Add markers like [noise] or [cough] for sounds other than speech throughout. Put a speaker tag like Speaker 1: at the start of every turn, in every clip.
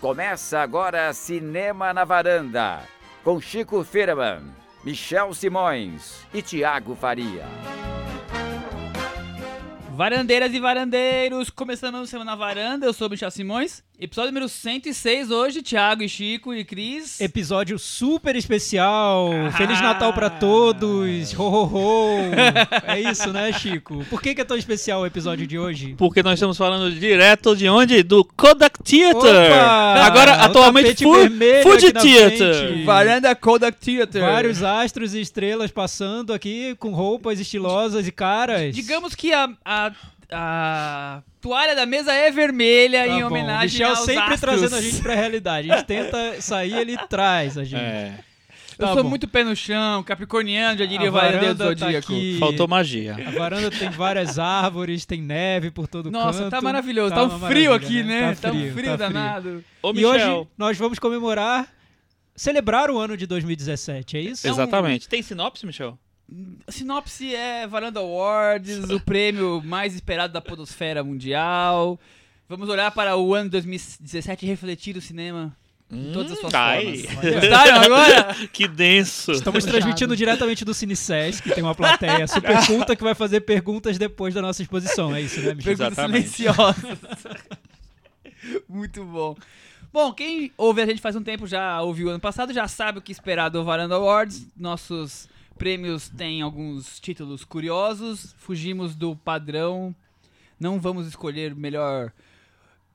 Speaker 1: Começa agora Cinema na Varanda, com Chico Firman, Michel Simões e Tiago Faria.
Speaker 2: Varandeiras e varandeiros, começando o Semana na Varanda, eu sou o Michel Simões. Episódio número 106 hoje, Thiago e Chico e Cris.
Speaker 3: Episódio super especial.
Speaker 2: Ah.
Speaker 3: Feliz Natal pra todos. Ho, ho, ho. é isso, né, Chico? Por que, que é tão especial o episódio de hoje?
Speaker 4: Porque nós estamos falando direto de onde? Do Kodak Theater!
Speaker 3: Opa!
Speaker 4: Agora,
Speaker 3: O
Speaker 4: atualmente,
Speaker 3: tapete
Speaker 4: Fu
Speaker 3: vermelho
Speaker 4: Fuji
Speaker 3: aqui na
Speaker 4: Theater!
Speaker 3: frente.
Speaker 2: Varanda Kodak Theater.
Speaker 3: Vários astros e estrelas passando aqui com roupas estilosas e caras.
Speaker 2: Digamos que a, a, a toalha da mesa é vermelha
Speaker 3: Tá
Speaker 2: em
Speaker 3: bom.
Speaker 2: homenagem
Speaker 3: Michel
Speaker 2: aos
Speaker 3: sempre
Speaker 2: astros.
Speaker 3: trazendo a gente pra realidade. A gente tenta sair, ele traz a gente.
Speaker 4: É,
Speaker 2: Eu
Speaker 3: Tá
Speaker 2: sou
Speaker 3: bom.
Speaker 2: muito pé no chão, capricorniano, já diria
Speaker 3: A
Speaker 2: o varandeiro do
Speaker 3: varanda tá
Speaker 2: Zodíaco.
Speaker 3: aqui.
Speaker 4: faltou magia.
Speaker 3: A varanda tem várias árvores, tem neve por todo
Speaker 2: Nossa,
Speaker 3: canto.
Speaker 2: tá maravilhoso. Tá, um
Speaker 3: uma
Speaker 2: frio
Speaker 3: maravilha,
Speaker 2: aqui, né? Tá, um frio
Speaker 3: tá
Speaker 2: danado.
Speaker 4: Ô,
Speaker 3: E
Speaker 4: Michel,
Speaker 3: hoje nós vamos comemorar, celebrar o ano de 2017, é isso?
Speaker 2: Exato.
Speaker 4: Exatamente. Tem sinopse, Michel?
Speaker 2: A sinopse é Varanda Awards, o prêmio mais esperado da podosfera mundial. Vamos olhar para o ano 2017 e refletir o cinema em todas as suas
Speaker 4: Ai.
Speaker 2: formas. Gostaram agora?
Speaker 4: Hum, tá [laughs] Que denso!
Speaker 3: É. Estamos transmitindo diretamente do CineSesc, que tem uma plateia super culta que vai fazer perguntas depois da nossa exposição, é isso, né, Michel?
Speaker 2: Perguntas
Speaker 4: Exatamente.
Speaker 2: silenciosas. [laughs] Muito bom. Bom, quem ouve a gente faz um tempo, já ouviu ano passado, já sabe o que esperar do Varanda Awards. Nossos prêmios têm alguns títulos curiosos. Fugimos do padrão. Não vamos escolher melhor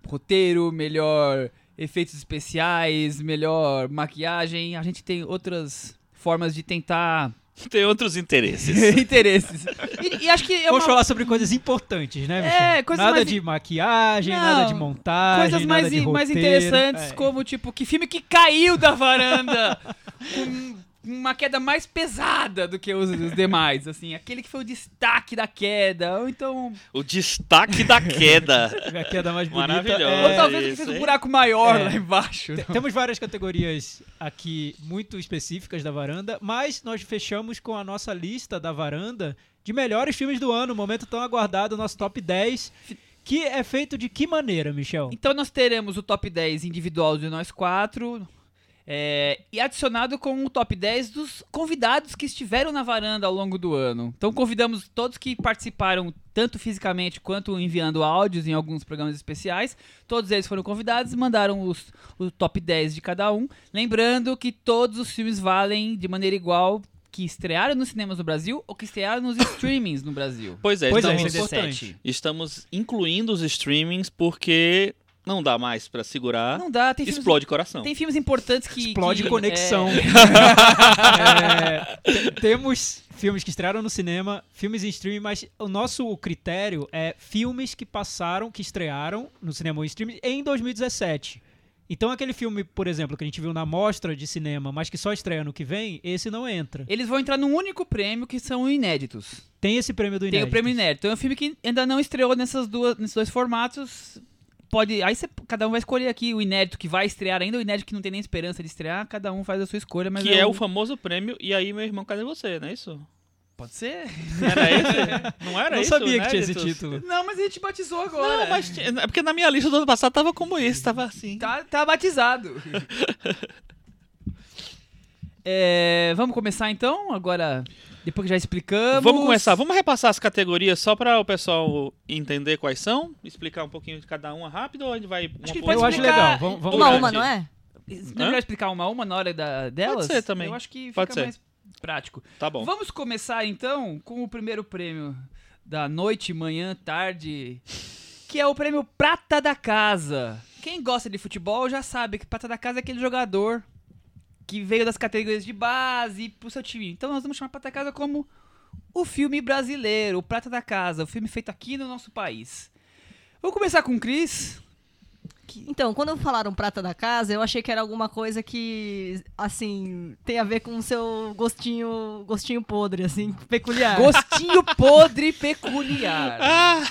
Speaker 2: roteiro, melhor efeitos especiais, melhor maquiagem. A gente tem outras formas de tentar
Speaker 4: Tem outros interesses.
Speaker 2: [laughs] interesses. E, e acho que é
Speaker 3: Vamos
Speaker 2: uma-
Speaker 3: falar sobre coisas importantes, né, Michel?
Speaker 2: É, coisas
Speaker 3: nada
Speaker 2: mais-
Speaker 3: de maquiagem,
Speaker 2: Não,
Speaker 3: nada de montagem,
Speaker 2: coisas
Speaker 3: nada
Speaker 2: mais,
Speaker 3: de
Speaker 2: in- mais
Speaker 3: roteiro.
Speaker 2: interessantes,
Speaker 3: É.
Speaker 2: como tipo, que filme que caiu da varanda [laughs] com uma queda mais pesada do que os, os demais, assim, aquele que foi o destaque da queda, ou então,
Speaker 4: [laughs] O destaque da queda.
Speaker 3: A queda mais bonita.
Speaker 4: Maravilhoso.
Speaker 3: é-
Speaker 2: ou talvez o que
Speaker 4: isso,
Speaker 2: fez um
Speaker 4: hein?
Speaker 2: buraco maior
Speaker 3: É.
Speaker 2: lá embaixo.
Speaker 3: Te- Temos várias categorias aqui muito específicas da varanda, mas nós fechamos com a nossa lista da varanda de melhores filmes do ano, um momento tão aguardado, nosso top 10, que é feito de que maneira, Michel?
Speaker 2: Então nós teremos o top 10 individual de nós quatro. é, e adicionado com o top 10 dos convidados que estiveram na varanda ao longo do ano. Então convidamos todos que participaram, tanto fisicamente quanto enviando áudios em alguns programas especiais. Todos eles foram convidados e mandaram os, o top 10 de cada um. Lembrando que todos os filmes valem de maneira igual que estrearam nos cinemas no Brasil ou que estrearam nos streamings no Brasil.
Speaker 4: Pois é,
Speaker 3: Pois é,
Speaker 4: estamos,
Speaker 3: isso é importante.
Speaker 4: estamos incluindo os streamings porque não dá mais pra segurar.
Speaker 2: Não dá, tem filmes,
Speaker 4: Tá? Explode coração.
Speaker 2: tem filmes importantes que.
Speaker 3: Explode
Speaker 2: que,
Speaker 3: conexão. É, te- temos filmes que estrearam no cinema, filmes em streaming, mas o nosso critério é filmes que passaram, que estrearam no cinema ou em streaming em 2017. Então aquele filme, por exemplo, que a gente viu na mostra de cinema, mas que só estreia ano que vem, esse não entra.
Speaker 2: Eles vão entrar num único prêmio que são inéditos.
Speaker 3: Tem esse prêmio do
Speaker 2: Tem
Speaker 3: inédito.
Speaker 2: o prêmio inédito. Então é um filme que ainda não estreou nessas duas, nesses dois formatos. Pode, aí você- cada um vai escolher aqui o inédito que vai estrear ainda, o inédito que não tem nem esperança de estrear, cada um faz a sua escolha, mas
Speaker 4: que é
Speaker 3: né?
Speaker 2: eu-
Speaker 4: o famoso prêmio, e aí, meu irmão, cadê você? Não é isso?
Speaker 2: Pode ser?
Speaker 4: [laughs] Era esse? Não era
Speaker 3: Não
Speaker 4: isso? né,
Speaker 3: sabia que tinha esse
Speaker 4: Inéditos?
Speaker 3: título.
Speaker 2: Não, mas a gente batizou agora.
Speaker 4: Não, mas tinha- é porque na minha lista do ano passado tava como esse, tava assim.
Speaker 2: Tá, tá
Speaker 4: [laughs]
Speaker 2: batizado. É, vamos começar então? Agora, depois que já explicamos.
Speaker 4: Vamos começar, vamos repassar as categorias só para o pessoal entender quais são, explicar um pouquinho de cada uma rápido ou a gente vai.
Speaker 2: Acho que
Speaker 4: uma
Speaker 2: pode
Speaker 3: Eu
Speaker 4: por
Speaker 3: acho
Speaker 2: explicar-
Speaker 3: legal. Vamos, vamos
Speaker 5: Uma a
Speaker 3: lá.
Speaker 5: uma, não é?
Speaker 2: Não é melhor explicar uma a uma na hora da, delas?
Speaker 4: ser também.
Speaker 2: Eu acho que fica
Speaker 4: Pode ser.
Speaker 2: mais prático.
Speaker 4: uma? Tá bom.
Speaker 2: Vamos começar então com o primeiro prêmio da noite, manhã, tarde, que é o prêmio Prata da Casa. Quem gosta de futebol já sabe que Prata da Casa é aquele jogador que veio das categorias de base pro seu time. Então nós vamos chamar Prata da Casa como o filme brasileiro, o Prata da Casa, o filme feito aqui no nosso país. Vou começar com o Cris.
Speaker 5: Então, quando falaram prata da casa, eu achei que era alguma coisa que, assim, tem a ver com o seu gostinho, gostinho podre, assim, peculiar.
Speaker 2: Gostinho podre
Speaker 4: [laughs] Ah,
Speaker 2: peculiar.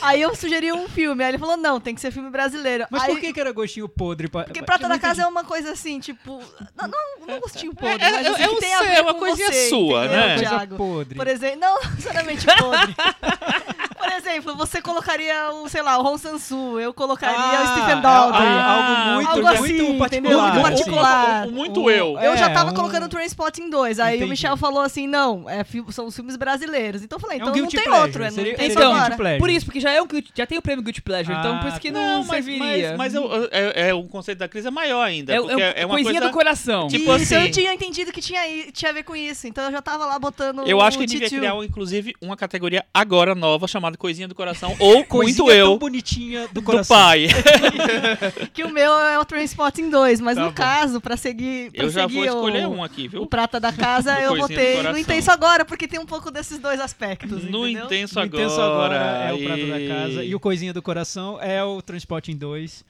Speaker 5: Aí eu sugeri um filme, aí ele falou, não, tem que ser filme brasileiro.
Speaker 3: Mas
Speaker 5: aí...
Speaker 3: por que, que era gostinho podre? pra-
Speaker 5: Porque
Speaker 3: pra-
Speaker 5: prata
Speaker 3: eu
Speaker 5: da
Speaker 3: não
Speaker 5: casa
Speaker 3: entendi.
Speaker 5: é uma coisa assim, tipo... Não, não, não gostinho podre,
Speaker 4: é-
Speaker 5: mas
Speaker 4: é-
Speaker 5: assim,
Speaker 4: é
Speaker 5: que
Speaker 4: um
Speaker 5: tem a
Speaker 4: ser,
Speaker 5: ver
Speaker 4: uma
Speaker 5: com
Speaker 4: coisinha
Speaker 5: você,
Speaker 4: sua,
Speaker 5: entendeu,
Speaker 4: né?
Speaker 3: coisa
Speaker 5: Thiago?
Speaker 3: podre.
Speaker 5: Por exemplo, não, não necessariamente podre. Por [laughs] Por exemplo, você colocaria o, sei lá, o Ron Sansu, eu colocaria o
Speaker 3: Ah,
Speaker 5: Stephen
Speaker 3: é algo-
Speaker 5: Daldry.
Speaker 3: algo muito,
Speaker 5: Algo assim,
Speaker 3: muito
Speaker 5: entendeu?
Speaker 3: particular.
Speaker 5: Muito
Speaker 3: assim.
Speaker 5: particular.
Speaker 4: O- o- muito eu.
Speaker 5: Eu já
Speaker 3: É,
Speaker 5: tava
Speaker 3: um-
Speaker 5: colocando o Trainspotting 2, aí o
Speaker 3: Entendi.
Speaker 5: Michel falou assim, não, é fi- são os filmes brasileiros. Então eu falei,
Speaker 3: É um
Speaker 5: então não
Speaker 3: guilty
Speaker 5: tem
Speaker 3: pleasure,
Speaker 5: outro, é, não
Speaker 3: seria-
Speaker 5: tem
Speaker 2: seria um guilty
Speaker 5: agora.
Speaker 3: pleasure.
Speaker 2: Por isso, porque já, é um, guilty- já tem o prêmio Guilty Pleasure, então
Speaker 3: Ah,
Speaker 2: por isso que
Speaker 3: tá.
Speaker 2: não,
Speaker 4: mas,
Speaker 2: serviria.
Speaker 4: mas, mas eu- eu- é, é, o conceito da crise é maior ainda.
Speaker 2: é,
Speaker 4: porque
Speaker 2: é,
Speaker 4: é uma
Speaker 2: coisinha
Speaker 4: coisa...
Speaker 2: do coração.
Speaker 4: Tipo
Speaker 5: isso, eu
Speaker 4: assim-
Speaker 5: tinha entendido que tinha, i- tinha a ver com isso, então eu já tava lá botando
Speaker 4: Eu acho
Speaker 5: o
Speaker 4: que devia
Speaker 5: Titio.
Speaker 4: criar, um- inclusive, uma categoria agora nova chamada Coisinha do Coração ou
Speaker 3: Coisinha
Speaker 4: Muito
Speaker 3: tão
Speaker 4: Eu
Speaker 3: bonitinha do
Speaker 4: do
Speaker 3: coração.
Speaker 4: pai.
Speaker 5: Que o meu é o Trainspotting 2, mas
Speaker 3: Tá
Speaker 5: no
Speaker 3: bom.
Speaker 5: caso, pra seguir, pra
Speaker 4: Eu já
Speaker 5: seguir
Speaker 4: vou escolher
Speaker 5: o,
Speaker 4: um aqui,
Speaker 5: o
Speaker 4: viu?
Speaker 5: Prata da Casa,
Speaker 4: Do
Speaker 5: eu
Speaker 4: Coisinha do
Speaker 5: botei no
Speaker 4: Coração.
Speaker 5: Intenso Agora, porque tem um pouco desses dois aspectos,
Speaker 4: No
Speaker 5: entendeu?
Speaker 4: Intenso
Speaker 3: O
Speaker 4: Agora. Ah,
Speaker 3: Intenso agora é o prato da casa.
Speaker 4: e-
Speaker 3: E o Coisinha do Coração é o Transporting 2.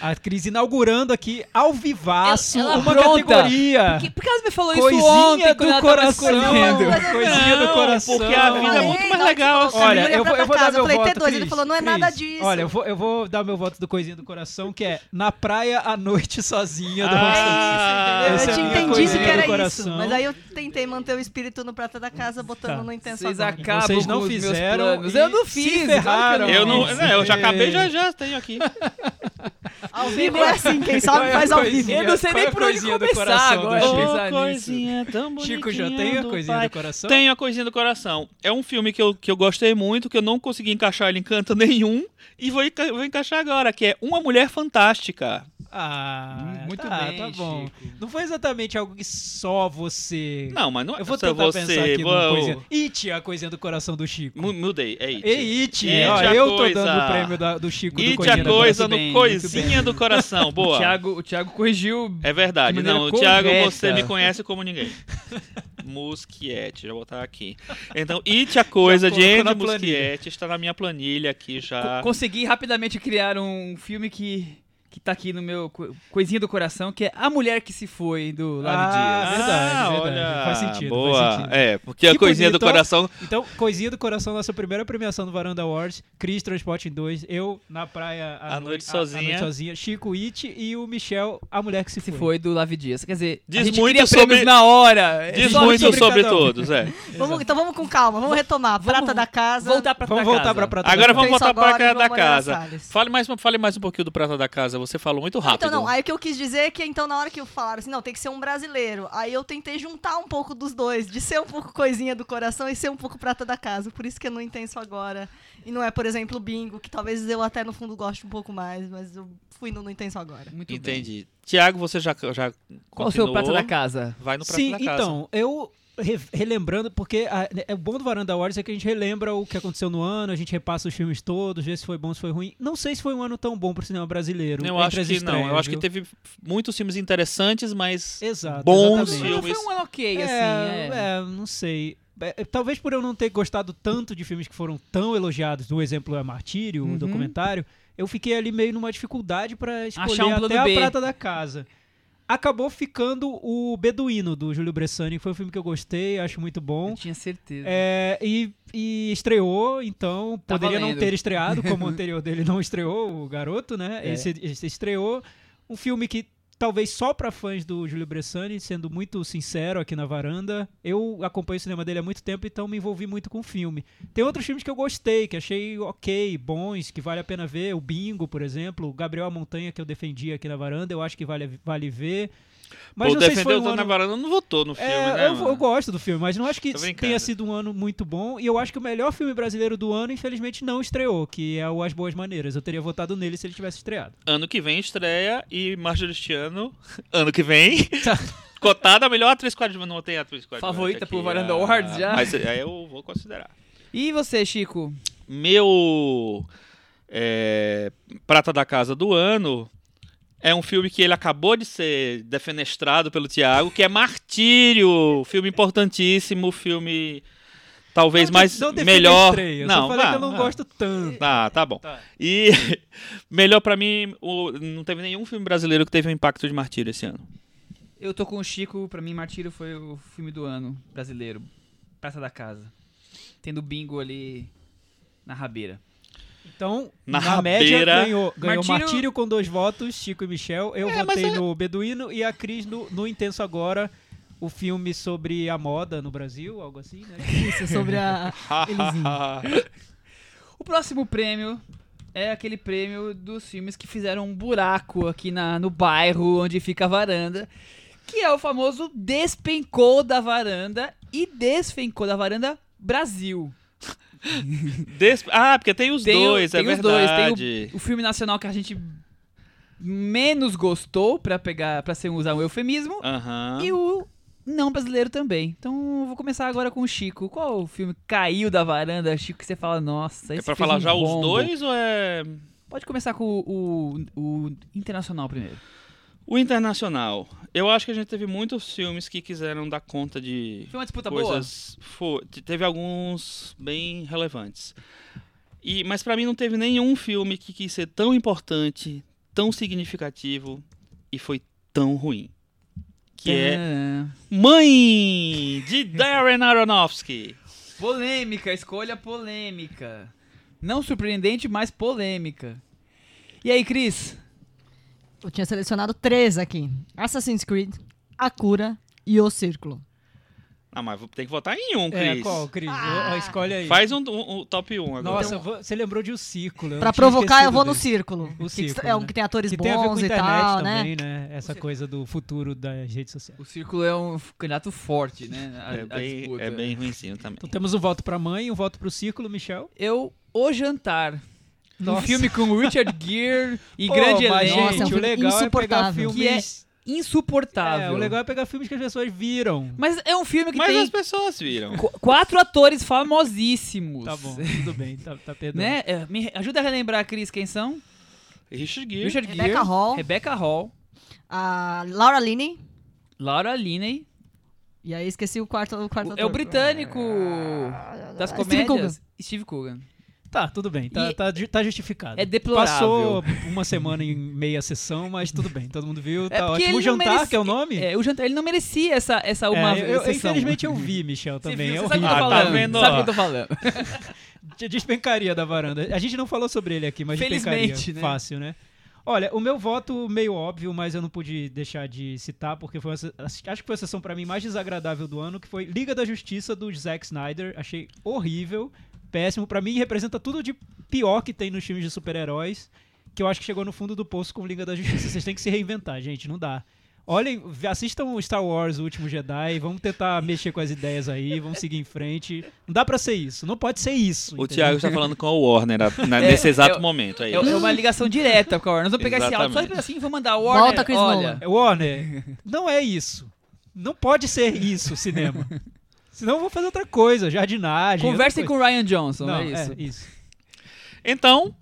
Speaker 3: A Cris inaugurando aqui, ao vivaço,
Speaker 2: Ela- ela
Speaker 3: uma
Speaker 2: apronta.
Speaker 3: categoria.
Speaker 2: Porque- por que ela me falou isso
Speaker 3: Coisinha
Speaker 2: ontem quando
Speaker 3: do
Speaker 2: ela tava
Speaker 3: coração.
Speaker 2: escolhendo?
Speaker 3: Coisinha do
Speaker 4: Não,
Speaker 3: coração.
Speaker 4: porque a vida é muito mais
Speaker 5: Não,
Speaker 4: legal.
Speaker 5: você falou,
Speaker 4: assim.
Speaker 3: Olha,
Speaker 5: Olha,
Speaker 3: eu vou,
Speaker 5: pra
Speaker 3: eu vou dar
Speaker 5: casa,
Speaker 3: meu
Speaker 5: eu falei,
Speaker 3: voto,
Speaker 5: T2, ele
Speaker 3: Cris,
Speaker 5: falou, não é nada
Speaker 3: Cris,
Speaker 5: disso.
Speaker 3: Olha, eu vou, eu vou dar meu voto do Coisinha do Coração, que é Na Praia à Noite [laughs] Sozinha, do
Speaker 4: Ah,
Speaker 3: Ron Santos.
Speaker 5: Eu
Speaker 4: Essa é a
Speaker 5: tinha
Speaker 4: minha
Speaker 5: entendido
Speaker 4: coisinha
Speaker 5: que
Speaker 4: do
Speaker 5: era isso, mas aí eu tentei manter o espírito no Prata da Casa, botando
Speaker 3: Tá.
Speaker 5: no Intenso
Speaker 2: Vocês
Speaker 5: Agora.
Speaker 2: acabam
Speaker 3: Vocês não
Speaker 2: com os meus
Speaker 3: fizeram
Speaker 2: planos.
Speaker 3: e
Speaker 2: Eu não
Speaker 3: se
Speaker 2: fiz. claro que
Speaker 3: ferraram.
Speaker 4: Eu não,
Speaker 3: Mas-
Speaker 4: né, eu já acabei, já, já tenho aqui.
Speaker 5: Ao vivo é assim, quem sabe
Speaker 3: Qual é a
Speaker 5: faz ao
Speaker 3: coisinha?
Speaker 5: vivo.
Speaker 2: Eu não sei
Speaker 3: Qual é
Speaker 2: nem
Speaker 3: a
Speaker 2: por onde
Speaker 3: coisinha do
Speaker 2: começar
Speaker 3: coração
Speaker 2: agora.
Speaker 3: do Chico?
Speaker 2: pensar nisso.
Speaker 4: tão
Speaker 3: Chico, já
Speaker 4: bonitinha
Speaker 3: tem a
Speaker 4: do
Speaker 3: Coisinha
Speaker 4: pai.
Speaker 3: do Coração?
Speaker 4: Tenho a coisinha do coração. É um filme que eu, que eu gostei muito, que eu não consegui encaixar ele em canto [laughs] nenhum. E vou, enca- vou encaixar agora, que é Uma Mulher Fantástica.
Speaker 3: Ah,
Speaker 2: Hum, muito
Speaker 3: tá,
Speaker 2: bem,
Speaker 3: tá bom.
Speaker 2: Chico.
Speaker 3: Não foi exatamente algo que só você...
Speaker 4: Não, mas não é
Speaker 3: Eu vou
Speaker 4: só
Speaker 3: tentar
Speaker 4: você.
Speaker 3: pensar aqui
Speaker 4: vou-
Speaker 3: numa coisinha. It, é a coisinha do coração do Chico.
Speaker 4: Mu- Mudei, é It.
Speaker 3: Ei, It,
Speaker 4: It,
Speaker 3: ó,
Speaker 4: a
Speaker 3: eu tô
Speaker 4: coisa.
Speaker 3: dando o prêmio da- do Chico do
Speaker 4: It é
Speaker 3: Coisinha
Speaker 4: a
Speaker 3: do Coração.
Speaker 4: coisa
Speaker 2: Muito bem,
Speaker 4: no
Speaker 2: muito
Speaker 4: Coisinha do Coração. Boa.
Speaker 2: O
Speaker 3: [laughs]
Speaker 2: Thiago, o Thiago corrigiu.
Speaker 4: É verdade.
Speaker 2: De maneira
Speaker 4: Não, Thiago,
Speaker 2: correta.
Speaker 4: você me conhece como [laughs] ninguém. Musquietti, já vou botar aqui. Então, It a coisa
Speaker 3: Já
Speaker 4: de
Speaker 3: colocou
Speaker 4: Andy
Speaker 3: na planilha.
Speaker 4: Musquietti está na minha planilha aqui já.
Speaker 2: co- Consegui rapidamente criar um filme que, que tá aqui no meu co- coisinha do coração, que é A Mulher Que Se Foi, do Lave
Speaker 3: Ah,
Speaker 2: Dias.
Speaker 3: verdade,
Speaker 4: Ah,
Speaker 3: verdade.
Speaker 4: olha,
Speaker 3: Faz sentido, faz
Speaker 4: Boa.
Speaker 3: sentido.
Speaker 4: É, porque a
Speaker 3: Que
Speaker 4: coisinha
Speaker 3: bonito,
Speaker 4: do coração.
Speaker 3: Então, Coisinha do Coração, nossa primeira premiação no Varanda Awards. Cris Transporte em 2, eu na praia à
Speaker 4: À noite
Speaker 3: à- à
Speaker 4: sozinha.
Speaker 3: sozinha, Chico It e o Michel, a mulher que se,
Speaker 2: Se
Speaker 3: foi.
Speaker 2: foi do Lave Dias. Quer dizer,
Speaker 4: Diz
Speaker 2: a gente
Speaker 4: muito
Speaker 2: cria prêmios
Speaker 4: sobre-
Speaker 2: na hora.
Speaker 4: Diz
Speaker 2: Só
Speaker 4: muito sobre,
Speaker 2: sobre
Speaker 3: cada um.
Speaker 4: todos, é.
Speaker 5: Vamos- então vamos com calma, vamos retomar. Prata
Speaker 2: Vamos
Speaker 5: da Casa.
Speaker 2: Voltar pra
Speaker 3: Vamos
Speaker 2: tua
Speaker 3: voltar
Speaker 2: casa.
Speaker 3: pra Prata
Speaker 4: Agora
Speaker 3: da
Speaker 4: vamos
Speaker 5: Pensa
Speaker 4: voltar pra
Speaker 5: agora e
Speaker 4: Casa da
Speaker 5: vamos olhar as
Speaker 4: Casa. [laughs]
Speaker 5: falhas.
Speaker 4: Fale mais, fale mais um pouquinho do Prata da Casa. Você falou muito rápido.
Speaker 5: Então, não, aí o que eu quis dizer é que então na hora que eu falaram assim, não, tem que ser um brasileiro. Aí eu tentei juntar um pouco dos dois, de ser um pouco coisinha do coração e ser um pouco prata da casa. Por isso que eu não intenso agora. E não é, por exemplo, bingo, que talvez eu até no fundo goste um pouco mais, mas eu fui no, no intenso agora.
Speaker 2: Muito bem.
Speaker 4: Entendi. Tiago, você já, já
Speaker 2: Qual o seu
Speaker 4: continuou?
Speaker 2: prato da casa?
Speaker 4: Vai no Prata
Speaker 3: Sim,
Speaker 4: da Casa.
Speaker 3: então, eu re- relembrando, porque a- é, o bom do Varanda Awards é que a gente relembra o que aconteceu no ano, a gente repassa os filmes todos, vê se foi bom, se foi ruim. Não sei se foi um ano tão bom pro cinema brasileiro.
Speaker 4: Eu
Speaker 3: entre
Speaker 4: acho
Speaker 3: as
Speaker 4: que
Speaker 3: estreias,
Speaker 4: não. Eu acho que
Speaker 3: viu?
Speaker 4: teve muitos filmes interessantes, mas
Speaker 3: Exato,
Speaker 4: bons
Speaker 3: exatamente.
Speaker 4: filmes.
Speaker 2: Foi um ano ok,
Speaker 3: É,
Speaker 2: assim. é.
Speaker 3: é, não sei. É, Talvez por eu não ter gostado tanto de filmes que foram tão elogiados, o exemplo é Martírio,
Speaker 2: Uhum.
Speaker 3: o documentário, eu fiquei ali meio numa dificuldade pra escolher
Speaker 2: Achar um plano
Speaker 3: até
Speaker 2: B.
Speaker 3: a prata da casa. Acabou ficando o Beduíno, do Júlio Bressani, que foi um filme que eu gostei, acho muito bom.
Speaker 2: Eu tinha certeza.
Speaker 3: É, e, e estreou, então
Speaker 2: Tá
Speaker 3: poderia não
Speaker 2: valendo.
Speaker 3: ter estreado,
Speaker 2: [laughs]
Speaker 3: como o anterior dele não estreou, o garoto, né?
Speaker 2: É.
Speaker 3: Esse, esse estreou. Um filme que talvez só pra fãs do Júlio Bressani, sendo muito sincero aqui na varanda, eu acompanho o cinema dele há muito tempo, então me envolvi muito com o filme. Tem outros filmes que eu gostei, que achei ok, bons, que vale a pena ver. O Bingo, por exemplo, o Gabriel a Montanha, que eu defendi aqui na varanda, eu acho que vale, vale ver. Mas
Speaker 4: Pô,
Speaker 3: não sei se
Speaker 4: defender
Speaker 3: foi
Speaker 4: o
Speaker 3: um
Speaker 4: Dona
Speaker 3: ano...
Speaker 4: Varanda não votou no filme,
Speaker 3: É,
Speaker 4: né?
Speaker 3: eu,
Speaker 4: mano?
Speaker 3: eu gosto do filme, mas não acho que
Speaker 4: Tô brincando.
Speaker 3: tenha sido um ano muito bom. E eu acho que o melhor filme brasileiro do ano, infelizmente, não estreou, que é o As Boas Maneiras. Eu teria votado nele se ele tivesse estreado.
Speaker 4: Ano que vem estreia e
Speaker 3: [laughs]
Speaker 4: Marjorie Cristiano, ano que vem,
Speaker 3: Tá.
Speaker 4: cotada a melhor atriz coadjuvante. Não tem atriz coadjuvante
Speaker 2: Favorita
Speaker 4: aqui,
Speaker 2: pro Varanda
Speaker 4: ah,
Speaker 2: Awards já?
Speaker 4: Mas aí eu vou considerar.
Speaker 2: E você, Chico?
Speaker 4: Meu é, Prata da Casa do Ano é um filme que ele acabou de ser defenestrado pelo Tiago, que é Martírio, filme importantíssimo, filme talvez
Speaker 3: Não,
Speaker 4: mais
Speaker 3: não defini a
Speaker 4: melhor.
Speaker 3: Estreia, não, só falei
Speaker 4: vá,
Speaker 3: que eu não
Speaker 4: vá.
Speaker 3: gosto tanto.
Speaker 4: Ah, tá bom.
Speaker 3: Tá.
Speaker 4: E [laughs] melhor pra mim, o- não teve nenhum filme brasileiro que teve um impacto de Martírio esse ano.
Speaker 2: Eu tô com o Chico, pra mim Martírio foi o filme do ano brasileiro. Praça da Casa. Tendo bingo ali na rabeira.
Speaker 3: Então,
Speaker 4: Na
Speaker 3: na, média,
Speaker 4: rabeira.
Speaker 3: ganhou, ganhou
Speaker 2: Martírio-
Speaker 3: Martírio... com dois votos, Chico e Michel. Eu
Speaker 5: É,
Speaker 3: votei no Beduíno e a Cris no, no Intenso Agora, o filme sobre a moda no Brasil, algo assim, né?
Speaker 4: [laughs]
Speaker 5: Isso, sobre a. Elisinha.
Speaker 2: O próximo prêmio é aquele prêmio dos filmes que fizeram um buraco aqui na, no bairro onde fica a varanda, que é o famoso Despencou da Varanda e Despencou da Varanda Brasil.
Speaker 4: Des- Ah, porque tem os
Speaker 2: Tem o-
Speaker 4: dois, é
Speaker 2: tem os dois, tem
Speaker 4: verdade.
Speaker 2: O filme nacional que a gente menos gostou pra pegar para ser usar um eufemismo
Speaker 4: Aham.
Speaker 2: e o não brasileiro também. Então vou começar agora com o Chico. Qual o filme caiu da varanda, Chico, que você fala, nossa,
Speaker 4: É
Speaker 2: esse
Speaker 4: pra
Speaker 2: fez
Speaker 4: falar
Speaker 2: um
Speaker 4: já os
Speaker 2: rombo.
Speaker 4: dois ou é.
Speaker 2: Pode começar com o, o- o internacional primeiro.
Speaker 4: O internacional. Eu acho que a gente teve muitos filmes que quiseram dar conta de
Speaker 2: Foi uma disputa
Speaker 4: coisas. Fo- te- Teve alguns bem relevantes. E, mas pra mim não teve nenhum filme que quis ser tão importante, tão significativo e foi tão ruim. Que
Speaker 2: boa.
Speaker 4: é
Speaker 2: Tcharam.
Speaker 4: Mãe de [laughs] Darren Aronofsky.
Speaker 2: Polêmica, escolha polêmica. Não surpreendente, mas polêmica. E aí, Cris?
Speaker 5: Eu tinha selecionado três aqui: Assassin's Creed, A Cura e O Círculo.
Speaker 4: Ah, mas tem que votar em um,
Speaker 3: É,
Speaker 4: Cris.
Speaker 3: qual, Cris?
Speaker 5: Ah. Então-
Speaker 3: Ó, escolhe aí.
Speaker 4: Faz um, um- um top 1 agora.
Speaker 3: Nossa, eu vou- você lembrou de O Círculo. eu
Speaker 5: Pra
Speaker 3: não tinha
Speaker 5: provocar, eu
Speaker 3: esquecido
Speaker 5: vou no
Speaker 3: dele.
Speaker 5: Círculo.
Speaker 3: O
Speaker 5: que-
Speaker 3: Círculo,
Speaker 5: é um
Speaker 3: né?
Speaker 5: que tem atores
Speaker 3: Que tem a ver com
Speaker 5: bons e
Speaker 3: internet
Speaker 5: tal, né?
Speaker 3: também, né? Essa coisa do futuro das redes sociais.
Speaker 2: O Círculo é um candidato forte, né? A,
Speaker 4: É
Speaker 2: a
Speaker 4: bem,
Speaker 2: disputa.
Speaker 4: é bem ruimzinho também.
Speaker 3: Então temos um voto pra mãe, um voto pro Círculo, Michel.
Speaker 2: Eu, O Jantar. Um
Speaker 3: Nossa.
Speaker 2: filme com Richard Gere e [laughs]
Speaker 3: Pô,
Speaker 2: grande
Speaker 3: mas,
Speaker 2: elenco.
Speaker 5: Nossa, é um
Speaker 3: Gente, o
Speaker 5: filme
Speaker 3: legal é pegar
Speaker 5: insuportável.
Speaker 2: Que é
Speaker 3: filmes...
Speaker 2: Insuportável.
Speaker 3: É, o legal é pegar filmes que as pessoas viram.
Speaker 2: Mas é um filme que
Speaker 4: Mas
Speaker 2: tem
Speaker 4: as
Speaker 2: [laughs]
Speaker 4: pessoas viram.
Speaker 2: qu- quatro atores famosíssimos. [laughs]
Speaker 3: Tá bom, tudo bem, tá, tá perdoado.
Speaker 2: Né? É, me ajuda a relembrar, Cris, quem são?
Speaker 4: Richard Gere.
Speaker 2: Richard Gere,
Speaker 5: Rebecca Hall.
Speaker 2: Rebecca Hall,
Speaker 5: A Laura Linney.
Speaker 2: Laura Linney,
Speaker 5: E aí esqueci o quarto. O quarto
Speaker 2: é o
Speaker 5: ator.
Speaker 2: britânico das
Speaker 5: Ah, é. Steve
Speaker 2: comédias, Steve Coogan.
Speaker 3: Tá, tudo bem, tá,
Speaker 2: E-
Speaker 3: tá, ju- tá justificado.
Speaker 2: É deplorável.
Speaker 3: Passou uma semana em meia sessão, mas tudo bem, todo mundo viu, tá
Speaker 2: É porque
Speaker 3: ótimo.
Speaker 2: ele
Speaker 3: O jantar,
Speaker 2: não merece-
Speaker 3: que é o nome?
Speaker 2: É, o jantar, ele não merecia essa, essa uma
Speaker 3: É, eu, eu,
Speaker 2: sessão.
Speaker 3: infelizmente eu vi, Michel, também.
Speaker 2: Você
Speaker 3: é
Speaker 2: viu, você sabe o que eu
Speaker 3: horrível.
Speaker 2: tô
Speaker 4: Ah, tá
Speaker 2: falando.
Speaker 4: vendo,
Speaker 2: sabe o
Speaker 4: ó.
Speaker 2: que eu tô falando.
Speaker 3: De- Despencaria da varanda. A gente não falou sobre ele aqui, mas
Speaker 2: Felizmente,
Speaker 3: despencaria.
Speaker 2: né?
Speaker 3: Fácil, né? Olha, o meu voto meio óbvio, mas eu não pude deixar de citar, porque foi uma se- acho que foi a sessão pra mim mais desagradável do ano, que foi Liga da Justiça do Zack Snyder. Achei horrível, péssimo. Pra mim representa tudo de pior que tem nos filmes de super-heróis, que eu acho que chegou no fundo do poço com Liga da Justiça. Vocês têm que se reinventar, gente, não dá. Olhem, assistam o Star Wars, o Último Jedi, vamos tentar mexer com as ideias aí, vamos seguir em frente. Não dá pra ser isso, não pode ser isso.
Speaker 4: O
Speaker 3: entendeu?
Speaker 4: Thiago está falando com o Warner a- na-
Speaker 2: É,
Speaker 4: nesse exato
Speaker 2: eu-
Speaker 4: momento aí.
Speaker 2: É, é uma ligação direta com a Warner. Nós vamos pegar esse áudio só de
Speaker 4: Exatamente.
Speaker 2: pedacinho e vamos mandar a Warner.
Speaker 5: Volta, Chris
Speaker 2: olha,
Speaker 5: Nolan.
Speaker 3: É, Warner, não é isso. Não pode ser isso o cinema. Senão eu vou fazer outra coisa, jardinagem.
Speaker 2: conversem com
Speaker 3: outra
Speaker 2: o Ryan Johnson,
Speaker 3: coisa. não,
Speaker 2: é isso.
Speaker 4: Então,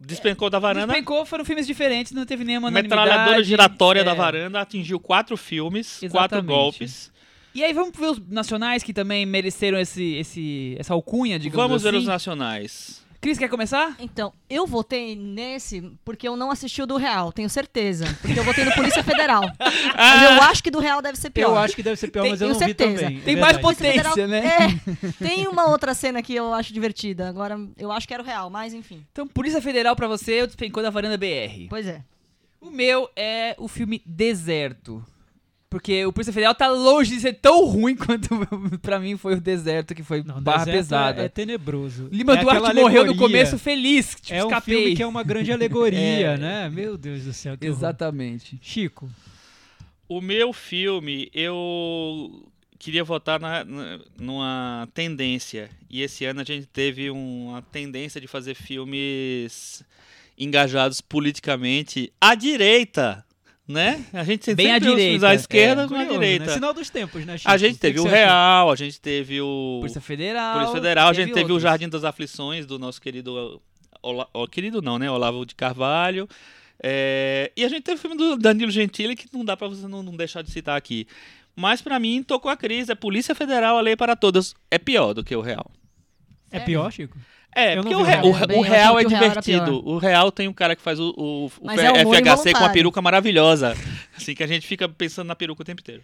Speaker 4: despencou da varanda.
Speaker 2: Despencou, foram filmes diferentes, não teve nenhuma unanimidade.
Speaker 4: Metralhadora giratória da
Speaker 2: É.
Speaker 4: varanda atingiu quatro filmes, quatro
Speaker 2: Exatamente.
Speaker 4: golpes.
Speaker 2: E aí vamos ver os nacionais que também mereceram esse, esse, essa alcunha, digamos
Speaker 4: Vamos
Speaker 2: assim.
Speaker 4: ver os nacionais.
Speaker 2: Cris, quer começar?
Speaker 5: Então, eu votei nesse porque eu não assisti o do Real, tenho certeza. Porque eu votei no Polícia
Speaker 3: [laughs]
Speaker 5: Federal. Mas eu acho que do Real deve ser pior.
Speaker 3: Ah, Eu acho que deve ser pior,
Speaker 5: Tem-
Speaker 3: mas eu
Speaker 5: tenho
Speaker 3: não vi
Speaker 5: certeza.
Speaker 3: também. é
Speaker 2: Tem mais
Speaker 3: verdade.
Speaker 2: pot-
Speaker 5: Polícia
Speaker 2: potência, né?
Speaker 3: [laughs]
Speaker 5: É, tem uma outra cena que eu acho divertida. Agora, eu acho que era o Real, mas enfim.
Speaker 2: Então, Polícia Federal pra você, eu despencou da varanda BR.
Speaker 5: Pois é.
Speaker 2: O meu é o filme Deserto. Porque o Polícia Federal tá longe de ser tão ruim [laughs] quanto pra mim foi o Deserto, que foi
Speaker 3: Não,
Speaker 2: barra
Speaker 3: Deserto é-
Speaker 2: pesada.
Speaker 3: É tenebroso.
Speaker 2: Lima
Speaker 3: É
Speaker 2: Duarte
Speaker 3: aquela
Speaker 2: morreu no
Speaker 3: alegoria.
Speaker 2: começo feliz, tipo,
Speaker 3: É um
Speaker 2: escapei.
Speaker 3: filme que é uma grande alegoria,
Speaker 2: [laughs] É.
Speaker 3: né? Meu Deus do céu. que horror.
Speaker 2: Exatamente.
Speaker 3: Chico,
Speaker 4: O meu filme, eu queria votar na, na- numa tendência. E esse ano a gente teve uma tendência de fazer filmes engajados politicamente à direita, né? A gente sempre
Speaker 2: Bem à
Speaker 4: vê os filmes
Speaker 2: direita,
Speaker 4: à esquerda
Speaker 2: é.
Speaker 4: ou à
Speaker 3: curioso,
Speaker 4: direita.
Speaker 3: Né? Sinal dos tempos, né, Chico?
Speaker 4: A gente
Speaker 3: O que
Speaker 4: teve
Speaker 2: um
Speaker 3: que
Speaker 4: o
Speaker 3: você achou?
Speaker 4: Real, a gente teve o
Speaker 2: Polícia Federal.
Speaker 4: Polícia Federal, a gente teve o
Speaker 2: outros.
Speaker 4: Jardim das Aflições do nosso querido. Ola... ó, Querido não, né? Olavo de Carvalho. É, E a gente teve o filme do Danilo Gentili, que não dá pra você não, não deixar de citar aqui. Mas pra mim, tocou a crise. É Polícia Federal, a lei para todas. É pior do que o Real.
Speaker 3: É pior, Chico?
Speaker 4: É,
Speaker 3: Eu não
Speaker 4: porque
Speaker 3: vi
Speaker 4: o,
Speaker 3: o Real
Speaker 4: Re- o Re-
Speaker 5: também,
Speaker 4: o
Speaker 5: eu
Speaker 4: Real é
Speaker 5: achei que o Real era
Speaker 4: divertido. O Real tem um cara que faz o, o, o
Speaker 5: Mas
Speaker 4: F-
Speaker 5: é humor
Speaker 4: FHC com a
Speaker 5: involuntário.
Speaker 4: peruca maravilhosa. Assim, que a gente fica pensando na peruca o tempo inteiro.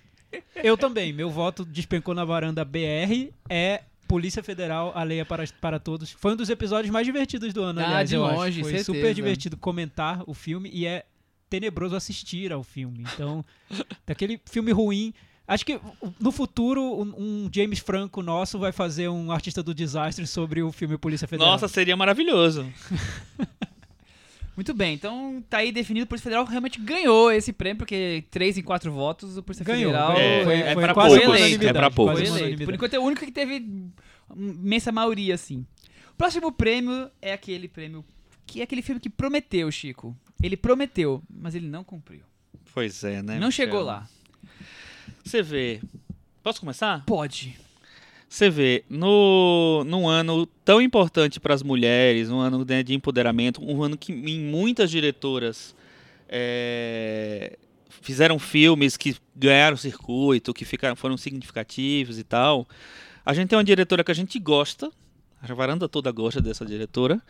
Speaker 3: Eu também. Meu voto despencou na varanda BR. É Polícia Federal, a lei é para, para todos. Foi um dos episódios mais divertidos do ano,
Speaker 2: Ah,
Speaker 3: aliás,
Speaker 2: de
Speaker 3: eu acho.
Speaker 2: longe,
Speaker 3: Foi
Speaker 2: certeza.
Speaker 3: super divertido comentar
Speaker 2: [laughs]
Speaker 3: o filme e é tenebroso assistir ao filme. Então, daquele filme ruim Acho que no futuro um, um James Franco nosso vai fazer um artista do desastre sobre o filme Polícia Federal.
Speaker 4: Nossa, seria maravilhoso.
Speaker 2: Muito bem, então tá aí definido. O Polícia Federal realmente ganhou esse prêmio, porque 3 em 4 votos o Polícia
Speaker 3: ganhou.
Speaker 2: Federal
Speaker 3: ganhou.
Speaker 4: É,
Speaker 2: foi,
Speaker 4: é pra
Speaker 3: quase
Speaker 2: poucos,
Speaker 3: unanimidade,
Speaker 4: é pra
Speaker 3: quase
Speaker 4: poucos.
Speaker 2: foi eleito.
Speaker 3: unanimidade.
Speaker 2: Por enquanto é o único que teve imensa maioria, assim. O próximo prêmio é aquele prêmio que é aquele filme que prometeu, Chico. Ele prometeu, mas ele não cumpriu.
Speaker 4: Pois é, né?
Speaker 2: não
Speaker 4: Michel?
Speaker 2: chegou lá.
Speaker 4: Você vê. Posso começar?
Speaker 2: Pode.
Speaker 4: Você vê, no, num ano tão importante para as mulheres, um ano né, de empoderamento, um ano que em muitas diretoras é, fizeram filmes que ganharam circuito, que ficaram, foram significativos e tal. A gente tem uma diretora que a gente gosta, a varanda toda gosta dessa diretora.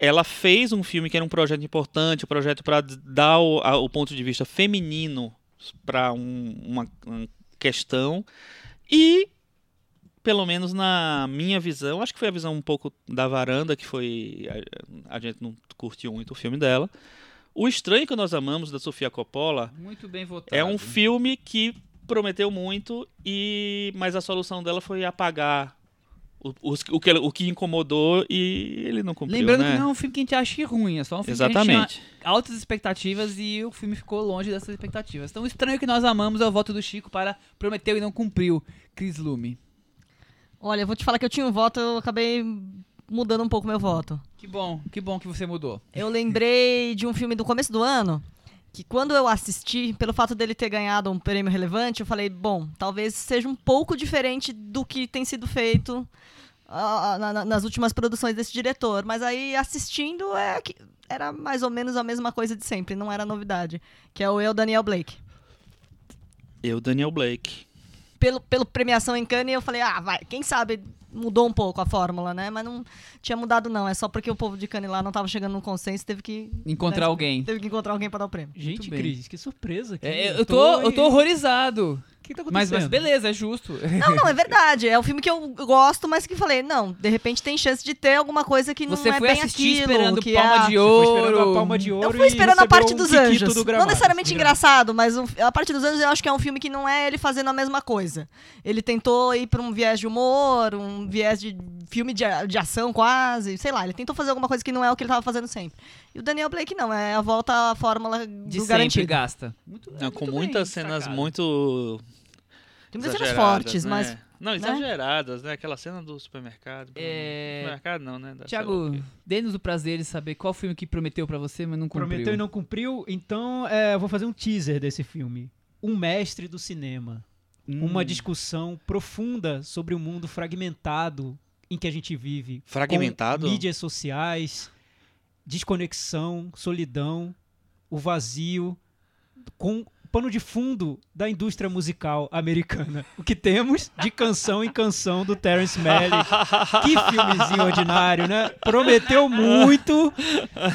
Speaker 4: Ela fez um filme que era um projeto importante, um projeto para dar o, a- o ponto de vista feminino para uma, uma questão. E pelo menos na minha visão, acho que foi a visão um pouco da varanda, que foi. A, a gente não curtiu muito o filme dela. O Estranho que Nós Amamos, da Sofia Coppola,
Speaker 2: Muito bem votado.
Speaker 4: é um filme que prometeu muito, e mas a solução dela foi apagar o, os- o que, ela- o que incomodou e ele não cumpriu.
Speaker 2: Lembrando
Speaker 4: né?
Speaker 2: que não é um filme que a gente acha ruim, é só um filme que a gente
Speaker 4: Exatamente.
Speaker 2: tinha altas expectativas e o filme ficou longe dessas expectativas. Então, o estranho que nós amamos é o voto do Chico para Prometeu e não cumpriu, Chris Lume.
Speaker 5: Olha, eu vou te falar que eu tinha um voto, eu acabei mudando um pouco meu voto.
Speaker 2: Que bom, que bom que você mudou.
Speaker 5: Eu lembrei de um filme do começo do ano, que quando eu assisti, pelo fato dele ter ganhado um prêmio relevante, eu falei, bom, talvez seja um pouco diferente do que tem sido feito ah, na- na- nas últimas produções desse diretor. Mas aí, assistindo, é que era mais ou menos a mesma coisa de sempre, não era novidade. Que é o Eu, Daniel Blake.
Speaker 4: Eu, Daniel Blake.
Speaker 5: pelo, pelo premiação em Cannes, eu falei, ah, vai, quem sabe mudou um pouco a fórmula, né? Mas não tinha mudado, não. É só porque o povo de Cannes lá não tava chegando no consenso, teve que...
Speaker 2: Encontrar
Speaker 5: né,
Speaker 2: alguém.
Speaker 5: Teve que encontrar alguém pra dar o prêmio.
Speaker 3: Gente,
Speaker 2: Muito bem.
Speaker 3: Cris, que surpresa. Que
Speaker 2: É, eu, tô, eu tô horrorizado.
Speaker 3: O que tá
Speaker 2: Mas,
Speaker 3: acontecendo?
Speaker 2: mas beleza, é justo.
Speaker 5: Não, não, é verdade. É um filme que eu gosto, mas que falei, não, de repente tem chance de ter alguma coisa que
Speaker 2: Você
Speaker 5: não é
Speaker 2: foi
Speaker 5: bem
Speaker 2: assistir
Speaker 5: aquilo.
Speaker 2: esperando
Speaker 5: que
Speaker 2: palma
Speaker 5: é...
Speaker 2: de
Speaker 3: Foi
Speaker 2: ouro.
Speaker 3: esperando a palma de ouro
Speaker 5: Eu fui
Speaker 3: e
Speaker 5: esperando a
Speaker 3: recebeu
Speaker 5: parte
Speaker 3: um
Speaker 5: dos
Speaker 3: Kikito
Speaker 5: anjos.
Speaker 3: do
Speaker 5: não
Speaker 3: gramado.
Speaker 5: necessariamente
Speaker 3: Gramado.
Speaker 5: engraçado, mas um- a parte dos anjos eu acho que é um filme que não é ele fazendo a mesma coisa. Ele tentou ir pra um viés de humor, um viés de filme de, a- de ação quase, sei lá. Ele tentou fazer alguma coisa que não é o que ele tava fazendo sempre. E o Daniel Blake não, é a volta à fórmula do
Speaker 2: De sempre
Speaker 5: garantido.
Speaker 2: gasta. Muito,
Speaker 4: Não,
Speaker 2: muito
Speaker 4: com
Speaker 2: bem
Speaker 4: muitas cenas
Speaker 2: sacado.
Speaker 4: muito.
Speaker 5: Tem muitas cenas
Speaker 4: exageradas,
Speaker 5: fortes,
Speaker 4: né?
Speaker 5: mas
Speaker 4: Não, exageradas, né? Aquela cena do supermercado. pelo
Speaker 2: É,
Speaker 4: Supermercado não, né? Da- sei lá o
Speaker 2: Tiago,
Speaker 4: quê.
Speaker 2: dê-nos o prazer de saber qual filme que prometeu pra você, mas não cumpriu.
Speaker 3: Prometeu e não cumpriu, então é, eu vou fazer um teaser desse filme. Um mestre do cinema.
Speaker 2: Hum.
Speaker 3: Uma discussão profunda sobre o mundo fragmentado em que a gente vive.
Speaker 4: Fragmentado?
Speaker 3: Com mídias sociais, desconexão, solidão, o vazio, com pano de fundo da indústria musical americana. O que temos de canção em canção do Terence Malick. Que filmezinho ordinário, né? Prometeu muito,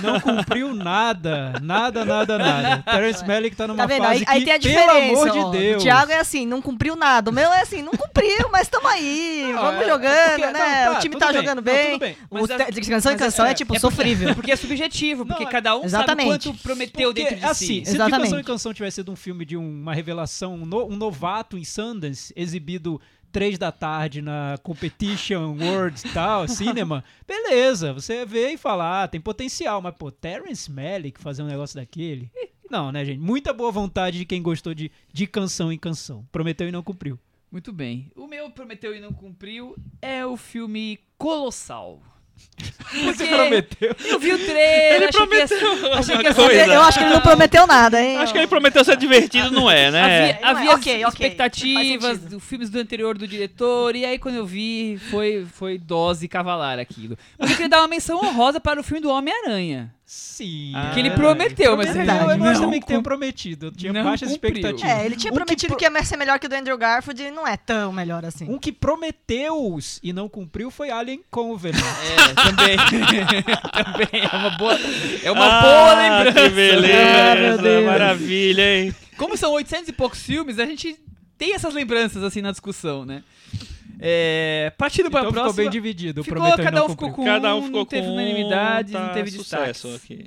Speaker 3: não cumpriu nada. Nada, nada, nada. Terence Malick tá
Speaker 5: Tá
Speaker 3: numa
Speaker 5: vendo?
Speaker 3: fase que,
Speaker 5: Aí, aí tem a
Speaker 3: pelo
Speaker 5: diferença.
Speaker 3: amor
Speaker 5: ó.
Speaker 3: de Deus.
Speaker 5: O Thiago é assim, não cumpriu nada. O meu é assim, não cumpriu, mas tamo aí.
Speaker 3: Não,
Speaker 5: vamos
Speaker 3: é- é
Speaker 5: jogando,
Speaker 3: porque-
Speaker 5: né?
Speaker 3: não,
Speaker 5: o
Speaker 3: tá,
Speaker 5: time
Speaker 3: tudo
Speaker 5: tá
Speaker 3: bem.
Speaker 5: jogando
Speaker 3: Não,
Speaker 5: bem.
Speaker 3: tudo bem.
Speaker 5: Os
Speaker 2: Mas a-
Speaker 5: te- de canção em canção é, tipo
Speaker 3: [laughs]
Speaker 5: sofrível.
Speaker 2: Porque é subjetivo, porque
Speaker 3: Não, é-
Speaker 2: cada um
Speaker 5: Exatamente.
Speaker 2: sabe quanto prometeu
Speaker 3: Porque,
Speaker 2: dentro de
Speaker 3: assim,
Speaker 2: si.
Speaker 3: se
Speaker 5: Exatamente.
Speaker 3: De Canção em Canção tivesse sido um filme de uma revelação, um, no- um novato em Sundance, exibido três da tarde na Competition World e
Speaker 5: [laughs]
Speaker 3: tal, cinema, beleza, você vê e fala, ah, tem potencial, mas pô, Terence Malick fazer um negócio daquele... Não, né, gente? Muita boa vontade de quem gostou de, de canção em canção. Prometeu e não cumpriu.
Speaker 2: Muito bem. O meu prometeu e não cumpriu é o filme Colossal. Porque eu vi o trailer,
Speaker 4: Ele
Speaker 2: achei que ia,
Speaker 4: prometeu
Speaker 2: achei que
Speaker 4: uma
Speaker 2: ia ser-
Speaker 4: coisa.
Speaker 5: Eu acho que ele não prometeu nada, hein?
Speaker 4: Acho que ele prometeu ser divertido, não [laughs] é, né?
Speaker 2: havia,
Speaker 5: não é.
Speaker 2: havia
Speaker 5: Ok, ok. Faz
Speaker 2: expectativas,
Speaker 5: sentido.
Speaker 2: do- filmes do anterior do diretor, e aí quando eu vi, foi, foi dose cavalar aquilo. Mas eu queria dar uma menção honrosa para o filme do Homem-Aranha.
Speaker 3: Sim.
Speaker 4: Ah,
Speaker 2: Que ele prometeu, mas
Speaker 5: é
Speaker 2: ele
Speaker 5: verdade.
Speaker 3: Eu não acho
Speaker 2: não
Speaker 3: também que tenha prometido. Eu tinha
Speaker 2: não
Speaker 3: baixas
Speaker 2: cumpriu.
Speaker 3: expectativas.
Speaker 5: É, ele tinha
Speaker 3: Um que
Speaker 5: prometido
Speaker 3: pro-
Speaker 5: que ia ser melhor que o do Andrew Garfield e não é tão melhor assim.
Speaker 3: Um que prometeu e não cumpriu foi Alien [laughs] Covenant.
Speaker 2: É, também. [laughs] também. É uma boa, é uma
Speaker 4: Ah,
Speaker 2: boa lembrança.
Speaker 4: Que
Speaker 3: Ah, meu
Speaker 4: beleza,
Speaker 3: Deus.
Speaker 4: maravilha, hein?
Speaker 2: Como são 800 e poucos filmes, a gente tem essas lembranças assim na discussão, né? É, partindo
Speaker 3: Então
Speaker 2: para a
Speaker 3: ficou bem
Speaker 2: próxima.
Speaker 3: dividido.
Speaker 2: ficou,
Speaker 3: prometeu e
Speaker 2: cada
Speaker 3: não
Speaker 2: um ficou
Speaker 3: cumpriu.
Speaker 2: com
Speaker 4: Cada
Speaker 2: um,
Speaker 4: um ficou
Speaker 2: não teve
Speaker 4: com um,
Speaker 2: unanimidade,
Speaker 4: tá
Speaker 2: não teve destaque.
Speaker 4: sucesso aqui.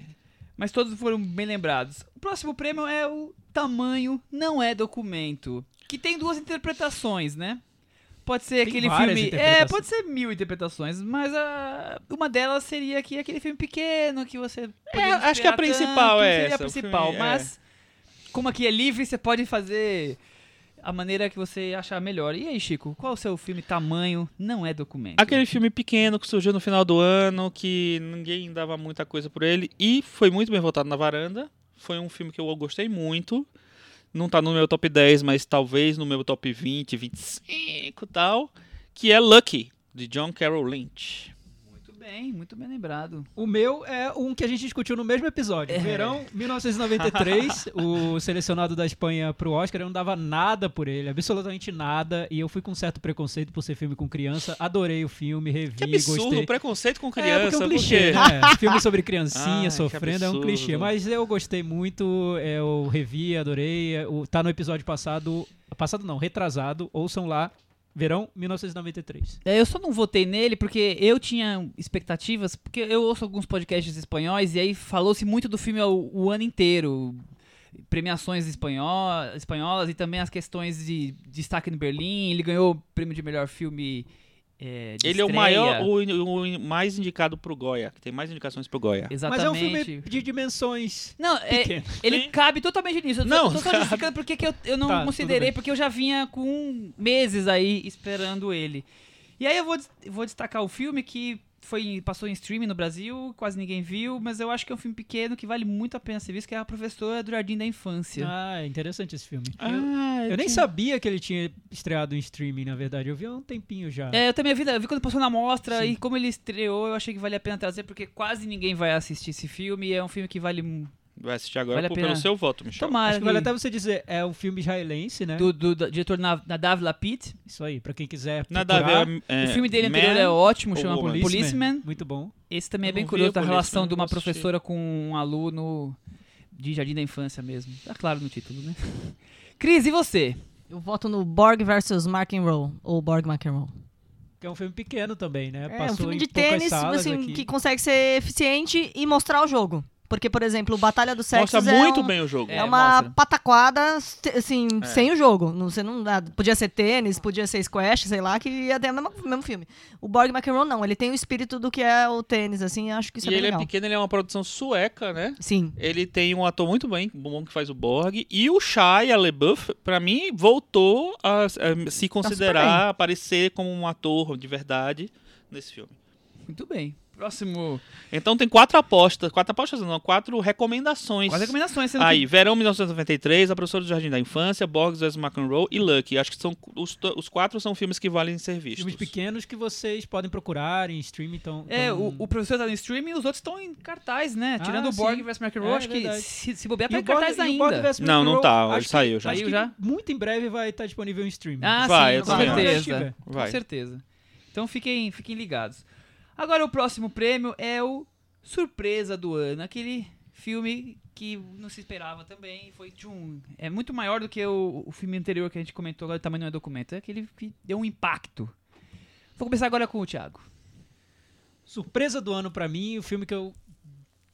Speaker 2: Mas todos foram bem lembrados. O próximo prêmio é o tamanho não é documento. Que tem duas interpretações, né? Pode ser
Speaker 3: Tem
Speaker 2: aquele
Speaker 3: várias
Speaker 2: filme. É,
Speaker 3: interpretações.
Speaker 2: pode ser mil interpretações, mas a- uma delas seria que é aquele filme pequeno que você. poderia
Speaker 4: É, acho
Speaker 2: esperar
Speaker 4: que a principal
Speaker 2: tanto,
Speaker 4: é
Speaker 2: Seria
Speaker 4: essa,
Speaker 2: a
Speaker 4: o filme,
Speaker 2: principal,
Speaker 4: é.
Speaker 2: mas como aqui é livre, você pode fazer a maneira que você achar melhor. E aí, Chico, qual o seu filme tamanho? Não é documento.
Speaker 4: Aquele filme pequeno que surgiu no final do ano, que ninguém dava muita coisa por ele, e foi muito bem votado na varanda. Foi um filme que eu gostei muito. Não tá no meu top 10, mas talvez no meu top 20, 25 e tal. Que é Lucky, de John Carroll Lynch.
Speaker 2: Muito bem, muito bem lembrado.
Speaker 3: O meu é um que a gente discutiu no mesmo episódio. Verão [laughs] 1993, o selecionado da Espanha pro Oscar, eu não dava nada por ele, absolutamente nada, e eu fui com um certo preconceito por ser filme com criança. Adorei o filme, revi,
Speaker 4: Que absurdo, um
Speaker 3: gostei.
Speaker 4: preconceito com
Speaker 3: é, porque
Speaker 4: criança.
Speaker 3: é um
Speaker 4: por
Speaker 3: clichê,
Speaker 4: quê?
Speaker 3: né? Filme sobre criancinha
Speaker 4: Ai, que
Speaker 3: sofrendo é um
Speaker 4: absurdo.
Speaker 3: clichê. Mas eu gostei muito, é, eu revi, adorei. O, tá no episódio passado, passado não, retrasado, ouçam lá, Verão 1993.
Speaker 2: É, eu só não votei nele porque eu tinha expectativas, porque eu ouço alguns podcasts espanhóis e aí falou-se muito do filme o, o ano inteiro. Premiações espanhol, espanholas e também as questões de destaque no Berlim. Ele ganhou o prêmio de melhor filme. é, de
Speaker 4: Ele é o
Speaker 2: estreia.
Speaker 4: maior, o, o mais indicado pro Goya, que tem mais indicações pro Goya.
Speaker 2: Exatamente.
Speaker 3: Mas é um filme de dimensões
Speaker 2: Não, é-
Speaker 3: pequenas.
Speaker 2: ele cabe totalmente nisso. Eu tô-
Speaker 3: [laughs]
Speaker 4: Não,
Speaker 2: eu tô só
Speaker 4: cabe.
Speaker 2: justificando porque que eu, eu não
Speaker 3: Tá, tudo
Speaker 2: considerei,
Speaker 3: bem.
Speaker 2: porque eu já vinha com meses aí esperando ele. E aí eu vou, des- vou destacar o filme que foi passou em streaming no Brasil, quase ninguém viu, mas eu acho que é um filme pequeno que vale muito a pena ser visto, que é a professora do Jardim da Infância.
Speaker 3: Ah, interessante esse filme. eu,
Speaker 4: Ah,
Speaker 3: eu nem
Speaker 4: tinha-
Speaker 3: sabia que ele tinha estreado em streaming, na verdade. Eu vi há um tempinho já.
Speaker 2: É, eu também vi, eu vi quando passou na mostra
Speaker 3: Sim.
Speaker 2: e como ele estreou, eu achei que valia a pena trazer, porque quase ninguém vai assistir esse filme e é um filme que vale mu-
Speaker 4: Vai assistir agora
Speaker 2: Vale a
Speaker 4: por-
Speaker 2: pena.
Speaker 4: pelo seu voto, Michel.
Speaker 2: tomara.
Speaker 3: Acho que vale
Speaker 2: que-
Speaker 3: até você dizer, é um filme israelense, né?
Speaker 2: do, do, do diretor Na- Nadav Lapid.
Speaker 3: Isso aí, pra quem quiser
Speaker 4: Nada a
Speaker 3: procurar.
Speaker 4: ver. é,
Speaker 2: o filme dele
Speaker 4: Man-
Speaker 2: anterior é ótimo,
Speaker 4: ou
Speaker 2: chama
Speaker 4: Woman?
Speaker 2: Policeman.
Speaker 3: Muito bom.
Speaker 2: Esse também é
Speaker 4: Eu
Speaker 2: bem
Speaker 4: não vi
Speaker 2: curioso,
Speaker 4: o
Speaker 2: da
Speaker 4: Policeman,
Speaker 2: relação de
Speaker 4: eu
Speaker 2: uma
Speaker 4: vou assistir.
Speaker 2: professora com um aluno de jardim da infância mesmo. Tá claro no título, né? [laughs] Cris, e você?
Speaker 5: Eu voto no Borg versus McEnroe, ou Borg McEnroe.
Speaker 3: Que é um filme pequeno também, né?
Speaker 5: É,
Speaker 3: Passou
Speaker 5: um filme
Speaker 3: em
Speaker 5: de
Speaker 3: poucas
Speaker 5: tênis
Speaker 3: salas
Speaker 5: assim,
Speaker 3: aqui.
Speaker 5: que consegue ser eficiente e mostrar o jogo. Porque, por exemplo, Batalha dos Sexos
Speaker 4: Mostra
Speaker 5: é
Speaker 4: muito
Speaker 5: um-
Speaker 4: bem o jogo.
Speaker 5: É,
Speaker 2: É,
Speaker 5: uma
Speaker 2: mostra.
Speaker 5: pataquada, assim,
Speaker 4: É.
Speaker 5: sem o jogo. Não, você não, ah, podia ser tênis, podia ser squash, sei lá, que ia ter o mesmo, mesmo filme. O Borg McEnroe não, ele tem o espírito do que é o tênis, assim, acho que isso
Speaker 4: e
Speaker 5: é bem
Speaker 4: ele
Speaker 5: legal.
Speaker 4: é pequeno, ele é uma produção sueca, né?
Speaker 5: Sim.
Speaker 4: Ele tem um ator muito bem, bom que faz o Borg. E o Shia LeBeouf, pra mim, voltou a, a se
Speaker 5: super
Speaker 4: considerar, aparecer como um ator de verdade nesse filme.
Speaker 2: Muito bem. Próximo.
Speaker 4: Então tem quatro apostas, quatro apostas não, quatro recomendações.
Speaker 2: Quais recomendações? Sendo
Speaker 4: Aí, Verão 1993, A Professora do Jardim da Infância, Borges vs. McEnroe e Lucky. Acho que são os, to- os quatro são filmes que valem ser vistos.
Speaker 3: Filmes pequenos que vocês podem procurar em streaming, então...
Speaker 2: que- É,
Speaker 3: então-
Speaker 2: o, o professor tá no streaming e os outros estão em cartaz, né?
Speaker 3: Ah,
Speaker 2: Tirando o
Speaker 3: sim.
Speaker 2: Borg vs. McEnroe,
Speaker 3: É,
Speaker 2: acho que
Speaker 3: verdade.
Speaker 2: se, se
Speaker 5: é
Speaker 2: bobear,
Speaker 3: E
Speaker 2: tá
Speaker 3: o
Speaker 2: em
Speaker 3: Borg-
Speaker 2: cartaz
Speaker 3: e o
Speaker 2: ainda.
Speaker 3: Borg vs.
Speaker 4: Não, não tá,
Speaker 3: Acho
Speaker 4: ele
Speaker 3: que-
Speaker 4: saiu já.
Speaker 3: acho
Speaker 2: Saiu
Speaker 3: que
Speaker 2: já?
Speaker 3: muito em breve vai estar disponível em streaming.
Speaker 2: Ah,
Speaker 4: Vai,
Speaker 2: sim,
Speaker 4: eu
Speaker 2: com
Speaker 4: também
Speaker 3: acho.
Speaker 2: certeza. Com
Speaker 4: Vai.
Speaker 2: certeza. Então fiquem, fiquem ligados. Agora o próximo prêmio é o Surpresa do Ano, aquele filme que não se esperava também, foi tchum. É muito maior do que o, o filme anterior que a gente comentou, agora também não é documento, é aquele que deu um impacto. Vou começar agora com o Thiago.
Speaker 3: Surpresa do ano pra mim, o filme que eu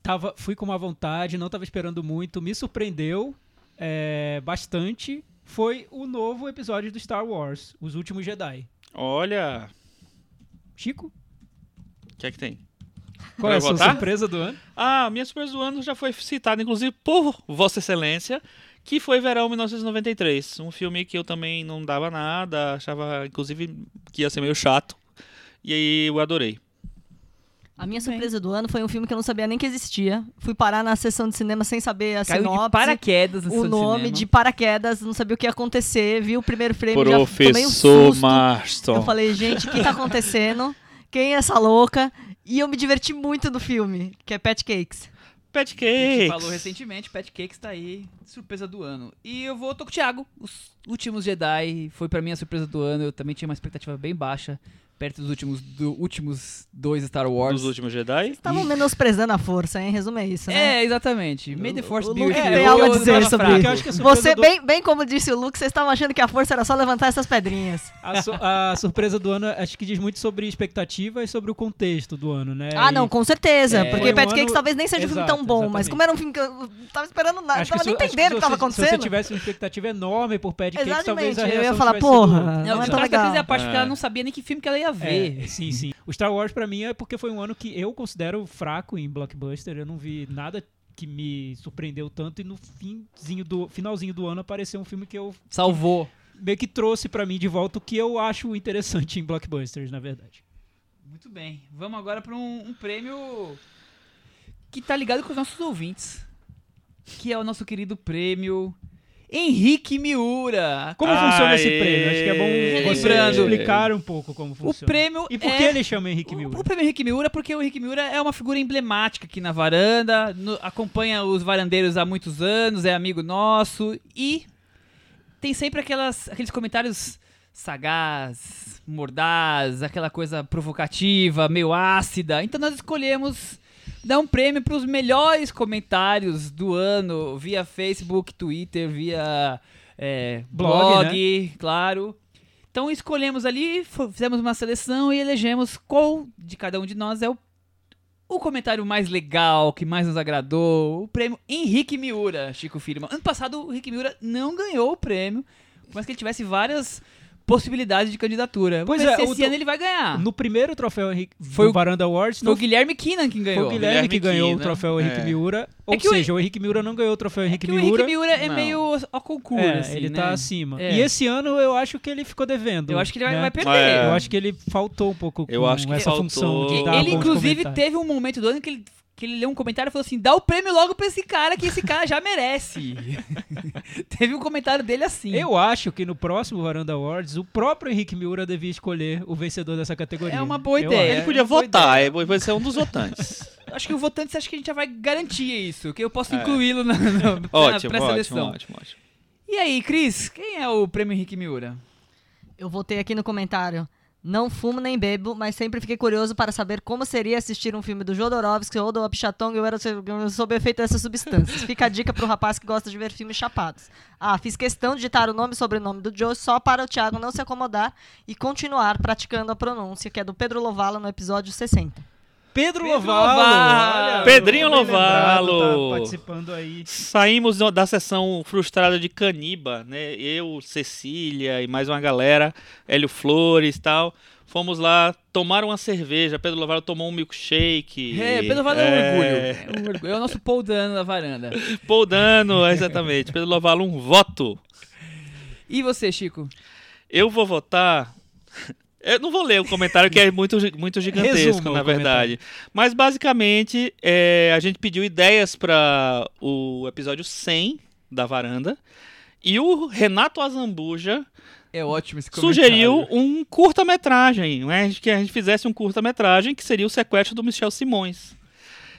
Speaker 3: tava, fui com uma vontade, não tava esperando muito, me surpreendeu é, bastante, foi o novo episódio do Star Wars, Os Últimos Jedi.
Speaker 4: Olha,
Speaker 3: Chico,
Speaker 4: o que é que tem?
Speaker 3: qual
Speaker 4: Vai
Speaker 3: é a sua
Speaker 4: votar?
Speaker 3: surpresa do ano?
Speaker 4: Ah, minha surpresa do ano já foi citada, inclusive, por Vossa Excelência, que foi Verão 1993. Um filme que eu também não dava nada, achava, inclusive, que ia ser meio chato. E aí eu adorei.
Speaker 5: A minha
Speaker 2: Muito bem.
Speaker 5: surpresa do ano foi um filme que eu não sabia nem que existia. Fui parar na sessão de cinema sem saber a
Speaker 2: Caiu
Speaker 5: sinopse.
Speaker 2: de paraquedas no
Speaker 5: o nome de paraquedas, não sabia o que ia acontecer, vi o primeiro frame, já tomei um
Speaker 4: Professor
Speaker 5: susto.
Speaker 4: Marston.
Speaker 5: Eu falei, gente, o que tá acontecendo? Quem é essa louca? E eu me diverti muito no filme, que é Pet Cakes.
Speaker 4: Pet
Speaker 2: A gente
Speaker 4: Cakes.
Speaker 2: falou recentemente, Pat Cakes tá aí, surpresa do ano. E eu vou, tô com o Thiago, Os Últimos Jedi, foi pra mim a surpresa do ano, eu também tinha uma expectativa bem baixa. perto dos últimos, do- últimos dois Star Wars.
Speaker 4: Dos últimos Jedi.
Speaker 5: Estavam menosprezando a força, hein? Resume é isso, né?
Speaker 2: É, exatamente. May the Force
Speaker 5: o
Speaker 2: be
Speaker 5: Luke
Speaker 2: with you.
Speaker 5: tem algo a
Speaker 2: Eu
Speaker 5: dizer
Speaker 2: usava
Speaker 5: sobre
Speaker 2: fraco.
Speaker 3: Porque eu acho que a surpresa
Speaker 5: Você,
Speaker 3: do-
Speaker 5: bem, bem como disse o Luke, vocês estavam achando que a força era só levantar essas pedrinhas.
Speaker 3: A, su- a surpresa do ano acho que diz muito sobre expectativa e sobre o contexto do ano, né?
Speaker 5: ah,
Speaker 3: E
Speaker 5: não, com certeza.
Speaker 3: É,
Speaker 5: porque
Speaker 3: foi um
Speaker 5: Patrick
Speaker 3: ano-
Speaker 5: Cakes talvez nem seja um filme tão
Speaker 3: Exato,
Speaker 5: bom, mas
Speaker 3: exatamente.
Speaker 5: como era um filme que eu não tava esperando nada, não
Speaker 3: acho que
Speaker 5: tava
Speaker 3: se-
Speaker 5: nem
Speaker 3: acho que
Speaker 5: entendendo o que
Speaker 3: se
Speaker 5: tava
Speaker 3: você-
Speaker 5: acontecendo.
Speaker 3: Se você tivesse uma expectativa enorme por Pad Cakes, talvez
Speaker 5: Exatamente,
Speaker 3: a
Speaker 5: eu ia
Speaker 3: reação
Speaker 5: falar,
Speaker 3: tivesse
Speaker 5: porra,
Speaker 3: sido-
Speaker 2: Não,
Speaker 5: não é
Speaker 2: o
Speaker 5: tão
Speaker 2: Star Citizen é a
Speaker 5: legal.
Speaker 2: parte que ela
Speaker 4: É.
Speaker 2: não sabia nem que filme que ela ia ver.
Speaker 3: É, sim, sim. O Star Wars pra mim é porque foi um ano que eu considero fraco em blockbuster. Eu não vi nada que me surpreendeu tanto e no finzinho do finalzinho do ano apareceu um filme que eu
Speaker 2: Salvou.
Speaker 3: meio que trouxe pra mim de volta o que eu acho interessante em blockbusters, na verdade.
Speaker 2: Muito bem. Vamos agora para um, um prêmio que tá ligado com os nossos ouvintes. Que é o nosso querido prêmio Henrique Miura.
Speaker 3: Como
Speaker 4: Aê!
Speaker 3: funciona esse prêmio? Acho que é bom
Speaker 2: Lembrando-
Speaker 3: você explicar um pouco como
Speaker 2: O
Speaker 3: funciona.
Speaker 2: prêmio
Speaker 3: E por
Speaker 2: é...
Speaker 3: que ele chama Henrique
Speaker 2: O-
Speaker 3: Miura?
Speaker 2: O prêmio Henrique Miura, porque o Henrique Miura é uma figura emblemática aqui na varanda, no- acompanha os varandeiros há muitos anos, é amigo nosso e tem sempre aquelas, aqueles comentários sagaz, mordaz, aquela coisa provocativa, meio ácida. Então nós escolhemos dar um prêmio para os melhores comentários do ano via Facebook, Twitter, via é, blog,
Speaker 3: Blog, né?
Speaker 2: claro. Então escolhemos ali, fo- fizemos uma seleção e elegemos qual de cada um de nós é o, o comentário mais legal, que mais nos agradou, o prêmio Henrique Miura, Chico Firma. Ano passado o Henrique Miura não ganhou o prêmio, por mais que ele tivesse várias possibilidades de candidatura.
Speaker 3: Pois
Speaker 2: Mas
Speaker 3: é,
Speaker 2: esse
Speaker 3: o-
Speaker 2: ano ele vai ganhar.
Speaker 3: No primeiro troféu Henrique
Speaker 2: Foi
Speaker 3: do
Speaker 2: o-
Speaker 3: Varanda Awards,
Speaker 2: Foi
Speaker 3: não
Speaker 2: o Guilherme Kinnan quem
Speaker 3: Foi o
Speaker 2: ganhou.
Speaker 3: Guilherme,
Speaker 4: Guilherme
Speaker 3: que ganhou
Speaker 4: Kina.
Speaker 3: o troféu Henrique
Speaker 4: É.
Speaker 3: Miura. Ou
Speaker 2: É que o-
Speaker 3: seja, o... Henrique Miura não ganhou o troféu Henrique
Speaker 2: Que o
Speaker 3: Miura.
Speaker 2: Henrique Miura é
Speaker 4: Não.
Speaker 2: meio ao concurso,
Speaker 3: é,
Speaker 2: assim,
Speaker 3: ele
Speaker 2: né?
Speaker 3: tá acima.
Speaker 2: É.
Speaker 3: E esse ano eu acho que ele ficou devendo.
Speaker 2: Eu acho que ele vai,
Speaker 3: né?
Speaker 2: vai perder.
Speaker 4: É.
Speaker 3: Eu acho que ele faltou um pouco
Speaker 4: Eu
Speaker 3: com
Speaker 4: acho que
Speaker 3: essa
Speaker 4: faltou.
Speaker 3: função de
Speaker 4: E-
Speaker 3: dar
Speaker 2: ele,
Speaker 3: bons
Speaker 2: inclusive,
Speaker 3: comentários.
Speaker 2: teve um momento do ano que ele, que ele leu um comentário e falou assim: dá o prêmio logo pra esse cara, que esse cara já [laughs] merece. teve um comentário dele assim.
Speaker 3: Eu acho que no próximo Varanda Awards, o próprio Henrique Miura devia escolher o vencedor dessa categoria.
Speaker 2: É uma boa
Speaker 3: Eu
Speaker 2: ideia.
Speaker 3: acho.
Speaker 4: Ele
Speaker 2: É,
Speaker 4: podia
Speaker 2: não foi
Speaker 4: votar, é, vai ser um dos
Speaker 2: [laughs]
Speaker 4: votantes.
Speaker 2: Acho que o votante acho que a gente já vai garantir isso, que eu posso incluí-lo na, na, na
Speaker 4: ótimo, ótimo,
Speaker 2: Ah, pré-seleção.
Speaker 4: ótimo, ótimo.
Speaker 2: E aí, Cris, quem é o prêmio Henrique Miura?
Speaker 5: Eu voltei aqui no comentário. Não fumo nem bebo, mas sempre fiquei curioso para saber como seria assistir um filme do Jodorowsky ou do Apichatong eu era eu sob o efeito dessas substâncias. Fica a dica para o rapaz que gosta de ver filmes chapados. Ah, fiz questão de digitar o nome e sobrenome do Joe só para o Thiago não se acomodar e continuar praticando a pronúncia, que é do Pedro Lovalo no episódio 60.
Speaker 3: Pedro,
Speaker 2: Pedro
Speaker 3: Lovalo.
Speaker 2: Lovalo.
Speaker 3: olha,
Speaker 4: Pedrinho
Speaker 3: bem lembrado,
Speaker 4: Lovalo.
Speaker 3: Tá participando aí.
Speaker 4: Saímos no- da sessão frustrada de Caniba, né? Eu, Cecília e mais uma galera, Hélio Flores e tal. Fomos lá tomar uma cerveja. Pedro Lovaro tomou um milkshake.
Speaker 2: É, Pedro Vale
Speaker 4: É,
Speaker 2: é um orgulho. É um orgulho. É o nosso Paul Dano na varanda.
Speaker 4: Paul Dano, exatamente. Pedro Lovalo, um voto.
Speaker 2: E você, Chico?
Speaker 4: Eu vou votar. [laughs] Eu não vou ler o comentário que é muito, gi- muito gigantesco,
Speaker 3: Resuma o
Speaker 4: na verdade. Mas basicamente, é, a gente pediu ideias para o episódio 100 da varanda. E o Renato Azambuja
Speaker 2: É ótimo esse comentário.
Speaker 4: sugeriu um curta-metragem, né? que a gente fizesse um curta-metragem que seria o sequestro do Michel Simões.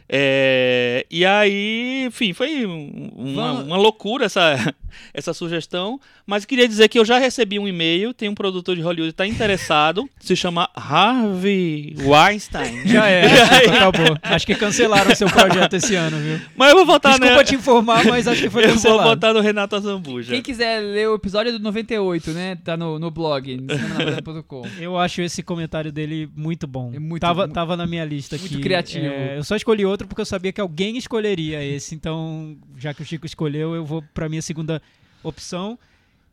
Speaker 4: É, e aí, enfim, foi um- uma,
Speaker 2: Vamos-
Speaker 4: uma loucura essa, [laughs] essa sugestão. Mas queria dizer que eu já recebi um e-mail, tem um produtor de Hollywood que
Speaker 3: [laughs]
Speaker 4: está interessado, se chama Harvey Weinstein.
Speaker 3: Já
Speaker 4: [laughs]
Speaker 3: é,
Speaker 4: E aí-
Speaker 3: acabou. Acho que cancelaram seu projeto esse ano, viu?
Speaker 4: mas eu vou votar
Speaker 3: Desculpa
Speaker 4: né?
Speaker 3: te informar, mas acho que foi
Speaker 4: Eu vou
Speaker 3: cancelado.
Speaker 4: votar no Renato Azambuja.
Speaker 2: Quem quiser ler o episódio do 98, né? Tá no, no blog, no cinemanavaranda.com.
Speaker 3: Eu acho esse comentário dele muito bom.
Speaker 2: É muito-
Speaker 3: tava,
Speaker 2: mu-
Speaker 3: tava na minha lista
Speaker 2: muito
Speaker 3: aqui.
Speaker 2: criativo.
Speaker 3: É, eu só escolhi outro porque eu sabia que alguém escolheria esse. Então, já que o Chico escolheu, eu vou pra minha segunda opção,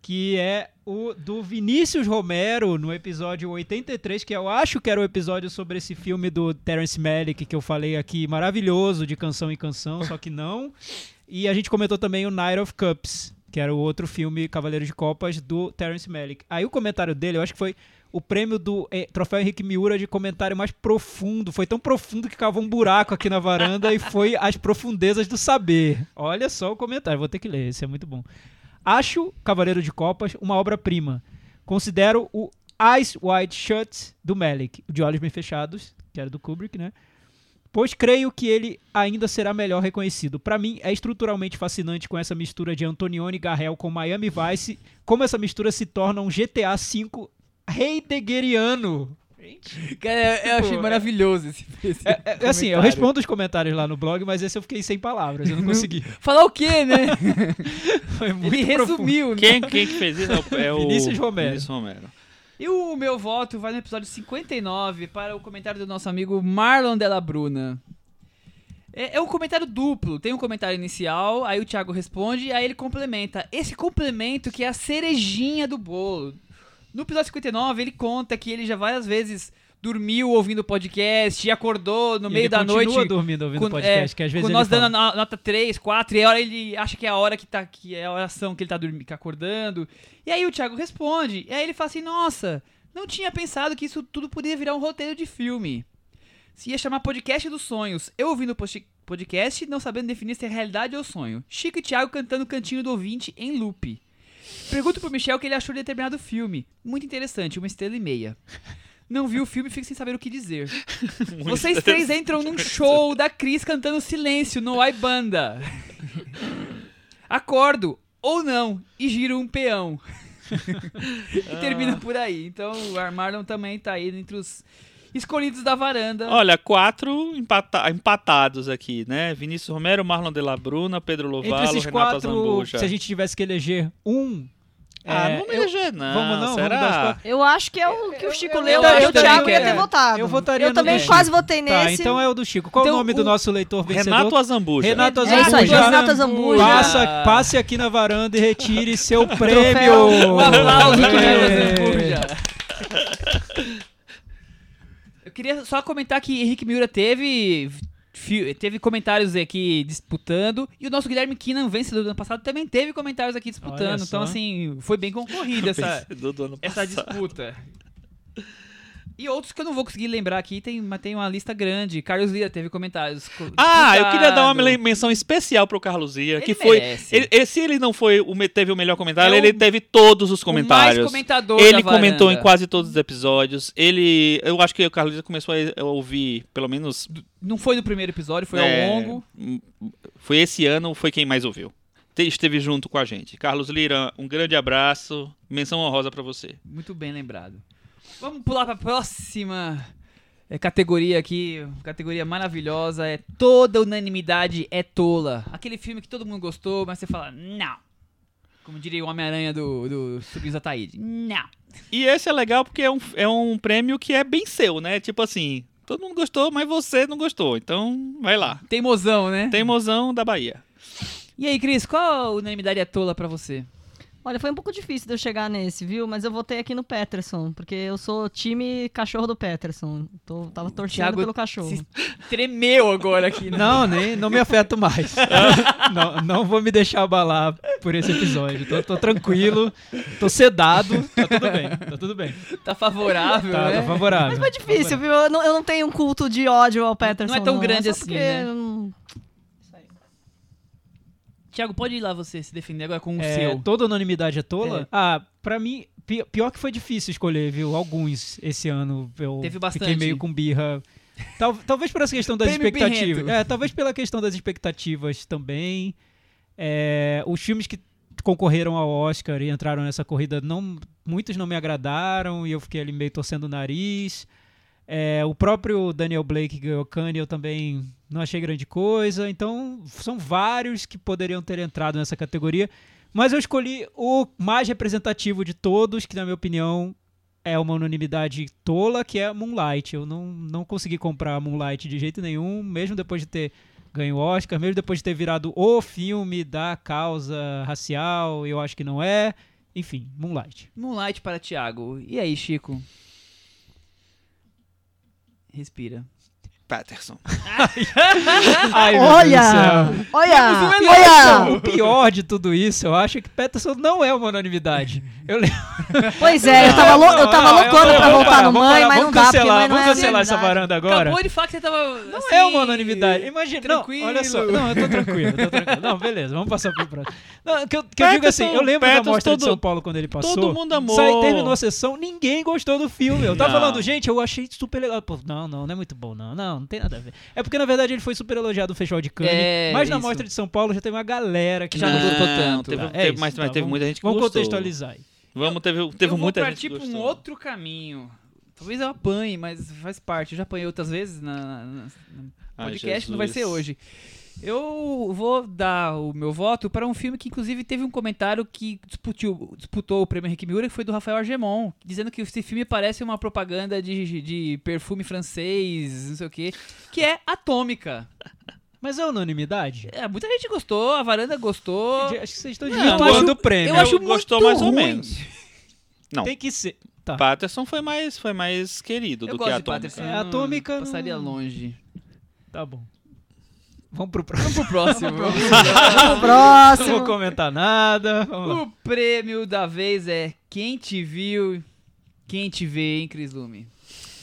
Speaker 3: que é o do Vinícius Romero, no episódio 83, que eu acho que era o episódio sobre esse filme do Terence Malick que eu falei aqui, maravilhoso, de canção em canção, só que não. E a gente comentou também o Night of Cups, que era o outro filme Cavaleiros de Copas do Terence Malick. Aí o comentário dele, eu acho que foi o prêmio do eh, Troféu Henrique Miura de comentário mais profundo. Foi tão profundo que cavou um buraco aqui na varanda e foi as profundezas do saber. Olha só o comentário, vou ter que ler, esse é muito bom. Acho Cavaleiro de Copas uma obra-prima. Considero o Eyes Wide Shut do Malick, o de Olhos Bem Fechados, que era do Kubrick, né? Pois creio que ele ainda será melhor reconhecido. Pra mim, é estruturalmente fascinante com essa mistura de Antonioni Garrel com Miami Vice, como essa mistura se torna um GTA V heideggeriano.
Speaker 2: [laughs] Cara, eu, eu achei
Speaker 3: Pô,
Speaker 2: maravilhoso esse, esse
Speaker 3: É, assim, eu
Speaker 2: comentário.
Speaker 3: respondo os comentários lá no blog, mas esse eu fiquei sem palavras, [laughs] eu não consegui.
Speaker 2: Falar o quê, né? [laughs]
Speaker 3: Foi muito
Speaker 2: Ele
Speaker 3: profundo.
Speaker 2: resumiu, né?
Speaker 4: Quem, quem que fez isso? É o- É o
Speaker 3: Vinícius Romero.
Speaker 4: Vinícius Romero.
Speaker 2: E o meu voto vai no episódio 59 para o comentário do nosso amigo Marlon Della Bruna. É, é um comentário duplo. Tem um comentário inicial, aí o Thiago responde, aí ele complementa. Esse complemento que é a cerejinha do bolo. No episódio 59, ele conta que ele já várias vezes dormiu ouvindo o podcast e acordou no
Speaker 3: E
Speaker 2: meio
Speaker 3: ele
Speaker 2: da
Speaker 3: continua
Speaker 2: noite.
Speaker 3: dormindo ouvindo
Speaker 2: com-
Speaker 3: podcast,
Speaker 2: é,
Speaker 3: que às vezes
Speaker 2: com
Speaker 3: ele
Speaker 2: nós
Speaker 3: fala.
Speaker 2: dando a no- nota 3, 4, e a hora ele acha que é a hora que tá que é a oração que ele tá dormindo, que acordando. E aí o Thiago responde, e aí ele fala assim: "Nossa, não tinha pensado que isso tudo poderia virar um roteiro de filme. Se ia chamar podcast dos sonhos. Eu ouvindo o posti- podcast, não sabendo definir se é realidade ou sonho. Chico e Thiago cantando Cantinho do Ouvinte em loop. Pergunto pro Michel o que ele achou de determinado filme. Muito interessante, uma estrela e meia. Não vi o filme e fico sem saber o que dizer. Vocês três entram num show da Cris cantando Silêncio no Ai Banda. Acordo ou não e giro um peão. [laughs] e termina por aí. Então o Marlon também tá aí entre os escolhidos da varanda.
Speaker 4: Olha, quatro empata- empatados aqui, né? Vinícius Romero, Marlon de la Bruna, Pedro
Speaker 3: Entre
Speaker 4: Lovalo,
Speaker 3: esses
Speaker 4: Renata
Speaker 3: quatro,
Speaker 4: Zambuja.
Speaker 3: se a gente tivesse que eleger um.
Speaker 4: Ah,
Speaker 3: é,
Speaker 4: não me
Speaker 3: eu-
Speaker 4: eleger, não.
Speaker 3: Vamos não, vamos
Speaker 4: Será?
Speaker 3: dar os quatro.
Speaker 5: Eu acho que é o que o Chico
Speaker 2: eu-
Speaker 5: leu,
Speaker 2: eu
Speaker 5: acho que o
Speaker 2: acho também
Speaker 5: Thiago
Speaker 2: que
Speaker 5: ia
Speaker 2: é.
Speaker 5: ter votado.
Speaker 3: Eu votaria
Speaker 5: Eu
Speaker 3: no
Speaker 5: também
Speaker 3: Chico.
Speaker 5: quase votei
Speaker 3: Tá,
Speaker 5: nesse.
Speaker 3: então é o do Chico. Qual
Speaker 2: Então,
Speaker 3: o nome
Speaker 2: o-
Speaker 3: do nosso leitor vencedor?
Speaker 4: Renato Azambuja.
Speaker 3: Renato
Speaker 5: É isso aí,
Speaker 3: Azambuja.
Speaker 5: Renato Azambuja.
Speaker 3: Passa, passe aqui na varanda e retire [laughs] seu prêmio.
Speaker 5: Troféu.
Speaker 2: Um aplauso pro
Speaker 3: É.
Speaker 2: Jonathan Cuja. Eu queria só comentar que Henrique Miura teve fi- teve comentários aqui disputando e o nosso Guilherme Kinan, vencedor do ano passado, também teve comentários aqui disputando.
Speaker 3: Olha
Speaker 2: Então
Speaker 3: só.
Speaker 2: assim, foi bem concorrida essa
Speaker 4: Vencedor do ano
Speaker 2: essa
Speaker 4: passado.
Speaker 2: disputa. E outros que eu não vou conseguir lembrar aqui, tem, mas tem uma lista grande. Carlos Lira teve comentários. co-
Speaker 4: Ah, eu queria dar uma
Speaker 2: disputado.
Speaker 4: men- menção especial pro Carlos Ia, que
Speaker 2: Ele
Speaker 4: foi.
Speaker 2: merece.
Speaker 4: Ele, ele- se ele não foi o, me- teve o melhor comentário,
Speaker 2: É
Speaker 4: ele
Speaker 2: o-
Speaker 4: teve todos os
Speaker 2: O mais
Speaker 4: comentários.
Speaker 2: comentador
Speaker 4: Ele
Speaker 2: da
Speaker 4: comentou em
Speaker 2: varanda.
Speaker 4: quase todos os episódios. Ele. Eu acho que o Carlos Ia começou a ouvir, pelo menos.
Speaker 2: Não foi no primeiro episódio, foi
Speaker 4: é,
Speaker 2: ao longo.
Speaker 4: m- Foi esse ano, foi quem mais ouviu. Te- Esteve junto com a gente. Carlos Lira, um grande abraço. Menção honrosa pra você.
Speaker 2: Muito bem lembrado. Vamos pular para a próxima eh, categoria aqui. Categoria maravilhosa. É Toda Unanimidade é Tola. Aquele filme que todo mundo gostou, mas você fala, não. Como diria o Homem-Aranha do, do Subins Ataíde. Não.
Speaker 4: E esse é legal porque é um, é um prêmio que é bem seu, né? Tipo assim, todo mundo gostou, mas você não gostou. Então, vai lá.
Speaker 2: Teimosão, né?
Speaker 4: Teimosão da Bahia.
Speaker 2: E aí, Cris, qual unanimidade é tola pra você?
Speaker 5: Olha, foi um pouco difícil de eu chegar nesse, viu? Mas eu votei aqui no Peterson, porque eu sou time cachorro do Peterson. Tô, tava torcendo
Speaker 2: Thiago
Speaker 5: pelo cachorro.
Speaker 2: Se tremeu agora aqui, né?
Speaker 3: Não, nem, não me afeto [laughs] mais. não, não vou me deixar abalar por esse episódio. Tô, tô tranquilo, tô sedado, tá tudo bem, tá tudo bem.
Speaker 2: Tá favorável,
Speaker 3: Tá,
Speaker 2: né?
Speaker 3: tá favorável.
Speaker 5: Mas foi difícil, viu? Eu não, eu não tenho um culto de ódio ao Peterson.
Speaker 3: é
Speaker 2: tão
Speaker 5: não. É
Speaker 2: grande
Speaker 5: só
Speaker 2: assim,
Speaker 5: porque
Speaker 2: né?
Speaker 5: eu não-
Speaker 2: Tiago, pode ir lá você se defender agora com o
Speaker 3: É,
Speaker 2: seu.
Speaker 3: Toda unanimidade é tola?
Speaker 2: É.
Speaker 3: Ah, pra mim, pi- pior que foi difícil escolher, viu? Alguns esse ano. Eu
Speaker 2: Teve bastante.
Speaker 3: fiquei meio com birra. Tal- talvez por essa questão das
Speaker 2: Prêmio
Speaker 3: expectativas.
Speaker 2: birrento.
Speaker 3: É, talvez pela questão das expectativas também. É, os filmes que concorreram ao Oscar e entraram nessa corrida, não, muitos não me agradaram e eu fiquei ali meio torcendo o nariz. É, o próprio Daniel Blake que ganhou Cannes, eu também não achei grande coisa. Então, são vários que poderiam ter entrado nessa categoria. Mas eu escolhi o mais representativo de todos, que na minha opinião é uma unanimidade tola, que é Moonlight. Eu não, não consegui comprar Moonlight de jeito nenhum, mesmo depois de ter ganho o Oscar, mesmo depois de ter virado o filme da causa racial, eu acho que não é. Enfim, Moonlight.
Speaker 2: Moonlight para Thiago. E aí, Chico? Respira.
Speaker 4: Patterson.
Speaker 3: Ai, meu
Speaker 5: Ah, Olha!
Speaker 3: Deus do céu.
Speaker 5: Olha!
Speaker 2: Temos um
Speaker 5: Olha!
Speaker 3: é O pior de tudo isso, eu acho que Peterson não é uma [laughs] unanimidade. Eu lembro.
Speaker 5: Pois é, eu tava, lou- eu tava
Speaker 3: Não,
Speaker 5: loucona
Speaker 3: não,
Speaker 5: pra
Speaker 3: vamos
Speaker 5: voltar
Speaker 3: parar,
Speaker 5: no
Speaker 3: vamos
Speaker 5: mãe,
Speaker 3: parar,
Speaker 5: mas não
Speaker 3: vamos
Speaker 5: dá, porque
Speaker 3: cancelar,
Speaker 5: mãe não
Speaker 3: Vamos
Speaker 5: é
Speaker 3: cancelar essa
Speaker 5: unanimidade.
Speaker 3: varanda agora.
Speaker 2: Acabou de falar que você tava. assim, Não
Speaker 3: é uma unanimidade. Imagina. não,
Speaker 2: tranquilo.
Speaker 3: olha só. Não, eu tô tranquilo, eu tô tranquilo. Não, beleza, vamos passar pro próximo. Não, que eu, que eu
Speaker 4: Peterson,
Speaker 3: digo assim, eu lembro
Speaker 4: Peterson,
Speaker 3: da mostra
Speaker 4: todo-
Speaker 3: de São Paulo quando ele passou.
Speaker 4: todo mundo amou.
Speaker 3: Sai, terminou a sessão, ninguém gostou do filme. Eu tava
Speaker 4: Não.
Speaker 3: falando, gente, eu achei super legal. Pô, não, não, não é muito bom, não. Não, não tem nada a ver. É porque, na verdade, ele foi super elogiado no Festival de Cannes.
Speaker 2: É,
Speaker 3: mas na
Speaker 2: isso.
Speaker 3: mostra de São Paulo já tem uma galera que
Speaker 2: Já
Speaker 3: não
Speaker 2: não
Speaker 3: gostou.
Speaker 2: gostou tanto.
Speaker 4: Ah,
Speaker 2: né?
Speaker 4: Teve, um
Speaker 3: Tá,
Speaker 4: teve-
Speaker 3: é isso,
Speaker 4: mas, mas
Speaker 3: tá,
Speaker 4: teve
Speaker 3: vamos-
Speaker 4: muita gente que
Speaker 3: Vamos
Speaker 4: gostou.
Speaker 3: contextualizar aí.
Speaker 4: Vamos, teve, teve
Speaker 2: eu
Speaker 4: muita
Speaker 2: vou
Speaker 4: gente
Speaker 2: partir
Speaker 4: que
Speaker 2: pra um
Speaker 4: gostou.
Speaker 2: outro caminho. Talvez eu apanhe, mas faz parte. Eu já apanhei outras vezes na, na- no
Speaker 4: Ai,
Speaker 2: podcast, não vai
Speaker 4: Ah, Jesus.
Speaker 2: ser hoje. Eu vou dar o meu voto para um filme que, inclusive, teve um comentário que disputiu, disputou o prêmio Henrique Miura, que foi do Rafael Argemon, dizendo que esse filme parece uma propaganda de, de perfume francês, não sei o quê, que é Atômica.
Speaker 3: Mas é unanimidade?
Speaker 2: É, muita gente gostou, a varanda gostou.
Speaker 3: Acho que vocês estão
Speaker 2: eu
Speaker 3: dividindo
Speaker 2: acho-
Speaker 3: do prêmio.
Speaker 2: Eu acho
Speaker 4: gostou
Speaker 2: muito
Speaker 4: mais ou
Speaker 2: ruim.
Speaker 4: menos. Não,
Speaker 3: Tem que ser. Tá.
Speaker 4: Patterson foi mais, foi mais querido
Speaker 2: Eu
Speaker 4: do que
Speaker 2: gosto
Speaker 4: a
Speaker 2: de Patterson.
Speaker 3: É,
Speaker 2: eu não
Speaker 3: Atômica não-
Speaker 2: Passaria longe.
Speaker 3: Tá bom. Vamos
Speaker 2: [laughs]
Speaker 3: pro
Speaker 2: Vamos
Speaker 3: próximo.
Speaker 2: pro próximo.
Speaker 5: No
Speaker 3: Não vou
Speaker 5: próximo.
Speaker 3: comentar nada. Vamos lá.
Speaker 2: O prêmio da vez é quem te viu, quem te vê, hein, Cris Lume?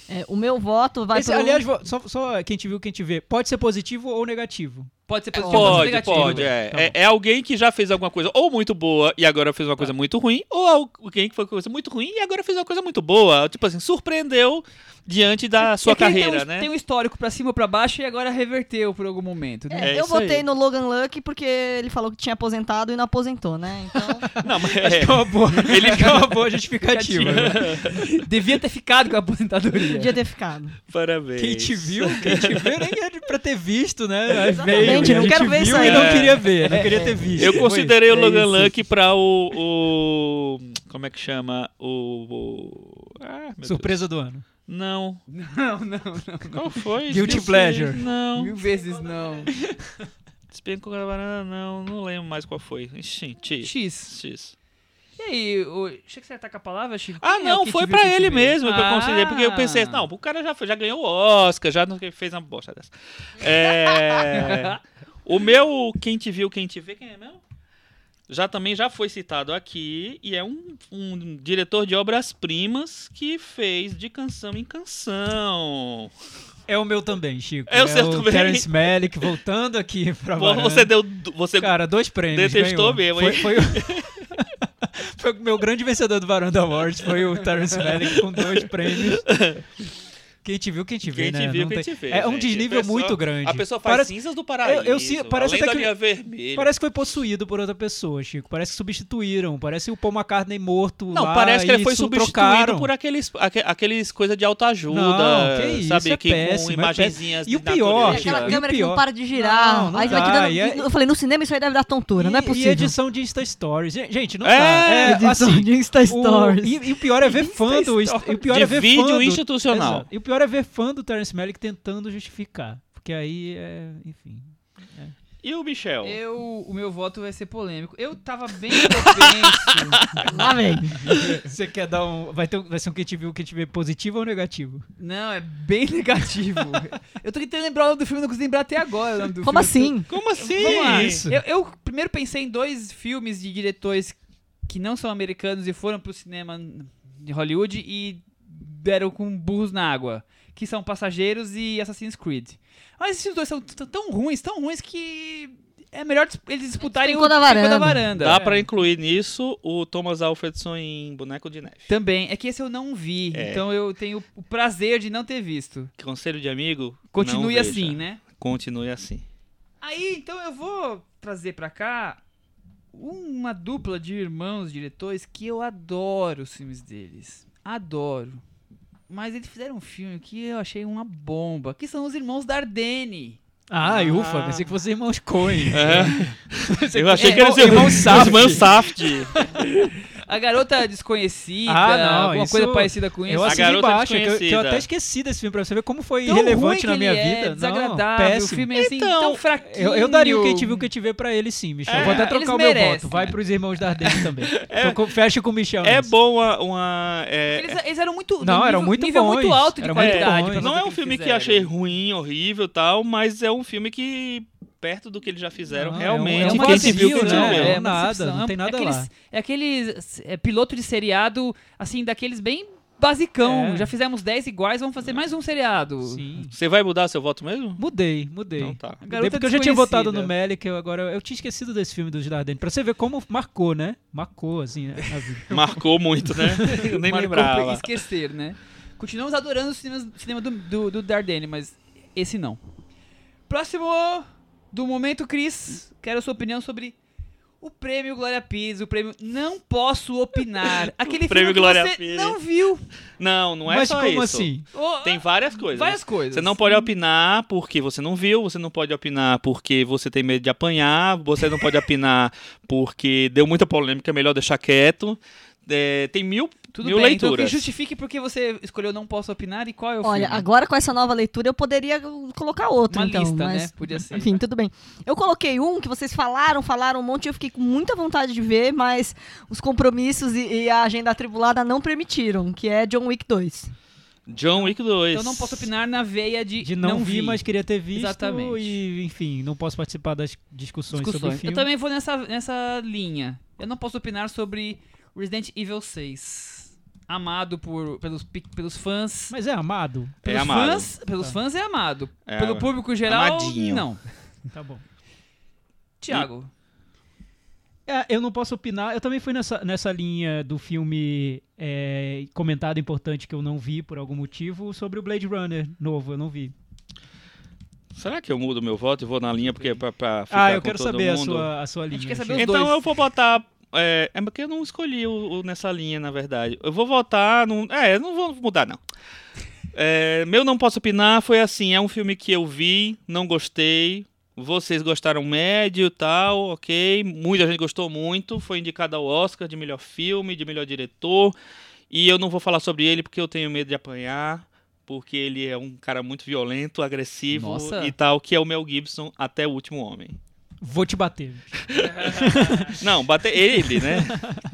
Speaker 5: É, o meu voto vai
Speaker 3: Esse,
Speaker 5: pro-
Speaker 3: aliás, vou- só, só quem te viu, quem te vê. Pode ser positivo ou negativo.
Speaker 2: Pode ser positivo ou
Speaker 4: É, Pode,
Speaker 2: negativo. Então,
Speaker 4: pode. É.
Speaker 3: Tá
Speaker 4: É- é alguém que já fez alguma coisa ou muito boa e agora fez uma coisa
Speaker 3: Tá.
Speaker 4: muito ruim, ou alguém que foi coisa muito ruim e agora fez uma coisa muito boa. Tipo assim, surpreendeu diante da sua
Speaker 2: É que ele
Speaker 4: carreira,
Speaker 2: tem um,
Speaker 4: né?
Speaker 2: Tem um histórico pra cima ou pra baixo e agora reverteu por algum momento. Né?
Speaker 4: É
Speaker 5: É, eu
Speaker 4: isso aí.
Speaker 5: votei no Logan Luck porque ele falou que tinha aposentado e não aposentou,
Speaker 3: [laughs]
Speaker 5: né? Então,
Speaker 4: Não, mas
Speaker 3: Acho que é uma [laughs] boa,
Speaker 4: Ele-
Speaker 3: acho que é uma boa justificativa. né?
Speaker 2: [laughs] Devia ter ficado com a aposentadoria.
Speaker 5: podia ter ficado.
Speaker 4: [laughs] parabéns.
Speaker 3: um Quem te viu, quem te viu nem é de- pra ter visto, né? Veio,
Speaker 5: Exatamente, não
Speaker 3: quem
Speaker 5: quero
Speaker 3: te
Speaker 5: ver
Speaker 3: viu
Speaker 5: isso
Speaker 3: e
Speaker 5: aí.
Speaker 3: não
Speaker 4: É.
Speaker 3: queria ver, não queria ter visto.
Speaker 4: Eu
Speaker 3: Foi
Speaker 4: considerei
Speaker 3: isso.
Speaker 4: o Logan
Speaker 3: É isso.
Speaker 4: Luck pra o, o- Como é que chama? O. o- ah, meu
Speaker 3: Surpresa do ano.
Speaker 4: Deus. Não.
Speaker 2: Não, não, não.
Speaker 4: Qual foi?
Speaker 3: Guilty
Speaker 4: Esqueci.
Speaker 3: Pleasure.
Speaker 4: Não.
Speaker 2: Mil vezes não.
Speaker 4: Espelho com Carabarana, não. Não lembro mais qual foi. Gente, X.
Speaker 2: X.
Speaker 4: X.
Speaker 2: E aí, o... achei que você ia estar com a palavra, Chico.
Speaker 4: Ah,
Speaker 2: Quem é o
Speaker 4: não,
Speaker 2: que
Speaker 4: foi
Speaker 2: te viu,
Speaker 4: pra
Speaker 2: quem te
Speaker 4: ele
Speaker 2: vê?
Speaker 4: mesmo que eu
Speaker 2: Ah.
Speaker 4: considerei, porque eu pensei, assim, não, o cara já, foi- já ganhou o Oscar, já não fez uma bosta dessa. É, o meu Quem Te Viu, Quem Te Vê, quem é meu? Já também já foi citado aqui, e é um, um diretor de obras-primas que fez de canção em canção.
Speaker 3: É o meu também, Chico.
Speaker 4: É o seu
Speaker 3: o
Speaker 4: também.
Speaker 3: Terence Malick voltando aqui pra
Speaker 4: Bom,
Speaker 3: varanda.
Speaker 4: você deu. du- Você
Speaker 3: Tá Cara, dois prêmios.
Speaker 4: detestou
Speaker 3: ganhou.
Speaker 4: mesmo, hein?
Speaker 3: Foi, foi o-
Speaker 4: [laughs]
Speaker 3: foi o meu grande vencedor do Varanda Awards, foi o Terence Malick com dois prêmios. Quem te viu, quem te vê,
Speaker 4: quem
Speaker 3: né?
Speaker 4: te viu,
Speaker 3: Não
Speaker 4: quem
Speaker 3: tem-
Speaker 4: te vê.
Speaker 3: É um
Speaker 4: gente.
Speaker 3: desnível
Speaker 4: A pessoa-
Speaker 3: muito grande.
Speaker 4: A pessoa faz
Speaker 3: Parece-
Speaker 4: cinzas do paraíso.
Speaker 3: eu sinha- parece
Speaker 4: além
Speaker 3: até
Speaker 4: da
Speaker 3: que-
Speaker 4: linha vermelha.
Speaker 3: Parece que foi possuído por outra pessoa, Chico. Parece que substituíram. Parece o Paul McCartney morto.
Speaker 4: Não,
Speaker 3: lá
Speaker 4: parece que
Speaker 3: e
Speaker 4: ele foi
Speaker 3: su-
Speaker 4: substituído
Speaker 3: tipo, "Ah, trocaram.
Speaker 4: por aqueles, aque- aqueles coisa de autoajuda,
Speaker 3: Não, que isso,
Speaker 4: sabe?
Speaker 3: é
Speaker 4: que
Speaker 3: péssimo,
Speaker 4: com
Speaker 3: é
Speaker 4: imagenzinhas
Speaker 3: péssimo. E o
Speaker 4: de
Speaker 3: pior,
Speaker 5: É
Speaker 4: natureza.
Speaker 3: Chico,
Speaker 5: aquela
Speaker 3: e o
Speaker 5: câmera que
Speaker 3: pior-
Speaker 5: não para de girar.
Speaker 3: Não, não
Speaker 5: aí vai
Speaker 3: dá,
Speaker 5: dando-
Speaker 3: e é-
Speaker 5: Eu falei, no cinema isso aí deve dar tontura, não é
Speaker 3: E-
Speaker 5: possível.
Speaker 3: E edição de Insta Stories. Gen- Gente, não
Speaker 4: É,
Speaker 3: dá. É,
Speaker 5: edição
Speaker 3: assim,
Speaker 5: de Insta
Speaker 3: o-
Speaker 5: Stories.
Speaker 3: e, e o pior
Speaker 5: [laughs]
Speaker 3: é ver fã do. Insta- E o pior
Speaker 4: de
Speaker 3: é ver
Speaker 4: vídeo
Speaker 3: fã do-
Speaker 4: institucional.
Speaker 3: Exato. E o pior é ver fã do Terence Malick tentando justificar. Porque aí é. Enfim.
Speaker 4: E o Michel?
Speaker 2: Eu, o meu voto vai ser polêmico. Eu tava bem [laughs] propenso.
Speaker 5: Lá vem.
Speaker 3: Você quer dar um. Vai, ter, um- vai ser um que te viu, que te vê positivo ou negativo?
Speaker 2: Não, é bem negativo. Eu tô tentando lembrar o nome do filme, não consigo lembrar até agora o nome do
Speaker 5: Como
Speaker 2: filme.
Speaker 5: assim?
Speaker 4: Como assim?
Speaker 2: Vamos lá.
Speaker 3: isso?
Speaker 2: Eu, eu primeiro pensei em dois filmes de diretores que não são americanos e foram pro cinema de Hollywood e deram com burros na água, que são Passageiros e Assassin's Creed. Mas esses dois são t- tão ruins, tão ruins que é melhor dis- eles disputarem
Speaker 5: Despencou
Speaker 2: o
Speaker 5: da
Speaker 2: Despencou da
Speaker 5: varanda.
Speaker 2: varanda. é.
Speaker 4: Dá pra incluir nisso o Thomas Alfredson em Boneco de Neve.
Speaker 2: Também. É que esse eu não vi,
Speaker 4: É.
Speaker 2: então eu tenho o prazer de não ter visto.
Speaker 3: Então-
Speaker 4: Conselho de amigo? não
Speaker 2: Continue
Speaker 4: veja.
Speaker 2: assim, né?
Speaker 4: Continue assim.
Speaker 2: Aí, então eu vou trazer pra cá uma dupla de irmãos diretores que eu adoro os filmes deles. Adoro. Mas eles fizeram um filme que eu achei uma bomba, que são os irmãos Dardenne.
Speaker 3: Ai,
Speaker 4: Ah.
Speaker 3: ufa, pensei que fossem irmãos Coen.
Speaker 4: Eu achei
Speaker 2: É,
Speaker 4: que era
Speaker 3: irmão-
Speaker 4: [laughs]
Speaker 3: irmão Saft.
Speaker 4: irmão Saft.
Speaker 2: A
Speaker 3: [laughs]
Speaker 2: garota desconhecida,
Speaker 3: Ah, não,
Speaker 2: alguma
Speaker 3: isso-
Speaker 2: coisa parecida com isso.
Speaker 3: Eu
Speaker 4: A
Speaker 3: assino
Speaker 4: garota
Speaker 3: embaixo, que eu, que eu
Speaker 4: é desconhecida.
Speaker 3: até esqueci desse filme pra você ver como foi
Speaker 2: Tão ruim
Speaker 3: relevante
Speaker 2: que
Speaker 3: na minha
Speaker 2: ele é,
Speaker 3: vida. não,
Speaker 2: Desagradável, o
Speaker 3: péssimo.
Speaker 2: filme é assim,
Speaker 4: Então,
Speaker 2: tão fraquinho.
Speaker 3: Eu, eu daria o que te viu, o que te vê pra ele sim, Michel.
Speaker 4: É,
Speaker 3: Vou até
Speaker 2: eles
Speaker 3: trocar o meu
Speaker 2: merecem.
Speaker 3: voto. Vai pros irmãos Dardenne
Speaker 4: [laughs]
Speaker 3: também. Então, co- fecha com o Michel.
Speaker 4: É
Speaker 3: nessa.
Speaker 4: bom uma... uma, é-
Speaker 2: Eles, eles eram muito.
Speaker 3: Não,
Speaker 2: num
Speaker 3: eram
Speaker 2: nível,
Speaker 3: muito
Speaker 2: nível muito
Speaker 3: bons,
Speaker 2: alto de
Speaker 3: eram muito
Speaker 2: qualidade.
Speaker 3: bons.
Speaker 2: pra
Speaker 4: Não
Speaker 2: fazer
Speaker 4: é
Speaker 2: o
Speaker 4: um filme que
Speaker 2: fizeram.
Speaker 4: achei ruim, horrível e tal, mas é um filme que, perto do que ele já fizeram,
Speaker 3: Não, é um-
Speaker 4: realmente.
Speaker 3: é um
Speaker 4: quem te
Speaker 3: vazio,
Speaker 4: viu, quem te
Speaker 3: né?
Speaker 4: viu.
Speaker 3: É,
Speaker 2: uma
Speaker 3: nada,
Speaker 2: decepção.
Speaker 3: não tem
Speaker 2: É
Speaker 3: nada
Speaker 2: aqueles-
Speaker 3: lá.
Speaker 2: É aqueles é, piloto de seriado, assim, daqueles bem basicão.
Speaker 3: É.
Speaker 2: Já fizemos 10 iguais, vamos fazer mais um seriado.
Speaker 3: Sim.
Speaker 4: Você vai mudar seu voto mesmo?
Speaker 3: Mudei, mudei.
Speaker 4: Então tá.
Speaker 2: A
Speaker 3: Mudei
Speaker 2: garota
Speaker 3: porque eu já tinha votado no
Speaker 2: desconhecida.
Speaker 3: Melick, eu agora eu tinha esquecido desse filme dos Dardenne. Pra você ver como marcou, né? Marcou, assim, a a vida.
Speaker 4: Marcou muito, né? Eu nem
Speaker 2: Marcou pra
Speaker 4: lembrava.
Speaker 2: esquecer, né? Continuamos adorando o cinema, cinema do, do, do Dardenne, mas esse não. Próximo do momento, Cris. Quero a sua opinião sobre O prêmio Glória Pires, o prêmio Não Posso
Speaker 4: [laughs]
Speaker 2: Opinar. Aquele
Speaker 4: prêmio
Speaker 2: filme que
Speaker 4: Glória
Speaker 2: você
Speaker 4: Pires.
Speaker 2: não viu.
Speaker 4: Não, não é
Speaker 3: Mas
Speaker 4: só
Speaker 3: como
Speaker 4: isso.
Speaker 3: assim?
Speaker 2: Ô,
Speaker 4: Tem várias coisas.
Speaker 2: várias coisas.
Speaker 4: Você não pode opinar porque você não viu, você não pode opinar porque você tem medo de apanhar, você não pode opinar [laughs] porque deu muita polêmica, é melhor deixar quieto. É, tem mil,
Speaker 2: Tudo
Speaker 4: mil
Speaker 2: bem, então que
Speaker 4: leituras.
Speaker 2: justifique porque você escolheu Não Posso Opinar e qual é o
Speaker 5: Olha,
Speaker 2: filme.
Speaker 5: agora com essa nova leitura eu poderia colocar outro,
Speaker 2: Uma
Speaker 5: então.
Speaker 2: lista,
Speaker 5: mas...
Speaker 2: né? Podia
Speaker 5: [laughs]
Speaker 2: ser.
Speaker 5: Enfim, tudo bem. Eu coloquei um que vocês falaram, falaram um monte, eu fiquei com muita vontade de ver, mas os compromissos e, e a agenda atribulada não permitiram, que é John Wick 2.
Speaker 4: John Wick 2.
Speaker 2: Então não posso opinar na veia de,
Speaker 3: De não, vi,
Speaker 2: vi,
Speaker 3: mas queria ter visto.
Speaker 2: Exatamente.
Speaker 3: E, enfim, não posso participar das discussões, sobre o
Speaker 2: discussões.
Speaker 3: filme.
Speaker 2: Eu também vou nessa, nessa linha. Eu não posso opinar sobre Resident Evil 6. Amado por, pelos, pe- pelos fãs.
Speaker 3: Mas é amado.
Speaker 4: É
Speaker 2: pelos
Speaker 4: amado.
Speaker 2: fãs, pelos
Speaker 3: Tá.
Speaker 2: fãs é amado.
Speaker 4: É,
Speaker 2: Pelo público geral,
Speaker 4: amadinho.
Speaker 2: não.
Speaker 3: Tá bom.
Speaker 2: Tiago,
Speaker 3: É, eu não posso opinar. Eu também fui nessa, nessa linha do filme é, comentado importante que eu não vi por algum motivo sobre o Blade Runner novo. Eu não vi.
Speaker 4: Será que eu mudo meu voto e vou na linha porque é pra, pra ficar
Speaker 3: Ah, eu
Speaker 4: com
Speaker 3: quero
Speaker 4: todo
Speaker 3: saber a
Speaker 4: mundo?
Speaker 3: sua, a sua linha.
Speaker 2: quer saber
Speaker 3: Chico.
Speaker 2: os
Speaker 4: Então
Speaker 2: dois.
Speaker 4: eu vou botar. É, é porque eu não escolhi o, o nessa linha, na verdade. Eu vou votar. Num, é, eu não vou mudar, não. É, meu Não Posso Opinar foi assim: é um filme que eu vi, não gostei. Vocês gostaram médio tal, ok. Muita gente gostou muito. Foi indicado ao Oscar de melhor filme, de melhor diretor. E eu não vou falar sobre ele porque eu tenho medo de apanhar. Porque ele é um cara muito violento, agressivo
Speaker 2: Nossa.
Speaker 4: e tal, que é o Mel Gibson até o último homem.
Speaker 3: Vou te bater.
Speaker 4: Não, bater ele,
Speaker 2: [laughs]
Speaker 4: né?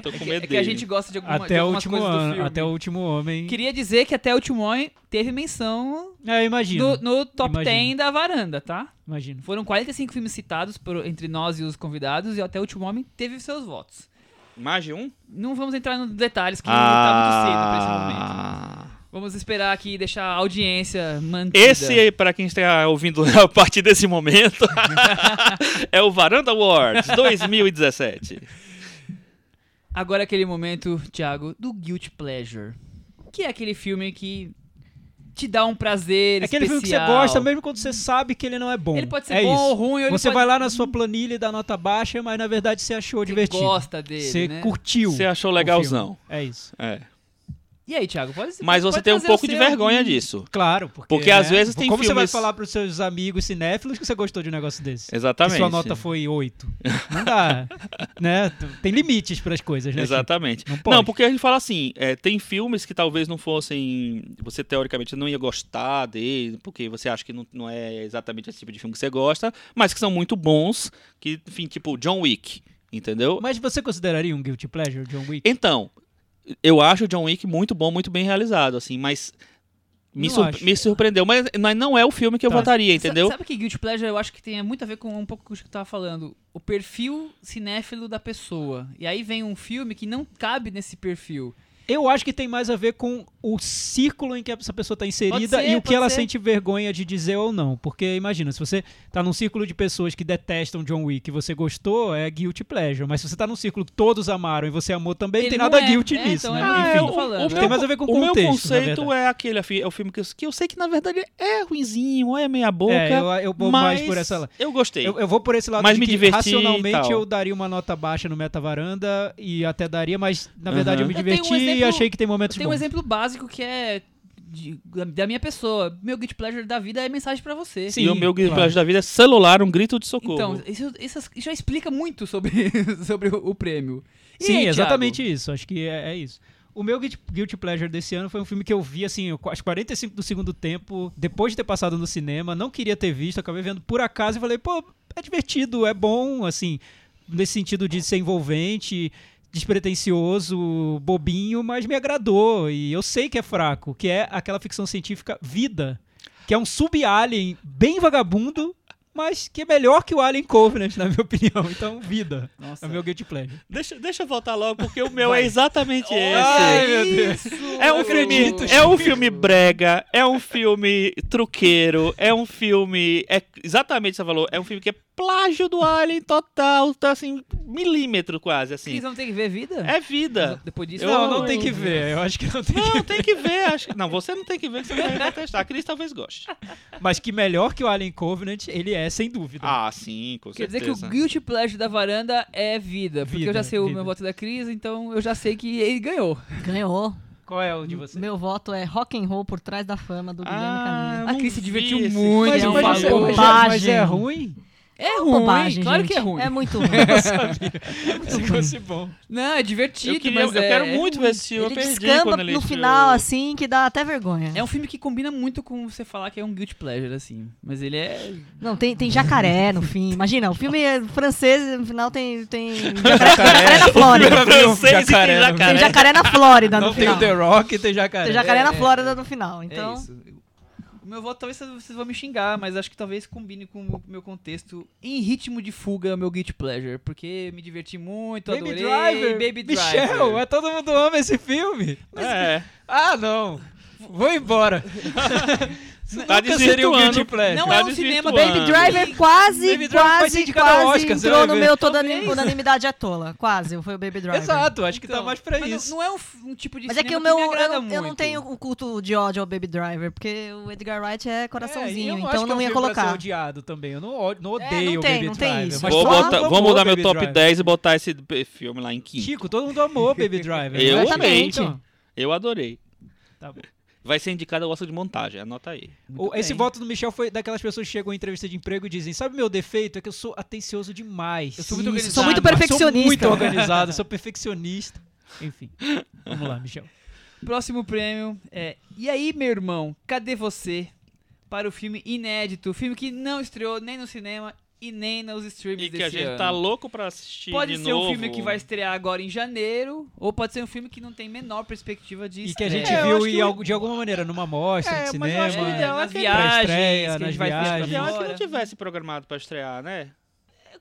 Speaker 4: Tô
Speaker 2: é
Speaker 4: com
Speaker 2: que,
Speaker 4: medo
Speaker 2: é que
Speaker 4: dele.
Speaker 2: a gente gosta de, alguma, de
Speaker 3: até o
Speaker 2: algumas
Speaker 3: último
Speaker 2: coisas do
Speaker 3: ano,
Speaker 2: filme.
Speaker 3: até o último homem.
Speaker 2: Queria dizer que até o último homem teve menção
Speaker 3: É, eu imagino.
Speaker 2: no, no top
Speaker 3: Imagino.
Speaker 2: 10 da varanda, tá?
Speaker 3: Imagino.
Speaker 2: Foram 45 filmes citados por- entre nós e os convidados, e até o último homem teve seus votos.
Speaker 4: Mais de um?
Speaker 2: Não vamos entrar nos detalhes,
Speaker 4: Ah,
Speaker 2: que tá muito cedo pra esse momento.
Speaker 3: Ah.
Speaker 2: Vamos esperar aqui e deixar a audiência mantida.
Speaker 4: Esse aí, pra quem está ouvindo [laughs] a partir desse momento, [laughs] é o Varanda Awards 2017.
Speaker 2: Agora é aquele momento, Thiago, do Guilt Pleasure. Que é aquele filme que te dá um prazer
Speaker 3: É aquele
Speaker 2: especial.
Speaker 3: filme que você gosta, mesmo quando você sabe que ele não é bom.
Speaker 2: Ele pode ser
Speaker 3: é
Speaker 2: bom
Speaker 3: isso.
Speaker 2: ou ruim, ou ele
Speaker 3: Você
Speaker 2: pode...
Speaker 3: vai lá na sua planilha e dá nota baixa, mas na verdade você achou
Speaker 2: você
Speaker 3: divertido.
Speaker 2: gosta dele,
Speaker 3: você
Speaker 2: né?
Speaker 3: curtiu.
Speaker 4: Você achou
Speaker 3: o
Speaker 4: legalzão.
Speaker 3: filme. É isso.
Speaker 4: É.
Speaker 2: E aí, Thiago, pode
Speaker 4: Mas você
Speaker 2: pode
Speaker 4: tem um
Speaker 2: trazer
Speaker 4: pouco
Speaker 2: o
Speaker 4: de
Speaker 2: seu-
Speaker 4: vergonha disso.
Speaker 3: Claro, porque.
Speaker 4: Porque às
Speaker 3: né,
Speaker 4: vezes tem
Speaker 3: Como você vai
Speaker 4: filmes-
Speaker 3: falar pros seus amigos cinéfilos que você gostou de um negócio desse?
Speaker 4: Exatamente.
Speaker 3: Que sua nota foi 8. Não
Speaker 4: [laughs]
Speaker 3: dá. né? Tem limites para as [laughs] coisas, né?
Speaker 4: Exatamente.
Speaker 3: Não pode.
Speaker 4: Não, porque a gente fala assim, é, tem filmes que talvez não fossem. Você teoricamente não ia gostar dele, porque você acha que não, não é exatamente esse tipo de filme que você gosta, mas que são muito bons, que, enfim, tipo John Wick, entendeu?
Speaker 3: Chico? Mas você consideraria um guilty pleasure, John Wick?
Speaker 4: Então, eu acho o John Wick muito bom, muito bem realizado, assim, mas me,
Speaker 3: Não
Speaker 4: sur-
Speaker 3: acho.
Speaker 4: me surpreendeu. Mas, mas não é o filme que eu
Speaker 3: Tá.
Speaker 4: votaria,
Speaker 2: Sa-
Speaker 4: entendeu?
Speaker 2: Sabe que Guilty Pleasure eu acho que tem muito a ver com um pouco com o que eu tava falando. O perfil cinéfilo da pessoa. E aí vem um filme que não cabe nesse perfil.
Speaker 3: Eu acho que tem mais a ver com o círculo em que essa pessoa está inserida
Speaker 2: Pode ser,
Speaker 3: e o que
Speaker 2: pode
Speaker 3: ela
Speaker 2: ser.
Speaker 3: sente vergonha de dizer ou não. Porque imagina, se você tá num círculo de pessoas que detestam John Wick e você gostou, é guilty pleasure. Mas se você tá num círculo que todos amaram e você amou também,
Speaker 2: Ele
Speaker 3: tem
Speaker 2: não
Speaker 3: nada
Speaker 2: é.
Speaker 3: guilty
Speaker 2: É,
Speaker 3: nisso,
Speaker 2: então
Speaker 3: né?
Speaker 2: é isso que
Speaker 4: é,
Speaker 2: eu
Speaker 3: Enfim,
Speaker 2: tô falando, né?
Speaker 3: tem mais a ver com
Speaker 4: o meu
Speaker 3: contexto, na
Speaker 4: conceito
Speaker 3: verdade.
Speaker 4: é aquele fi- é o filme que eu, que eu sei que na verdade é ruinzinho, é meia boca,
Speaker 3: É, eu, eu vou
Speaker 4: mas
Speaker 3: mais por essa lá.
Speaker 4: eu gostei.
Speaker 3: Eu, eu vou por esse lado
Speaker 4: Mas
Speaker 3: de
Speaker 4: me
Speaker 3: que
Speaker 4: diverti e
Speaker 3: racionalmente
Speaker 4: tal.
Speaker 3: eu daria uma nota baixa no Meta Varanda e até daria, mas na
Speaker 4: Aham.
Speaker 3: verdade eu me
Speaker 2: Eu tenho um
Speaker 3: diverti e
Speaker 2: exemplo-
Speaker 3: achei que tem momentos
Speaker 2: Tem um
Speaker 3: bons.
Speaker 2: exemplo básico que é de- da- da minha pessoa. Meu Guilty Pleasure da vida é mensagem pra você.
Speaker 3: Sim,
Speaker 4: e o meu
Speaker 3: claro.
Speaker 4: claro. da vida é celular, um grito de socorro.
Speaker 2: Então, isso, isso- isso já explica muito sobre, [laughs] sobre o, o prêmio. E
Speaker 3: Sim,
Speaker 2: aí, Thiago?
Speaker 3: exatamente isso. Acho que é, é isso. O meu Guilty, Guilty Pleasure desse ano foi um filme que eu vi, assim, eu- aos 45 do segundo tempo, depois de ter passado no cinema, não queria ter visto, acabei vendo por acaso e falei, pô, é divertido, é bom, assim, nesse sentido de ser envolvente, despretensioso, bobinho, mas me agradou. E eu sei que é fraco, que é aquela ficção científica Vida, que é um sub-alien bem vagabundo, mas que é melhor que o Alien Covenant, na minha opinião. Então, Vida.
Speaker 2: Nossa.
Speaker 3: É o meu Guilty Pleasure.
Speaker 4: Deixa, deixa eu voltar logo, porque o meu
Speaker 3: Vai.
Speaker 4: é exatamente esse.
Speaker 3: Ai, meu Deus.
Speaker 2: Isso!
Speaker 4: É um filme, é um filme brega, é um filme truqueiro, é um filme é, exatamente o que você falou. É um filme que é plágio do Alien total, tá assim, milímetro quase, assim.
Speaker 2: Vocês não tem que ver vida?
Speaker 4: É vida.
Speaker 2: Depois disso,
Speaker 4: Eu
Speaker 3: Não, não tem que ver. Eu acho que não tem que
Speaker 4: Não, tem que ver. Acho... que- Não, você não tem que ver, que você vai detestar. A Cris talvez goste.
Speaker 3: [laughs] Mas que melhor que o Alien Covenant, ele é, sem dúvida.
Speaker 4: Ah, sim, com
Speaker 2: Quer dizer que o
Speaker 4: certeza.
Speaker 2: Guilty Pleasure da varanda é vida, porque
Speaker 3: Vida,
Speaker 2: eu já sei o
Speaker 3: vida.
Speaker 2: meu voto da Cris, então eu já sei que ele ganhou.
Speaker 5: Ganhou.
Speaker 3: Qual é o de você?
Speaker 5: Meu voto é rock and roll por trás da fama do Guilherme
Speaker 4: Ah,
Speaker 5: Camilo.
Speaker 4: eu
Speaker 2: A
Speaker 4: não
Speaker 2: Cris se
Speaker 4: vi
Speaker 2: divertiu
Speaker 4: esse
Speaker 2: muito,
Speaker 3: Mas,
Speaker 5: é um
Speaker 2: não
Speaker 3: mas, mas,
Speaker 2: falou.
Speaker 3: mas,
Speaker 5: bobagem.
Speaker 3: é ruim?
Speaker 2: É
Speaker 5: É
Speaker 2: ruim,
Speaker 5: bobagem,
Speaker 2: claro
Speaker 5: gente.
Speaker 2: que é ruim.
Speaker 5: É muito ruim.
Speaker 3: [laughs] Se fosse bom.
Speaker 2: Não, é divertido,
Speaker 4: Eu, queria-
Speaker 2: mas
Speaker 4: eu
Speaker 2: é-
Speaker 4: quero muito ver esse filme.
Speaker 5: ele
Speaker 4: eu perdi
Speaker 5: descamba
Speaker 4: quando ele
Speaker 5: no
Speaker 4: estreou. [laughs]
Speaker 5: final, assim, que dá até vergonha.
Speaker 2: É um filme que combina muito com você falar que é um Guilty Pleasure, assim. Mas ele é...
Speaker 5: Não, tem, tem jacaré no fim. Imagina, o filme é francês, no final
Speaker 3: [laughs]
Speaker 5: tem, tem
Speaker 3: Jacaré.
Speaker 5: jacaré na Flórida.
Speaker 4: Francês
Speaker 3: [laughs]
Speaker 4: e
Speaker 3: Jacaré,
Speaker 4: tem
Speaker 3: não
Speaker 5: Tem
Speaker 4: jacaré.
Speaker 5: jacaré na Flórida
Speaker 3: Não
Speaker 5: Tá no
Speaker 3: tem
Speaker 5: final.
Speaker 3: o The Rock, tem jacaré.
Speaker 5: Tem jacaré
Speaker 2: É,
Speaker 5: na
Speaker 2: é,
Speaker 5: Flórida no final.
Speaker 2: é
Speaker 5: Então,
Speaker 2: isso. O meu voto talvez vocês vão me xingar, mas acho que talvez combine com o meu contexto. Em ritmo de fuga é o meu Guilty Pleasure, porque me diverti muito,
Speaker 3: Baby
Speaker 2: adorei.
Speaker 3: Driver.
Speaker 2: Baby Driver.
Speaker 3: Michel, é, todo mundo ama esse filme.
Speaker 4: É.
Speaker 3: Ah, não. Vou embora. [laughs]
Speaker 4: Tá
Speaker 3: Nunca seria o
Speaker 4: desvirtuando.
Speaker 3: Guilty Pleasure.
Speaker 2: Não
Speaker 4: Tá
Speaker 2: é um cinema
Speaker 4: desvirtuando.
Speaker 5: Baby Driver quase,
Speaker 3: Baby Driver tá vai ser
Speaker 5: quase,
Speaker 3: indicado ao
Speaker 5: quase
Speaker 3: Oscar, você
Speaker 5: entrou
Speaker 3: vai
Speaker 5: no
Speaker 3: ver.
Speaker 5: meu toda
Speaker 2: Talvez.
Speaker 5: unanimidade é tola. Quase, foi o Baby Driver.
Speaker 3: Exato, acho que tá
Speaker 2: Então,
Speaker 3: mais pra
Speaker 2: mas não-
Speaker 3: isso.
Speaker 2: Não, é um, f- um tipo de
Speaker 5: Mas é
Speaker 2: cinema
Speaker 5: que o meu,
Speaker 2: me
Speaker 5: eu,
Speaker 2: agrada
Speaker 5: não- eu não
Speaker 2: muito.
Speaker 5: tenho o culto de ódio ao Baby Driver, porque o Edgar Wright é coraçãozinho,
Speaker 3: É, e eu
Speaker 5: então eu
Speaker 3: acho que é um
Speaker 5: não ia
Speaker 3: filme pra ser
Speaker 5: colocar.
Speaker 3: odiado também. Eu não, o- não
Speaker 5: É,
Speaker 3: odeio
Speaker 5: não
Speaker 3: o
Speaker 5: tem,
Speaker 3: Baby
Speaker 5: não tem
Speaker 3: Driver.
Speaker 5: isso.
Speaker 3: mas
Speaker 4: Vou,
Speaker 3: todo
Speaker 5: falar-
Speaker 4: botar,
Speaker 3: mundo
Speaker 4: vou
Speaker 3: amou
Speaker 4: mudar meu
Speaker 3: Baby
Speaker 4: top
Speaker 3: Driver.
Speaker 4: 10 e botar esse b- filme lá em quinto.
Speaker 3: Chico, todo mundo amou
Speaker 4: [laughs]
Speaker 3: Baby Driver.
Speaker 4: Eu
Speaker 3: né?
Speaker 4: amei.
Speaker 3: Então,
Speaker 4: Eu adorei.
Speaker 3: tá bom.
Speaker 4: Vai ser indicado ao Oscar de montagem, anota aí.
Speaker 2: Muito
Speaker 3: O- Esse
Speaker 2: bem.
Speaker 3: voto do Michel foi daquelas pessoas que chegam em entrevista de emprego e dizem: Sabe meu defeito? É que eu sou atencioso demais.
Speaker 2: Eu sou muito
Speaker 3: Isso,
Speaker 2: organizado. Sou muito
Speaker 3: Sou muito
Speaker 5: perfeccionista.
Speaker 3: organizado, sou perfeccionista. Enfim, vamos lá, Michel.
Speaker 2: Próximo prêmio é E aí, meu irmão, cadê você? Para o filme inédito, filme que não estreou nem no cinema e nem nos streams
Speaker 4: E que
Speaker 2: desse
Speaker 4: a gente
Speaker 2: ano.
Speaker 4: tá louco pra assistir
Speaker 2: Pode
Speaker 4: de
Speaker 2: ser
Speaker 4: novo.
Speaker 2: um filme que vai estrear agora em janeiro, ou pode ser um filme que não tem menor perspectiva de
Speaker 3: E que a
Speaker 2: estreia.
Speaker 3: gente
Speaker 4: É, eu
Speaker 3: viu
Speaker 4: acho
Speaker 3: em
Speaker 4: que o-
Speaker 3: algu- de alguma maneira numa mostra
Speaker 4: É,
Speaker 3: de
Speaker 4: mas eu
Speaker 3: cinema.
Speaker 4: acho que o ideal
Speaker 2: nas
Speaker 4: é que-
Speaker 2: viagens,
Speaker 3: né? Pra estreia,
Speaker 2: é que a
Speaker 3: nas
Speaker 2: gente vai
Speaker 3: viagens.
Speaker 4: Eu acho que não
Speaker 2: viagens.
Speaker 4: tivesse programado pra estrear, né?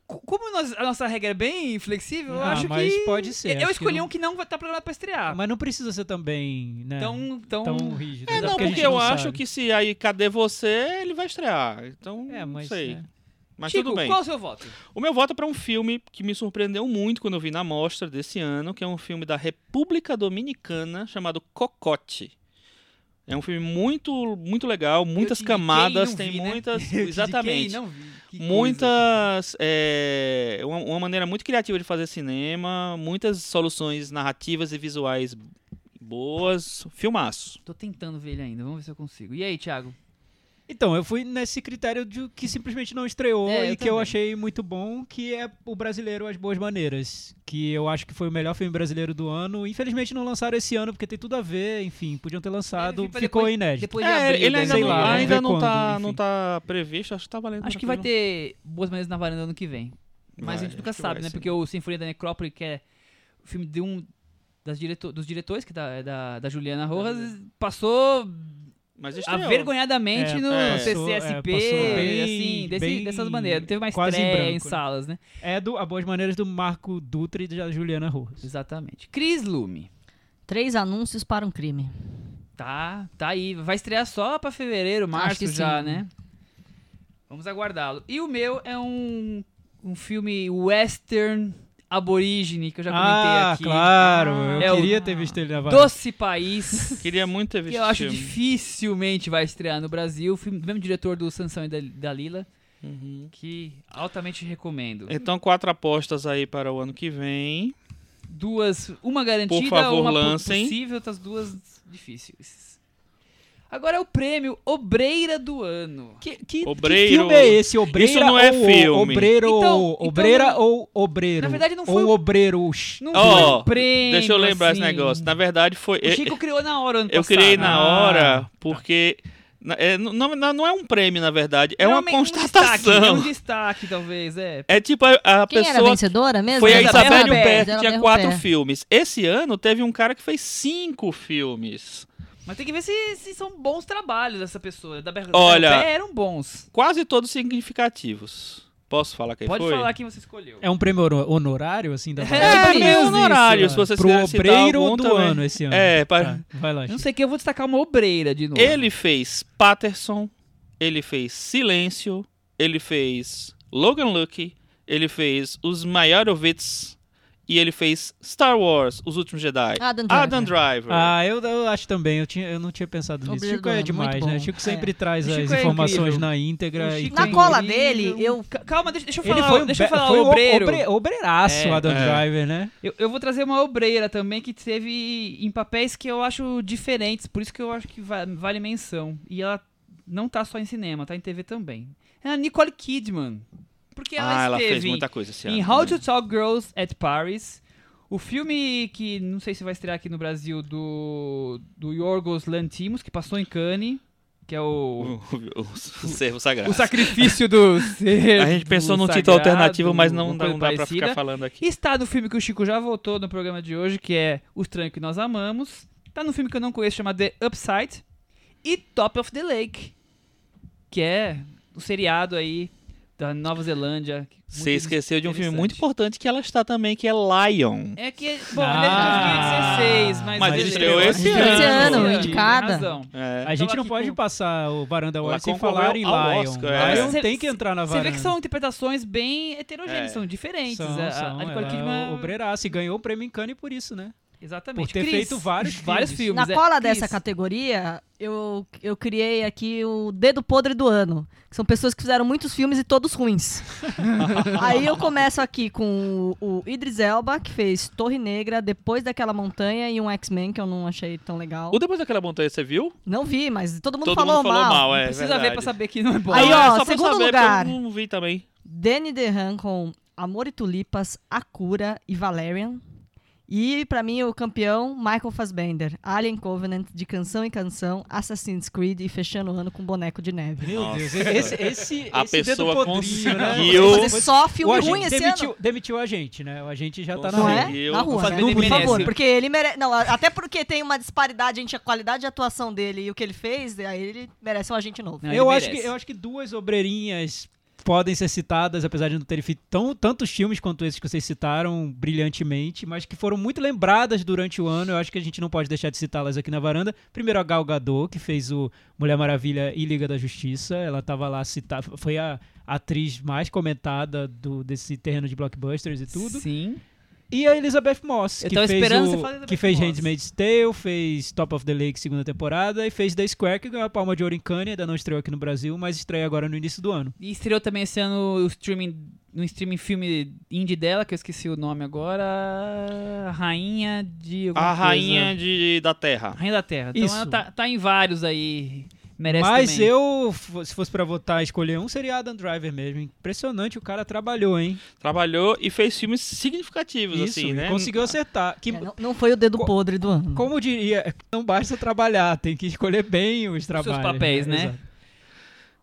Speaker 2: Co- Como nós- a nossa regra é bem flexível, eu
Speaker 3: Ah,
Speaker 2: acho
Speaker 3: mas
Speaker 2: que...
Speaker 3: pode ser,
Speaker 2: Eu
Speaker 3: acho que
Speaker 2: escolhi
Speaker 3: não-
Speaker 2: um que não vai estar programado pra estrear.
Speaker 3: Mas não precisa ser também né,
Speaker 2: Então, então...
Speaker 3: tão rígido.
Speaker 4: É,
Speaker 3: até
Speaker 4: não,
Speaker 3: porque,
Speaker 4: porque,
Speaker 3: a gente
Speaker 4: eu
Speaker 3: não
Speaker 4: acho
Speaker 3: sabe.
Speaker 4: que se aí Cadê Você, ele vai estrear. Então,
Speaker 3: É,
Speaker 4: não
Speaker 3: mas,
Speaker 4: sei.
Speaker 3: né.
Speaker 4: Mas
Speaker 2: Chico,
Speaker 4: tudo bem.
Speaker 2: qual é o seu
Speaker 3: [laughs]
Speaker 2: voto?
Speaker 4: O meu voto é pra um filme que me surpreendeu muito quando eu vi na mostra desse ano, que é um filme da República Dominicana chamado Cocote. É um filme muito muito legal, muitas
Speaker 2: Eu te indiquei e
Speaker 4: camadas,
Speaker 2: não
Speaker 4: tem
Speaker 2: vi, né? [laughs] Eu te
Speaker 4: muitas,
Speaker 2: indiquei e
Speaker 4: exatamente.
Speaker 2: não vi. Que coisa.
Speaker 4: Muitas. é, uma, uma maneira muito criativa de fazer cinema, muitas soluções narrativas e visuais boas. Filmaço.
Speaker 2: Tô tentando ver ele ainda, vamos ver se eu consigo. E aí, Thiago?
Speaker 3: Então, eu fui nesse critério de que simplesmente não estreou
Speaker 2: É, eu
Speaker 3: e que eu
Speaker 2: também.
Speaker 3: achei muito bom, que é o brasileiro As Boas Maneiras, que eu acho que foi o melhor filme brasileiro do ano. Infelizmente não lançaram esse ano porque tem tudo a ver, enfim, podiam ter lançado,
Speaker 2: Ele É, fica
Speaker 3: ficou
Speaker 2: depois-
Speaker 3: inédito.
Speaker 2: Depois de
Speaker 4: É,
Speaker 2: abril,
Speaker 4: ele
Speaker 2: né?
Speaker 4: ainda,
Speaker 3: sei
Speaker 4: não,
Speaker 3: lá, vamos
Speaker 4: ainda
Speaker 3: ver
Speaker 4: não,
Speaker 3: quando,
Speaker 4: tá,
Speaker 3: enfim.
Speaker 4: não tá previsto, acho que tá valendo.
Speaker 2: Acho que vai
Speaker 4: tranquilo.
Speaker 2: ter Boas Maneiras na Varanda ano que vem. Mas a
Speaker 4: Vai,
Speaker 2: gente nunca
Speaker 4: acho que
Speaker 2: sabe,
Speaker 4: vai
Speaker 2: né?
Speaker 4: sim.
Speaker 2: Porque o Sinfonia da Necrópole, que é o filme de um das direto- dos diretores, que da, da, da Juliana Rojas, passou
Speaker 4: Mas estreou.
Speaker 2: avergonhadamente
Speaker 3: É,
Speaker 2: no
Speaker 4: é.
Speaker 2: CCSP,
Speaker 3: Passou, é, passou
Speaker 2: assim,
Speaker 3: bem-
Speaker 2: desse-
Speaker 3: bem-
Speaker 2: dessas maneiras. Não teve mais
Speaker 3: quase em
Speaker 2: estreia em,
Speaker 3: branco, né?
Speaker 2: salas, né?
Speaker 3: É do As Boas Maneiras do Marco Dutra e da Juliana Rojas.
Speaker 2: Exatamente. Cris Lume.
Speaker 5: Três anúncios para um crime.
Speaker 2: Tá, tá aí. Vai estrear só pra fevereiro, março
Speaker 5: que
Speaker 2: já,
Speaker 5: sim.
Speaker 2: né? Vamos aguardá-lo. E o meu é um, um filme western aborígene, que eu já comentei
Speaker 3: ah,
Speaker 2: aqui.
Speaker 3: claro, eu
Speaker 2: É o
Speaker 3: queria ter visto ele na varanda.
Speaker 2: Doce
Speaker 3: [laughs]
Speaker 2: País.
Speaker 4: Queria muito ter visto
Speaker 2: que eu acho
Speaker 4: esse filme.
Speaker 2: dificilmente vai estrear no Brasil. Filme do mesmo diretor do Sansão e da, da Lila,
Speaker 4: Uhum.
Speaker 2: que altamente recomendo.
Speaker 4: Então, quatro apostas aí para o ano que vem.
Speaker 2: Duas, uma garantida,
Speaker 4: Por favor,
Speaker 2: uma po-
Speaker 4: lancem.
Speaker 2: possível, outras duas difíceis. Agora é o prêmio Obreira do Ano.
Speaker 3: Que, que, que
Speaker 4: Obreiro.
Speaker 3: filme é esse? Obreira
Speaker 4: Isso não é
Speaker 3: ou
Speaker 4: filme.
Speaker 3: Obreiro
Speaker 2: Então-
Speaker 3: ou
Speaker 2: então-
Speaker 3: Obreira ou Obreiro?
Speaker 2: Na verdade, não foi
Speaker 3: Ou
Speaker 2: um-
Speaker 3: Obreiros.
Speaker 2: Não
Speaker 4: Ó,
Speaker 2: foi um prêmio,
Speaker 4: Deixa eu lembrar
Speaker 2: assim.
Speaker 4: esse negócio. Na verdade, foi.
Speaker 2: O Chico criou na hora o ano
Speaker 4: Eu
Speaker 2: passado.
Speaker 4: criei na
Speaker 3: Ah,
Speaker 4: hora
Speaker 3: tá.
Speaker 4: porque. na- é, n- não, não- não é um prêmio, na verdade. É
Speaker 2: Não,
Speaker 4: uma
Speaker 2: meio- Um destaque, é
Speaker 4: constatação.
Speaker 2: um destaque, talvez, é.
Speaker 4: É tipo a, a
Speaker 5: Quem era a
Speaker 4: pessoa.
Speaker 5: vencedora mesmo?
Speaker 4: Foi a
Speaker 2: Isabel
Speaker 4: Isabelle
Speaker 2: Huppert,
Speaker 4: Huppert, que tinha
Speaker 5: Isabel
Speaker 4: quatro
Speaker 5: Huppert.
Speaker 4: filmes. Esse ano teve um cara que fez cinco filmes.
Speaker 2: Mas tem que ver se, se são bons trabalhos dessa pessoa. Da Ber-
Speaker 4: Olha-
Speaker 2: da Ber- eram bons.
Speaker 4: Quase todos significativos. Posso falar quem
Speaker 2: Pode
Speaker 4: foi?
Speaker 2: falar quem você escolheu.
Speaker 3: É um prêmio honor- honorário, assim,
Speaker 2: [laughs]
Speaker 3: da
Speaker 2: É,
Speaker 4: É,
Speaker 3: varanda?
Speaker 2: meio
Speaker 4: meio honorário,
Speaker 3: né?
Speaker 4: se vocês
Speaker 3: Pro
Speaker 4: quiserem citar
Speaker 3: obreiro
Speaker 4: algum
Speaker 3: do
Speaker 4: também.
Speaker 3: ano esse ano.
Speaker 4: É, para...
Speaker 3: Tá, vai lá.
Speaker 2: Eu Não
Speaker 3: Chico.
Speaker 2: sei que eu vou destacar uma obreira de novo.
Speaker 4: Ele fez Patterson, ele fez Silêncio, ele fez Logan Lucky, ele fez Os Majorovits e ele fez Star Wars, Os Últimos Jedi.
Speaker 5: Adam Driver.
Speaker 4: Adam Driver.
Speaker 3: Ah, eu, eu acho também. Eu, tinha, eu não tinha pensado nisso.
Speaker 5: Obrigado,
Speaker 3: Chico é
Speaker 5: muito
Speaker 3: demais, né?
Speaker 5: bom.
Speaker 3: Chico sempre
Speaker 5: É.
Speaker 3: traz
Speaker 2: Chico
Speaker 3: as
Speaker 2: é
Speaker 3: informações
Speaker 2: incrível.
Speaker 3: na
Speaker 2: O
Speaker 3: íntegra. e
Speaker 2: Chico
Speaker 5: Na
Speaker 2: é
Speaker 3: tem-
Speaker 5: cola
Speaker 2: incrível.
Speaker 5: dele, eu-
Speaker 2: Ca- Calma, deixa, deixa eu
Speaker 3: Ele
Speaker 2: falar.
Speaker 3: foi um,
Speaker 2: deixa eu
Speaker 3: be-
Speaker 2: falar
Speaker 3: foi um
Speaker 2: obreiro.
Speaker 3: obre- obreiraço,
Speaker 2: É.
Speaker 3: Adam
Speaker 4: É.
Speaker 3: Driver, né?
Speaker 2: Eu, eu vou trazer uma obreira também que teve em papéis que eu acho diferentes, por isso que eu acho que va- vale menção. E ela não tá só em cinema, tá em TV também. É a Nicole Kidman. Porque ela
Speaker 4: Ah, ela
Speaker 2: esteve
Speaker 4: fez
Speaker 2: em-
Speaker 4: muita coisa né? esse ano.
Speaker 2: em How to
Speaker 4: também.
Speaker 2: Talk Girls at Paris. O filme que não sei se vai estrear aqui no Brasil do, do Yorgos Lantimos, que passou em Cannes, que é o
Speaker 4: [laughs] O, o, o Servo Sagrado.
Speaker 2: O Sacrifício [laughs] do Ser.
Speaker 4: A gente pensou num título alternativo, mas não, dá- não dá pra ficar falando aqui.
Speaker 2: Está no filme que o Chico já votou no programa de hoje, que é Os Estranho que Nós Amamos. Está no filme que eu não conheço, chamado The Upside. E Top of the Lake, que é o seriado aí da Nova Zelândia.
Speaker 4: Você
Speaker 2: Muito
Speaker 4: esqueceu de um filme muito
Speaker 2: interessante.
Speaker 4: importante que ela está também, que é Lion.
Speaker 2: É que, bom,
Speaker 3: Ah.
Speaker 2: ele é de 2016, mas,
Speaker 4: Mas
Speaker 2: beleza.
Speaker 4: estreou esse
Speaker 5: Estreou esse ano. ano,
Speaker 2: Tem
Speaker 5: indicada.
Speaker 2: razão.
Speaker 4: É.
Speaker 3: A gente
Speaker 2: Tava
Speaker 3: não
Speaker 2: aqui
Speaker 3: pode
Speaker 2: com-
Speaker 3: passar o Varanda
Speaker 4: Ela
Speaker 3: Award sem
Speaker 4: concorreu
Speaker 3: falar em
Speaker 4: ao
Speaker 3: Lion.
Speaker 4: Oscar, é.
Speaker 3: Lion
Speaker 2: Mas
Speaker 3: tem
Speaker 2: você-
Speaker 3: que entrar na
Speaker 2: Você
Speaker 3: varanda.
Speaker 2: vê que são interpretações bem heterogêneas,
Speaker 4: É.
Speaker 2: são diferentes.
Speaker 3: São,
Speaker 2: a, a-
Speaker 3: são,
Speaker 2: a Nicole
Speaker 3: ela é
Speaker 2: Kidman...
Speaker 3: obreiraça e ganhou o prêmio em Cannes por isso, né?
Speaker 2: Exatamente.
Speaker 3: Por ter
Speaker 2: Cris, [laughs]
Speaker 3: feito vários filmes.
Speaker 2: filmes.
Speaker 5: Na
Speaker 2: é.
Speaker 5: cola
Speaker 2: Cris,
Speaker 5: dessa categoria, eu, eu criei aqui o dedo podre do ano. Que são pessoas que fizeram muitos filmes e
Speaker 4: [laughs]
Speaker 5: todos ruins. Aí eu começo aqui com o, o Idris Elba, que fez Torre Negra, Depois daquela Montanha e um X-Men, que eu não achei tão legal.
Speaker 4: O Depois daquela montanha, você viu?
Speaker 5: Não vi, mas todo mundo
Speaker 4: Todo
Speaker 5: falou
Speaker 4: mundo falou
Speaker 5: mal.
Speaker 4: mal, é.
Speaker 2: Precisa
Speaker 4: verdade.
Speaker 2: ver pra saber que não é bom.
Speaker 5: Aí,
Speaker 4: Não, é
Speaker 5: ó,
Speaker 4: só pra
Speaker 5: segundo
Speaker 4: saber, porque
Speaker 5: lugar.
Speaker 4: Eu não vi também.
Speaker 5: Danny DeHaan com Amor e Tulipas, Akura e Valerian. E, pra mim, o campeão, Michael Fassbender. Alien Covenant, de canção em canção, Assassin's Creed e fechando o ano com Boneco de Neve.
Speaker 3: Meu
Speaker 4: Nossa.
Speaker 3: Deus, esse, esse,
Speaker 4: A
Speaker 3: esse dedo
Speaker 4: pessoa
Speaker 3: podrinho, né?
Speaker 2: um
Speaker 4: conseguiu-
Speaker 5: Fazer só filme
Speaker 3: O
Speaker 5: ruim
Speaker 3: agente-
Speaker 5: esse
Speaker 3: demitiu,
Speaker 5: ano.
Speaker 3: demitiu a gente, né? A gente já tá na
Speaker 5: Não
Speaker 3: rua.
Speaker 5: é?
Speaker 4: Eu-
Speaker 5: Na
Speaker 4: o
Speaker 5: rua, né?
Speaker 2: Fassbender
Speaker 5: Por
Speaker 2: merece.
Speaker 5: favor, porque ele merece... Não, a- até porque tem uma disparidade entre a qualidade de atuação dele e o que ele fez, aí ele merece um agente novo.
Speaker 2: Não, ele
Speaker 3: eu, acho que,
Speaker 2: merece.
Speaker 3: eu acho que duas obreirinhas podem ser citadas, apesar de não terem feito tão, tantos filmes quanto esses que vocês citaram brilhantemente, mas que foram muito lembradas durante o ano. Eu acho que a gente não pode deixar de citá-las aqui na varanda. Primeiro a Gal Gadot, que fez o Mulher Maravilha e Liga da Justiça. Ela estava lá citada, foi a atriz mais comentada do, desse terreno de blockbusters e tudo.
Speaker 2: Sim.
Speaker 3: E a Elizabeth Moss,
Speaker 2: Eu
Speaker 3: que
Speaker 2: tava
Speaker 3: fez,
Speaker 2: esperando você
Speaker 3: o-
Speaker 2: falar da
Speaker 3: que
Speaker 2: Elizabeth
Speaker 3: fez
Speaker 2: Moss.
Speaker 3: Handmaid's Tale, fez Top of the Lake segunda temporada e fez The Square, que ganhou a Palma de Ouro em Cannes, ainda não estreou aqui no Brasil, mas estreia agora no início do ano.
Speaker 2: E estreou também esse ano o streaming, no streaming filme indie dela, que eu esqueci o nome agora. Rainha de. alguma
Speaker 4: A
Speaker 2: coisa.
Speaker 4: Rainha de, da Terra.
Speaker 2: Rainha da Terra. Então
Speaker 3: Isso.
Speaker 2: ela tá, tá em vários aí. Merece
Speaker 3: mas
Speaker 2: também.
Speaker 3: eu, f- se fosse pra votar, escolher um, seria Adam Driver mesmo. Impressionante, o cara trabalhou, hein?
Speaker 4: Trabalhou e fez filmes significativos,
Speaker 3: Isso,
Speaker 4: assim,
Speaker 3: e
Speaker 4: né?
Speaker 3: conseguiu acertar. Que,
Speaker 5: É, não, não foi o dedo
Speaker 3: Co-
Speaker 5: podre do ano.
Speaker 3: Como diria, não basta trabalhar, tem que escolher bem os trabalhos.
Speaker 2: papéis, né?
Speaker 3: Exato.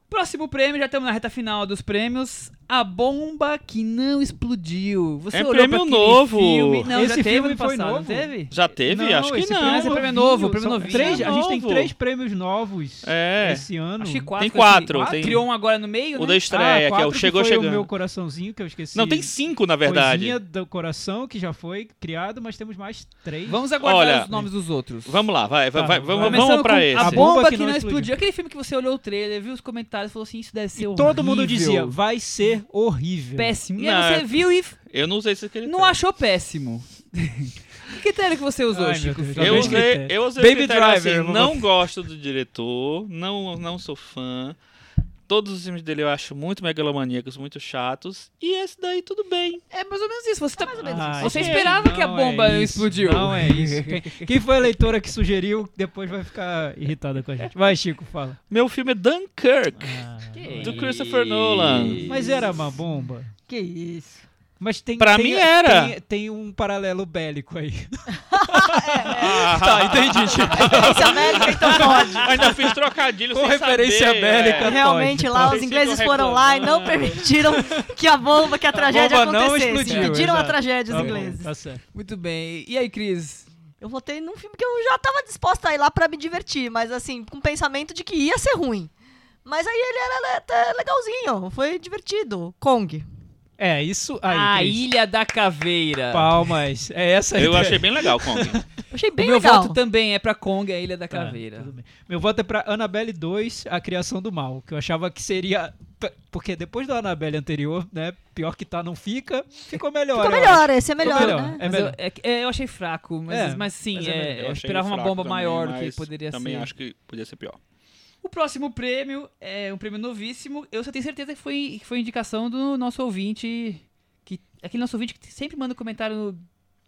Speaker 2: Próximo prêmio, já estamos na reta final dos prêmios. A bomba que não explodiu. Você
Speaker 4: É
Speaker 2: olhou
Speaker 4: prêmio
Speaker 2: pra aquele
Speaker 4: novo.
Speaker 2: Filme. Não,
Speaker 3: Esse
Speaker 2: já teve
Speaker 3: filme
Speaker 2: ano
Speaker 3: foi
Speaker 2: passado, não
Speaker 3: novo?
Speaker 2: teve?
Speaker 4: Já teve? Acho que
Speaker 3: esse
Speaker 4: não.
Speaker 2: prêmio- esse prêmio é novo, o prêmio
Speaker 3: são
Speaker 2: novinho. é
Speaker 3: Três, a gente tem
Speaker 4: Novo.
Speaker 3: três prêmios novos
Speaker 4: É.
Speaker 3: esse ano.
Speaker 2: Achei quatro.
Speaker 4: Tem quatro,
Speaker 2: esse-
Speaker 4: tem-
Speaker 2: Criou um agora no meio,
Speaker 4: O da
Speaker 2: né?
Speaker 4: estreia,
Speaker 3: ah,
Speaker 4: que é o
Speaker 3: quatro
Speaker 4: Chegou
Speaker 3: foi
Speaker 4: Chegando.
Speaker 3: o meu coraçãozinho que eu esqueci.
Speaker 4: Não, tem cinco, na verdade.
Speaker 3: Coisinha do coração que já foi criado, mas temos mais três.
Speaker 2: Vamos aguardar
Speaker 4: Olha,
Speaker 2: os nomes dos outros.
Speaker 4: Vamos lá, vai, vai,
Speaker 3: Tá,
Speaker 4: vai,
Speaker 3: vai.
Speaker 4: vamos,
Speaker 2: Começando
Speaker 4: vamos pra
Speaker 2: com
Speaker 4: esse.
Speaker 2: A bomba que, não explodiu.
Speaker 3: explodiu.
Speaker 2: Aquele filme que você olhou o trailer, viu os comentários, falou assim, isso deve ser
Speaker 3: E
Speaker 2: horrível.
Speaker 3: todo mundo dizia, vai ser horrível.
Speaker 2: Péssimo. E aí
Speaker 4: Não, é Então.
Speaker 2: você viu e f-
Speaker 4: Eu não usei esse critério.
Speaker 2: não achou péssimo. [laughs] que critério que você usou,
Speaker 3: Ai, meu
Speaker 2: Chico?
Speaker 3: Deus,
Speaker 2: Filho?
Speaker 4: Eu
Speaker 3: Talvez
Speaker 4: usei,
Speaker 3: critério.
Speaker 4: eu usei o
Speaker 3: Baby
Speaker 4: critério
Speaker 3: Driver,
Speaker 4: assim,
Speaker 3: eu vou-
Speaker 4: não gosto do diretor, não, não sou fã. Todos os filmes dele eu acho muito megalomaníacos, muito chatos. E esse daí tudo bem.
Speaker 2: É mais ou menos isso. Você tá...
Speaker 5: ou menos.
Speaker 3: Ah,
Speaker 4: é,
Speaker 2: Você
Speaker 3: gente,
Speaker 2: esperava
Speaker 3: não
Speaker 2: que a bomba
Speaker 3: é isso,
Speaker 2: explodiu.
Speaker 3: Não é isso. Quem, quem foi a leitora que sugeriu, depois vai ficar irritada com a gente. Vai, Chico, fala.
Speaker 4: Meu filme é Dunkirk,
Speaker 2: Que
Speaker 4: do Christopher Nolan.
Speaker 3: Mas era uma bomba.
Speaker 5: Que
Speaker 3: [laughs]
Speaker 5: isso.
Speaker 3: Mas tem,
Speaker 4: Pra
Speaker 3: tem-
Speaker 4: mim era.
Speaker 3: Tem, tem um paralelo bélico aí.
Speaker 4: [laughs]
Speaker 5: É,
Speaker 4: Ah,
Speaker 3: entendi, Chico.
Speaker 5: Esse América, então pode.
Speaker 4: ainda fiz [laughs] trocadilho
Speaker 3: Com
Speaker 4: sem
Speaker 3: referência
Speaker 4: saber,
Speaker 3: bélica.
Speaker 4: é.
Speaker 5: Realmente lá
Speaker 4: Pode.
Speaker 5: os ingleses foram lá e
Speaker 3: [laughs]
Speaker 5: não permitiram que a bomba, que a tragédia
Speaker 3: bomba não
Speaker 5: acontecesse.
Speaker 3: explodiu,
Speaker 5: Impediram a
Speaker 3: exato.
Speaker 5: tragédia os
Speaker 3: Tá bom,
Speaker 5: ingleses.
Speaker 3: Tá certo.
Speaker 2: [laughs] Muito bem. E aí, Cris?
Speaker 5: Eu votei num filme que eu já tava disposta a ir lá pra me divertir, mas assim, com o pensamento de que ia ser ruim. Mas aí ele era le- até legalzinho, foi divertido. Kong.
Speaker 3: É, isso aí.
Speaker 2: a
Speaker 3: Cris.
Speaker 2: Ah, Ilha da Caveira.
Speaker 3: Palmas. É essa a
Speaker 4: Eu
Speaker 3: ideia.
Speaker 4: achei bem legal, Kong.
Speaker 5: Eu achei
Speaker 2: o
Speaker 5: bem
Speaker 2: meu
Speaker 5: legal.
Speaker 2: voto também é pra Kong, a Ilha da
Speaker 3: Tá,
Speaker 2: Caveira.
Speaker 3: tudo bem. Meu voto é pra Annabelle 2, A Criação do Mal, que eu achava que seria p- Porque depois do Annabelle anterior, né? Pior que tá, não fica. Ficou melhor.
Speaker 5: Ficou
Speaker 3: eu acho.
Speaker 5: melhor, esse é melhor,
Speaker 3: Ficou melhor.
Speaker 5: né?
Speaker 3: É
Speaker 2: Mas
Speaker 3: melhor.
Speaker 2: eu, é que- é, eu achei fraco, mas,
Speaker 3: É,
Speaker 2: mas sim,
Speaker 4: Mas
Speaker 2: é,
Speaker 4: melhor.
Speaker 2: eu
Speaker 4: achei
Speaker 2: esperava uma
Speaker 4: fraco
Speaker 2: bomba
Speaker 4: também,
Speaker 2: maior do que
Speaker 4: mas
Speaker 2: poderia
Speaker 4: também
Speaker 2: ser.
Speaker 4: acho que podia ser pior.
Speaker 2: O próximo prêmio é um prêmio novíssimo. Eu só tenho certeza que foi, que foi indicação do nosso ouvinte. Que, aquele nosso ouvinte que sempre manda comentário no,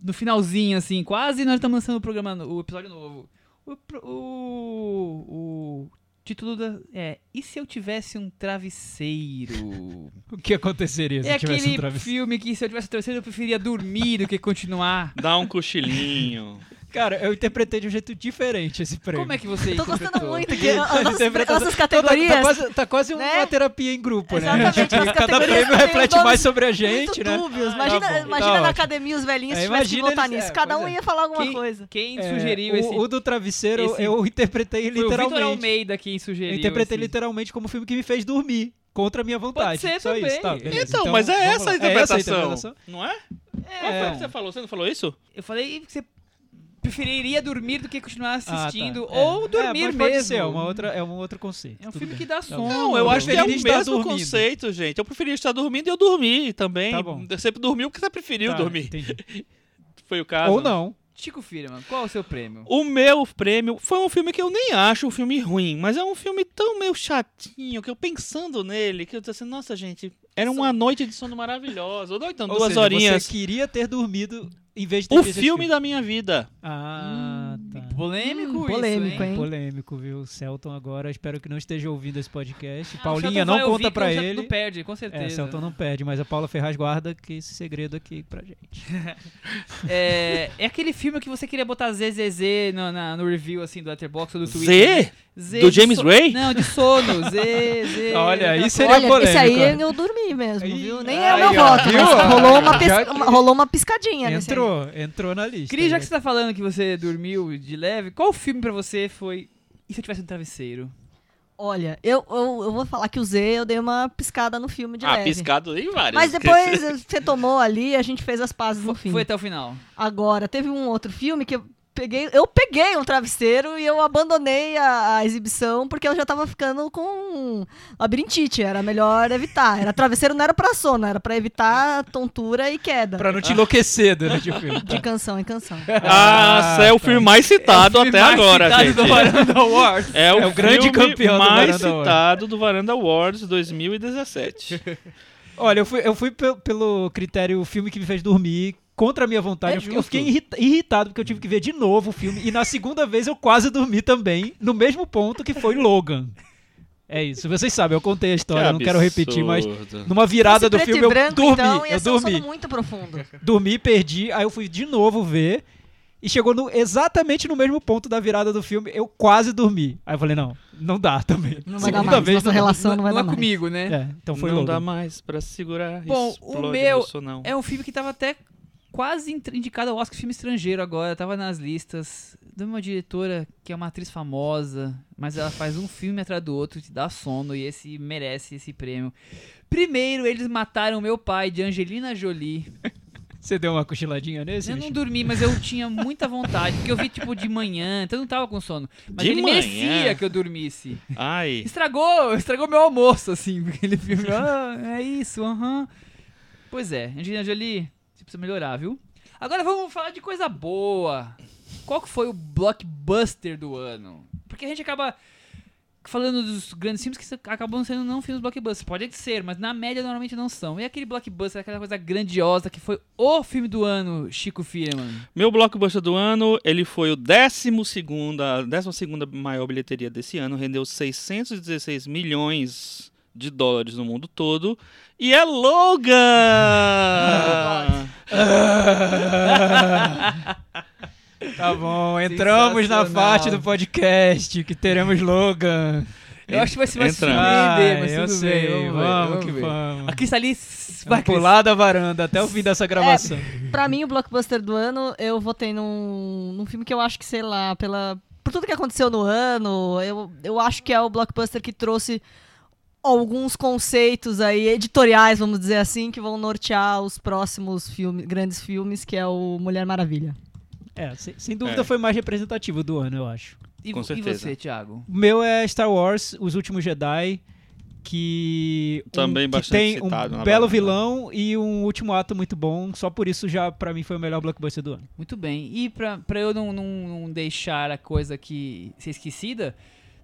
Speaker 2: no finalzinho, assim. Quase nós estamos lançando o programa, no- o episódio novo. O, pro- o, o título da, é E se eu tivesse um travesseiro?
Speaker 3: O que aconteceria se
Speaker 2: é
Speaker 3: tivesse um
Speaker 2: aquele
Speaker 3: travesseiro?
Speaker 2: filme que se eu tivesse um travesseiro eu preferia dormir do que continuar.
Speaker 4: Dá um cochilinho.
Speaker 3: Cara, eu interpretei de um jeito diferente esse prêmio.
Speaker 2: Como é que você
Speaker 5: Tô gostando
Speaker 2: interpretou?
Speaker 5: muito
Speaker 3: [laughs]
Speaker 5: que a-
Speaker 3: Ele
Speaker 5: as nossas,
Speaker 3: interpretou-
Speaker 5: as nossas
Speaker 3: Então, tá- Tá,
Speaker 5: categorias.
Speaker 3: quase, tá quase
Speaker 5: né?
Speaker 3: uma terapia em grupo, né? A
Speaker 5: Exatamente,
Speaker 3: gente-
Speaker 5: as
Speaker 3: [laughs] cada
Speaker 5: categorias
Speaker 3: prêmio
Speaker 5: têm
Speaker 3: reflete
Speaker 5: nomes
Speaker 3: mais sobre a
Speaker 5: muito
Speaker 3: gente, né?
Speaker 5: dúbios.
Speaker 3: Ah,
Speaker 5: Imagina,
Speaker 3: tá bom,
Speaker 5: imagina
Speaker 3: tá
Speaker 5: na
Speaker 3: ótimo.
Speaker 5: academia os velhinhos
Speaker 3: É,
Speaker 5: se tivesse que
Speaker 3: imagina
Speaker 5: votar
Speaker 3: eles-
Speaker 5: nisso.
Speaker 3: é,
Speaker 5: Cada
Speaker 3: pois
Speaker 5: um
Speaker 3: é.
Speaker 5: ia falar alguma
Speaker 2: Quem-
Speaker 5: coisa.
Speaker 2: Quem
Speaker 3: É,
Speaker 2: sugeriu
Speaker 3: o,
Speaker 2: esse
Speaker 3: o do travesseiro
Speaker 2: esse-
Speaker 3: eu interpretei
Speaker 2: Foi o Vitor
Speaker 3: literalmente.
Speaker 2: Almeida quem sugeriu.
Speaker 3: Eu interpretei
Speaker 2: esse-
Speaker 3: literalmente como um filme que me fez dormir. Contra a minha vontade.
Speaker 2: ser
Speaker 3: Só
Speaker 2: também.
Speaker 3: isso, tá, beleza.
Speaker 4: [laughs] Então, mas é
Speaker 3: vamos
Speaker 4: essa
Speaker 3: lá.
Speaker 4: a
Speaker 3: a
Speaker 4: interpretação. Não é? Qual foi
Speaker 3: É.
Speaker 4: que você falou? Você não falou isso?
Speaker 2: Eu falei que você preferiria dormir do que continuar
Speaker 3: Ah, tá.
Speaker 2: assistindo
Speaker 3: É.
Speaker 2: ou
Speaker 3: É,
Speaker 2: dormir
Speaker 3: mas
Speaker 2: mesmo.
Speaker 3: Pode ser, é, uma outra, é um outro conceito.
Speaker 2: É um
Speaker 3: tudo
Speaker 2: filme
Speaker 3: bem.
Speaker 2: que dá sono.
Speaker 4: Não, eu acho que é o
Speaker 3: preferia estar
Speaker 4: mesmo
Speaker 3: dormindo.
Speaker 4: conceito, gente. Eu preferia estar dormindo e eu dormi também.
Speaker 3: Tá bom.
Speaker 4: Eu sempre dormi o que você preferiu
Speaker 3: Tá,
Speaker 4: dormir. Tá,
Speaker 3: entendi.
Speaker 4: Foi o caso.
Speaker 3: Ou não.
Speaker 2: Chico Firman, qual é o seu prêmio?
Speaker 4: O meu prêmio foi um filme que eu nem acho um filme ruim, mas é um filme tão meio chatinho que eu pensando nele, que eu tô assim, nossa, gente, era uma noite de sono maravilhosa. Ou não, então,
Speaker 3: Ou
Speaker 4: duas
Speaker 3: seja,
Speaker 4: horinhas.
Speaker 3: Você queria ter dormido em vez de ter
Speaker 4: O
Speaker 3: visto esse
Speaker 4: filme da minha vida.
Speaker 3: Ah, tá.
Speaker 2: Polêmico
Speaker 5: Hum,
Speaker 2: isso,
Speaker 5: polêmico, hein?
Speaker 3: Polêmico, viu? Celton agora, espero que não esteja ouvindo esse podcast.
Speaker 2: Ah, o
Speaker 3: Paulinha,
Speaker 2: Shelton
Speaker 3: não
Speaker 2: vai ouvir,
Speaker 3: conta
Speaker 2: que
Speaker 3: pra
Speaker 2: o Shelton
Speaker 3: ele.
Speaker 2: Não perde, com certeza.
Speaker 3: É, Celton não perde, mas a Paula Ferraz guarda que esse segredo aqui pra gente.
Speaker 2: [laughs] É, é aquele filme que você queria botar ZZZ no, na- no review, assim, do Letterboxd ou do Twitter. né?
Speaker 4: Z?
Speaker 2: Z?
Speaker 4: Do
Speaker 2: de
Speaker 4: James Ray?
Speaker 2: Não, de sono. Z, Z.
Speaker 3: [laughs]
Speaker 2: Tá
Speaker 3: Olha,
Speaker 2: aquela
Speaker 3: isso é-
Speaker 2: coisa.
Speaker 3: Seria
Speaker 5: Olha, esse aí
Speaker 3: polêmico.
Speaker 5: eu dormi mesmo,
Speaker 3: Ih,
Speaker 5: viu? Nem é o
Speaker 3: aí,
Speaker 5: meu
Speaker 3: ó,
Speaker 5: voto,
Speaker 3: viu?
Speaker 5: mas rolou uma,
Speaker 3: Já
Speaker 5: pesca-
Speaker 3: que-
Speaker 5: uma- rolou uma piscadinha nesse aí.
Speaker 3: Entrou, entrou na lista. né?
Speaker 2: Cris, já que você tá falando que você dormiu de leve, qual filme pra você foi... E se eu tivesse um travesseiro?
Speaker 5: Olha, eu, eu, eu vou falar que o Z eu dei uma piscada no filme de
Speaker 4: Ah,
Speaker 5: leve.
Speaker 4: piscado em várias.
Speaker 2: é-
Speaker 4: [laughs]
Speaker 5: Mas depois você tomou ali, a gente fez as pazes no fim.
Speaker 2: Foi até o final.
Speaker 5: Agora, teve um outro filme que eu peguei, eu peguei um travesseiro e eu abandonei a, a exibição porque eu já tava ficando com labirintite, era melhor evitar. Era travesseiro não era pra sono, era pra evitar tontura e queda.
Speaker 3: Pra não te enlouquecer durante o filme.
Speaker 5: De canção em canção.
Speaker 4: Ah, esse é o filme mais citado
Speaker 2: Filme
Speaker 4: até
Speaker 2: mais
Speaker 4: agora,
Speaker 2: citado
Speaker 4: gente.
Speaker 2: do Varanda Awards.
Speaker 4: É o,
Speaker 3: É o grande
Speaker 4: filme
Speaker 3: campeão do
Speaker 4: mais
Speaker 3: Varanda Awards.
Speaker 4: citado do Varanda Awards 2017.
Speaker 3: Olha, eu fui, eu fui pe- pelo critério o filme que me fez dormir. Contra a minha vontade,
Speaker 2: É
Speaker 3: eu fiquei- eu
Speaker 2: justo.
Speaker 3: fiquei irrita- irritado porque eu tive que ver de novo o filme. E na segunda vez eu quase dormi também, no mesmo ponto que foi Logan. É isso, vocês sabem, eu contei a história, eu não quero repetir, mas numa virada
Speaker 5: Esse
Speaker 3: do
Speaker 5: preto
Speaker 3: filme
Speaker 5: e
Speaker 3: eu
Speaker 5: branco,
Speaker 3: dormi,
Speaker 5: então, ia
Speaker 3: eu
Speaker 5: ser um
Speaker 3: dormi.
Speaker 5: sono muito profundo.
Speaker 3: Dormi, perdi, aí eu fui de novo ver. E chegou no- exatamente no mesmo ponto da virada do filme, eu quase dormi. Aí eu falei, não, não dá também.
Speaker 5: Não vai
Speaker 3: Segunda
Speaker 5: dar mais,
Speaker 3: vez
Speaker 5: nossa relação não,
Speaker 2: Não,
Speaker 5: vai dar
Speaker 2: é
Speaker 5: mais.
Speaker 2: comigo, né?
Speaker 3: É, então foi
Speaker 4: não
Speaker 3: Logan.
Speaker 4: dá mais pra segurar.
Speaker 2: Bom,
Speaker 4: explode
Speaker 2: o meu
Speaker 4: meu sonão.
Speaker 2: É um filme que tava até quase int- indicado ao Oscar de filme estrangeiro agora, tava nas listas. De uma diretora que é uma atriz famosa, mas ela faz um filme atrás do outro, te dá sono e esse merece esse prêmio. Primeiro, eles mataram meu pai de Angelina Jolie.
Speaker 3: Você deu uma cochiladinha nesse?
Speaker 2: Eu não
Speaker 3: bicho?
Speaker 2: dormi, mas eu tinha muita vontade, porque eu vi tipo de manhã, então eu não tava com sono. Mas
Speaker 4: De
Speaker 2: ele
Speaker 4: manhã?
Speaker 2: merecia que eu dormisse.
Speaker 4: Ai.
Speaker 2: Estragou, estragou meu almoço, assim, [laughs] aquele
Speaker 3: [laughs]
Speaker 2: filme. Ah, é isso, aham. Pois é, Angelina Jolie, você precisa melhorar, viu? Agora vamos falar de coisa boa. Qual que foi o blockbuster do ano? Porque a gente acaba falando dos grandes filmes que se- acabam sendo não filmes blockbusters. Pode ser, mas na média normalmente não são. E aquele blockbuster, aquela coisa grandiosa que foi o filme do ano, Chico Firman.
Speaker 4: Meu blockbuster do ano, ele foi o 12º, a 12ª maior bilheteria desse ano, rendeu 616 milhões de dólares no mundo todo, e é
Speaker 3: [laughs]
Speaker 4: Logan!
Speaker 3: [laughs] Tá bom, entramos na
Speaker 2: Sensacional.
Speaker 3: parte do podcast que teremos Logan.
Speaker 2: Eu acho que vai se vai se
Speaker 4: Entramos.
Speaker 2: surpreender, mas tudo
Speaker 3: Ai, Ah, eu sei,
Speaker 2: bem. Vamos, ver,
Speaker 3: vamos
Speaker 2: vamos
Speaker 3: que
Speaker 2: ver.
Speaker 3: vamos.
Speaker 2: A Cris ali vai
Speaker 3: Vamos pular da varanda até o fim dessa gravação.
Speaker 5: Pra mim, o blockbuster do ano, eu votei num, num filme que eu acho que, sei lá, pela, por tudo que aconteceu no ano, eu, eu acho que é o blockbuster que trouxe alguns conceitos aí, editoriais, vamos dizer assim, que vão nortear os próximos filmes, grandes filmes, que é o Mulher Maravilha.
Speaker 3: É, sem, sem dúvida
Speaker 4: É.
Speaker 3: foi mais representativo do ano, eu acho.
Speaker 2: E,
Speaker 4: Com
Speaker 2: e
Speaker 4: certeza.
Speaker 2: você, Thiago?
Speaker 3: O meu é Star Wars, Os Últimos Jedi. que um-
Speaker 4: Também
Speaker 3: que
Speaker 4: bastante
Speaker 3: tem um
Speaker 4: citado na
Speaker 3: belo
Speaker 4: Baranda.
Speaker 3: vilão e um último ato muito bom. Só por isso já pra mim foi o melhor blockbuster do ano.
Speaker 2: Muito bem. E pra, pra eu não, não, não deixar a coisa aqui ser esquecida,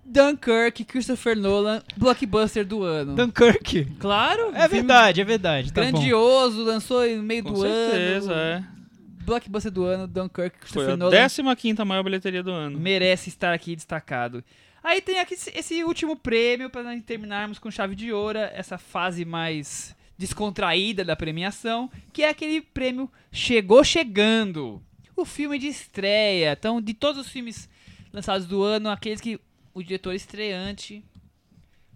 Speaker 2: Dunkirk, Christopher Nolan, blockbuster do ano.
Speaker 3: Dunkirk.
Speaker 2: Claro. um
Speaker 3: É
Speaker 2: filme
Speaker 3: verdade, é verdade. Tá bom.
Speaker 2: Grandioso, lançou no meio
Speaker 4: Com
Speaker 2: do
Speaker 4: certeza,
Speaker 2: ano.
Speaker 4: é.
Speaker 2: Blockbuster do ano, Dunkirk,
Speaker 4: Foi
Speaker 2: Christopher
Speaker 4: a
Speaker 2: Nolan.
Speaker 4: 15 maior bilheteria do
Speaker 3: Uhum.
Speaker 4: ano.
Speaker 2: merece estar aqui destacado. Aí tem aqui esse- esse último prêmio para terminarmos com chave de ouro, essa fase mais descontraída da premiação, que é aquele prêmio Chegou Chegando. O filme de estreia. Então, de todos os filmes lançados do ano, aqueles que o diretor estreante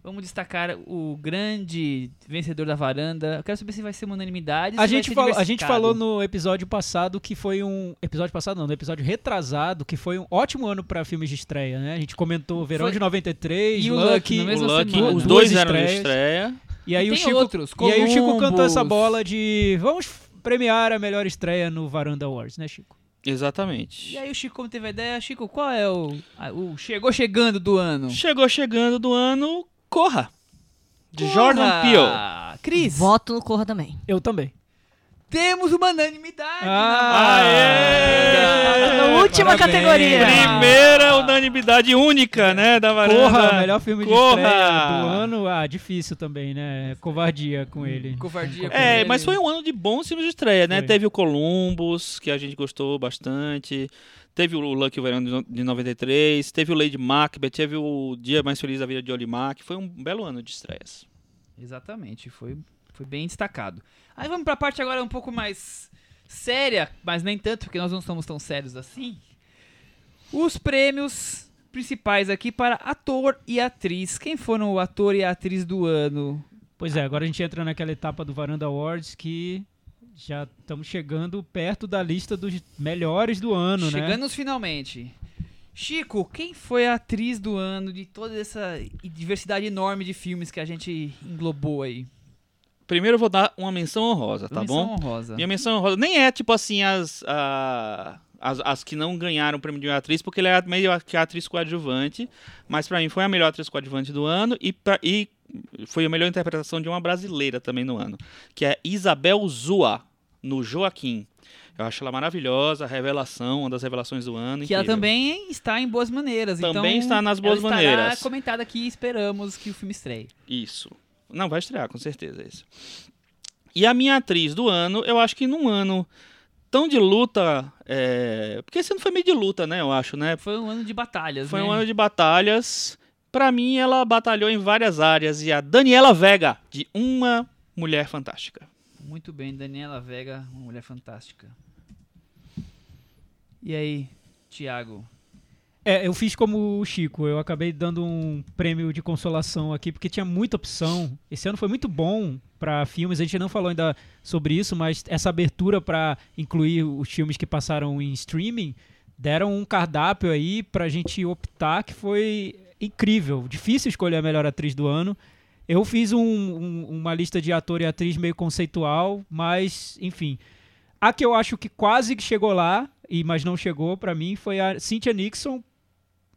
Speaker 2: Vamos destacar o grande vencedor da varanda. Eu quero saber se vai ser uma unanimidade.
Speaker 3: A
Speaker 2: se vai
Speaker 3: gente,
Speaker 2: ser
Speaker 3: falou, a gente
Speaker 2: diversificado.
Speaker 3: falou no episódio passado que foi um. Episódio passado não, no episódio retrasado, que foi um ótimo ano pra filmes de estreia, né? A gente comentou o Verão
Speaker 2: Foi.
Speaker 3: de 93,
Speaker 2: E o Lucky,
Speaker 3: Lucky.
Speaker 2: não é
Speaker 4: O
Speaker 2: mesmo? Mesma
Speaker 4: Lucky,
Speaker 2: semana.
Speaker 4: os dois
Speaker 3: Duas
Speaker 4: eram de
Speaker 3: estreias.
Speaker 4: estreia.
Speaker 3: E aí
Speaker 2: E
Speaker 3: o
Speaker 2: tem
Speaker 3: Chico.
Speaker 2: outros,
Speaker 3: E aí o Chico cantou essa
Speaker 2: Columbus.
Speaker 3: bola de. Vamos premiar a melhor estreia no Varanda Awards, né, Chico?
Speaker 4: Exatamente.
Speaker 2: E aí o Chico, como teve a ideia, Chico, qual é o, a- o chegou chegando do ano?
Speaker 4: Chegou chegando do ano Corra, de
Speaker 2: Corra!
Speaker 4: Jordan Peele.
Speaker 2: Cris,
Speaker 5: Voto no Corra também.
Speaker 3: Eu também.
Speaker 2: temos uma unanimidade.
Speaker 3: Ah,
Speaker 4: aê!
Speaker 2: Na
Speaker 5: Na última categoria.
Speaker 4: Primeira unanimidade única, né, da varanda.
Speaker 3: Corra, melhor filme
Speaker 4: Corra!
Speaker 3: de estreia do ano. Ah, difícil também, né? Covardia com ele.
Speaker 2: Covardia com
Speaker 4: É,
Speaker 2: ele.
Speaker 4: mas foi um ano de bons filmes de estreia, né?
Speaker 3: Foi.
Speaker 4: Teve o Columbus, que a gente gostou bastante. Teve o Lucky o Verão de no- de 93. Teve o Lady Macbeth. Teve o Dia Mais Feliz da Vida de Ollie Mack. Foi um belo ano de estreias. um-
Speaker 2: Exatamente, foi, foi bem destacado. Aí vamos pra parte agora um pouco mais séria, mas nem tanto, porque nós não somos tão sérios assim. Os prêmios principais aqui para ator e atriz. Quem foram o ator e a atriz do ano?
Speaker 3: Pois é, agora a gente entra naquela etapa do Varanda Awards que já estamos chegando perto da lista dos melhores do ano, né?
Speaker 2: Chegando finalmente. Chico, quem foi a atriz do ano de toda essa diversidade enorme de filmes que a gente englobou aí?
Speaker 4: Primeiro eu vou dar uma menção honrosa, tá
Speaker 2: Menção
Speaker 4: bom?
Speaker 2: honrosa.
Speaker 4: Minha menção honrosa nem é tipo assim as, a- as, as que não ganharam o prêmio de melhor atriz, porque ela é a- meio que a atriz coadjuvante, mas pra mim foi a melhor atriz coadjuvante do ano e, pra- e foi a melhor interpretação de uma brasileira também no ano, que é Isabel Zua, no Joaquim. Eu acho ela maravilhosa, revelação, uma das revelações do ano.
Speaker 2: Que ela
Speaker 4: é incrível.
Speaker 2: também está em boas maneiras.
Speaker 4: Também
Speaker 2: então,
Speaker 4: está nas Boas
Speaker 2: ela estará
Speaker 4: Maneiras.
Speaker 2: comentada aqui e esperamos que o filme estreie.
Speaker 4: Isso. Não, vai estrear, com certeza. Isso. E a minha atriz do ano, eu acho que num ano tão de luta. é, Porque esse ano foi meio de luta, né? Eu acho, né?
Speaker 2: Foi um ano de batalhas,
Speaker 4: Foi
Speaker 2: né?
Speaker 4: um ano de batalhas. Pra mim, ela batalhou em várias áreas. E a Daniela Vega, de Uma Mulher Fantástica.
Speaker 2: Muito bem, Daniela Vega, uma mulher fantástica. E aí, Tiago?
Speaker 3: É, eu fiz como o Chico, eu acabei dando um prêmio de consolação aqui, porque tinha muita opção. Esse ano foi muito bom pra filmes, a gente não falou ainda sobre isso, mas essa abertura pra incluir os filmes que passaram em streaming deram um cardápio aí pra gente optar, que foi incrível. Difícil escolher a melhor atriz do ano. Eu fiz um- um- uma lista de ator e atriz meio conceitual, mas enfim. A que eu acho que quase que chegou lá, e mas não chegou pra mim, foi a Cynthia Nixon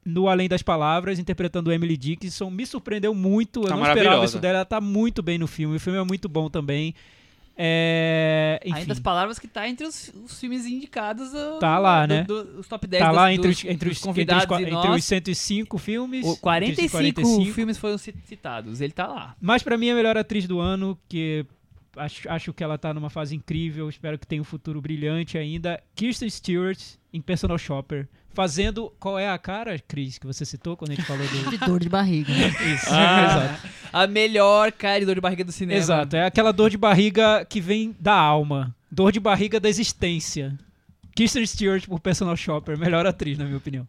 Speaker 3: no Além das Palavras, interpretando Emily Dickinson. Me surpreendeu muito, eu
Speaker 4: Tá
Speaker 3: não esperava
Speaker 4: maravilhosa.
Speaker 3: isso dela. Ela tá muito bem no filme, o filme é muito bom também. É, enfim,
Speaker 2: Ainda as palavras que tá entre os, os filmes indicados. o-
Speaker 3: Tá lá,
Speaker 2: do-
Speaker 3: né?
Speaker 2: do- os top 10
Speaker 3: tá
Speaker 2: dos-
Speaker 3: lá entre
Speaker 2: dos-
Speaker 3: os,
Speaker 2: dos
Speaker 3: entre, os, entre, os,
Speaker 2: convidados
Speaker 3: qua-
Speaker 2: e
Speaker 3: entre
Speaker 2: nós.
Speaker 3: os 105 filmes.
Speaker 2: O
Speaker 3: entre os
Speaker 2: 45,
Speaker 3: 45.
Speaker 2: filmes foram ci- citados, ele tá lá.
Speaker 3: Mas pra mim é a melhor atriz do ano, que acho, acho que ela tá numa fase incrível, espero que tenha um futuro brilhante ainda. Kirsten Stewart em Personal Shopper, fazendo qual é a cara, Cris, que você citou quando a gente falou do
Speaker 2: [laughs]
Speaker 5: De dor de barriga.
Speaker 3: Isso,
Speaker 2: Ah,
Speaker 3: [laughs]
Speaker 2: né,
Speaker 3: exato.
Speaker 2: A melhor cara de dor de barriga do cinema.
Speaker 3: Exato, é aquela dor de barriga que vem da alma, dor de barriga da existência. Kirsten Stewart por Personal Shopper, melhor atriz, na minha opinião.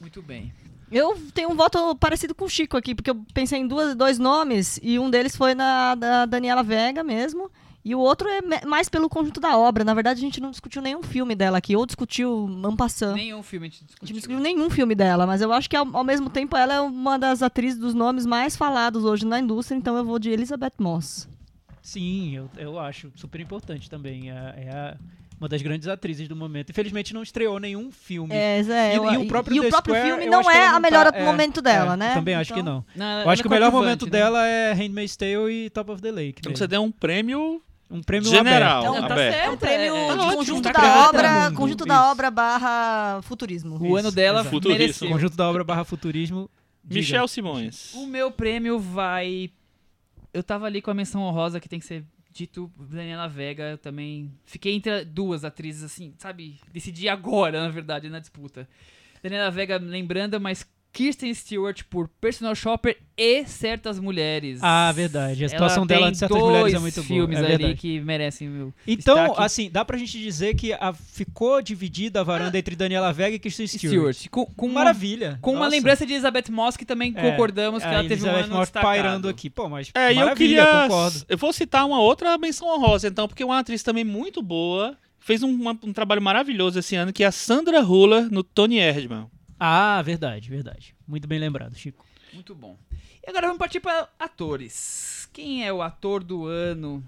Speaker 2: Muito bem.
Speaker 5: Eu tenho um voto parecido com o Chico aqui, porque eu pensei em duas, dois nomes, e um deles foi na da Daniela Vega mesmo, e o outro é me- mais pelo conjunto da obra. Na verdade, a gente não discutiu nenhum filme dela aqui, ou discutiu Ampassant.
Speaker 2: Nenhum filme a gente
Speaker 5: A gente
Speaker 2: discutiu.
Speaker 5: não discutiu nenhum filme dela, mas eu acho que ao, ao mesmo tempo ela é uma das atrizes dos nomes mais falados hoje na indústria, então eu vou de Elizabeth Moss.
Speaker 3: Sim, eu, eu acho super importante também. É, é a- Uma das grandes atrizes do momento. Infelizmente não estreou nenhum filme.
Speaker 5: É, Zé,
Speaker 3: E-
Speaker 5: eu-
Speaker 3: e o próprio The Square,
Speaker 5: filme
Speaker 3: eu
Speaker 5: não
Speaker 3: acho que
Speaker 5: é
Speaker 3: ela
Speaker 5: a
Speaker 3: não
Speaker 5: melhor
Speaker 3: tá- é,
Speaker 5: momento dela,
Speaker 3: É,
Speaker 5: né?
Speaker 3: Também acho que
Speaker 5: Então,
Speaker 3: não.
Speaker 2: Na-
Speaker 3: Eu acho
Speaker 2: na
Speaker 3: que o melhor
Speaker 2: coadjuvante,
Speaker 3: momento
Speaker 2: né?
Speaker 3: dela é Handmaid's Tale e Top of the Lake.
Speaker 4: Então
Speaker 3: mesmo.
Speaker 4: você deu um prêmio
Speaker 3: Um prêmio
Speaker 4: general.
Speaker 2: Não, tá
Speaker 4: aberto.
Speaker 2: certo.
Speaker 5: É um prêmio
Speaker 2: é,
Speaker 5: de
Speaker 2: ótimo,
Speaker 5: conjunto
Speaker 2: tá
Speaker 5: da
Speaker 2: cada
Speaker 5: obra,
Speaker 3: mundo,
Speaker 5: conjunto
Speaker 3: isso.
Speaker 5: da obra barra futurismo.
Speaker 2: O ano dela
Speaker 3: exato.
Speaker 4: Futurismo.
Speaker 2: mereceu.
Speaker 3: aberto. Conjunto da obra barra futurismo. diga.
Speaker 4: Michel Simões.
Speaker 2: O meu prêmio vai. Eu tava ali com a menção honrosa que tem que ser dito Daniela Vega eu também. Fiquei entre duas atrizes, assim, sabe? Decidi agora, na verdade, na disputa. Daniela Vega lembrando, mas Kirsten Stewart por Personal Shopper e Certas Mulheres.
Speaker 3: Ah, verdade. A situação
Speaker 2: Ela
Speaker 3: dela
Speaker 2: tem
Speaker 3: de certas
Speaker 2: dois
Speaker 3: mulheres é muito boa.
Speaker 2: filmes
Speaker 3: é
Speaker 2: ali
Speaker 3: verdade.
Speaker 2: que merecem o meu.
Speaker 3: Então,
Speaker 2: destaque.
Speaker 3: assim, dá pra gente dizer que a- ficou dividida a varanda entre Daniela Vega e Kristen Stewart.
Speaker 2: Stewart. Com, com uma,
Speaker 3: Maravilha.
Speaker 2: com uma
Speaker 3: Nossa.
Speaker 2: lembrança de Elizabeth Moss, que também
Speaker 3: É,
Speaker 2: concordamos que
Speaker 3: a
Speaker 2: ela teve
Speaker 3: Elizabeth
Speaker 2: um ano
Speaker 3: Moss
Speaker 2: destacado.
Speaker 3: pairando aqui. Pô, mas
Speaker 4: É, e eu
Speaker 3: maravilha,
Speaker 4: queria.
Speaker 3: concordo.
Speaker 4: Eu vou citar uma outra menção honrosa, então, porque é uma atriz também muito boa. Fez um, uma- um trabalho maravilhoso esse ano, que é a Sandra Huller no Tony Erdmann.
Speaker 3: Ah, verdade, verdade. Muito bem lembrado, Chico.
Speaker 2: Muito bom. E agora vamos partir para atores. Quem é o ator do ano?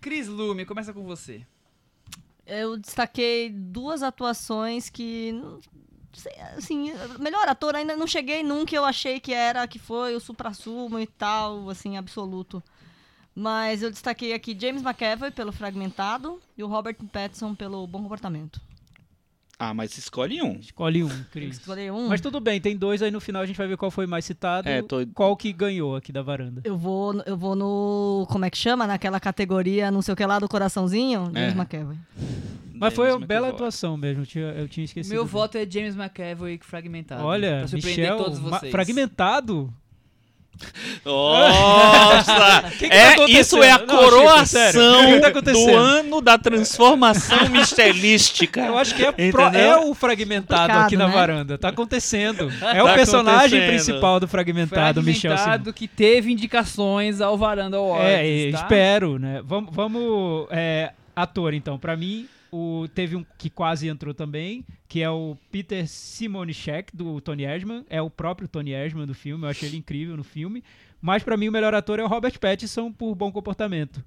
Speaker 2: Cris Lume, começa com você.
Speaker 5: Eu destaquei duas atuações que. não sei, Assim, melhor ator, ainda não cheguei num que eu achei que era, que foi o supra-sumo e tal, assim, absoluto. Mas eu destaquei aqui James McAvoy pelo Fragmentado e o Robert Pattinson pelo Bom Comportamento.
Speaker 4: Ah, mas escolhe um.
Speaker 3: Escolhe um,
Speaker 5: Tem que
Speaker 3: Cris.
Speaker 5: escolher um.
Speaker 2: Hum.
Speaker 3: Mas tudo bem, tem dois aí no final, a gente vai ver qual foi mais citado.
Speaker 4: É, tô- É
Speaker 3: Qual que ganhou aqui da varanda.
Speaker 5: Eu vou, eu vou no. Como é que chama? Naquela categoria, não sei o que lá, do coraçãozinho.
Speaker 4: É.
Speaker 5: James McAvoy.
Speaker 3: Mas foi uma
Speaker 4: James
Speaker 3: bela
Speaker 4: McAvoy.
Speaker 3: atuação mesmo, eu tinha, eu tinha esquecido.
Speaker 2: Meu voto é James McAvoy fragmentado.
Speaker 3: Olha,
Speaker 2: pra surpreender
Speaker 3: Michel,
Speaker 2: todos
Speaker 3: ma-
Speaker 2: vocês.
Speaker 3: fragmentado.
Speaker 4: [laughs] Nossa!
Speaker 3: que tá
Speaker 4: é,
Speaker 3: acontecendo?
Speaker 4: isso é a
Speaker 3: Não, Chico, sério,
Speaker 4: coroação
Speaker 3: o que que tá
Speaker 4: do
Speaker 3: acontecendo?
Speaker 4: ano da [laughs] transformação mistelística.
Speaker 3: Eu acho que
Speaker 4: [laughs]
Speaker 3: é, pro-
Speaker 4: Entendeu?
Speaker 3: é o fragmentado
Speaker 5: Complicado,
Speaker 3: aqui na
Speaker 5: né?
Speaker 3: varanda. Tá
Speaker 4: [laughs]
Speaker 3: acontecendo. É
Speaker 4: Tá
Speaker 3: o personagem
Speaker 4: acontecendo.
Speaker 3: principal do fragmentado,
Speaker 2: fragmentado
Speaker 3: Michel Simon.
Speaker 2: que teve indicações ao Varanda Awards.
Speaker 3: É, e-
Speaker 2: tá?
Speaker 3: espero, né? Vamos, vamos é, ator então. Pra mim, o teve um que quase entrou também, que é o Peter Simonischek do Tony Erdmann. É o próprio Tony Erdmann do filme. Eu achei ele incrível no filme. Mas pra mim o melhor ator é o Robert Pattinson por Bom Comportamento.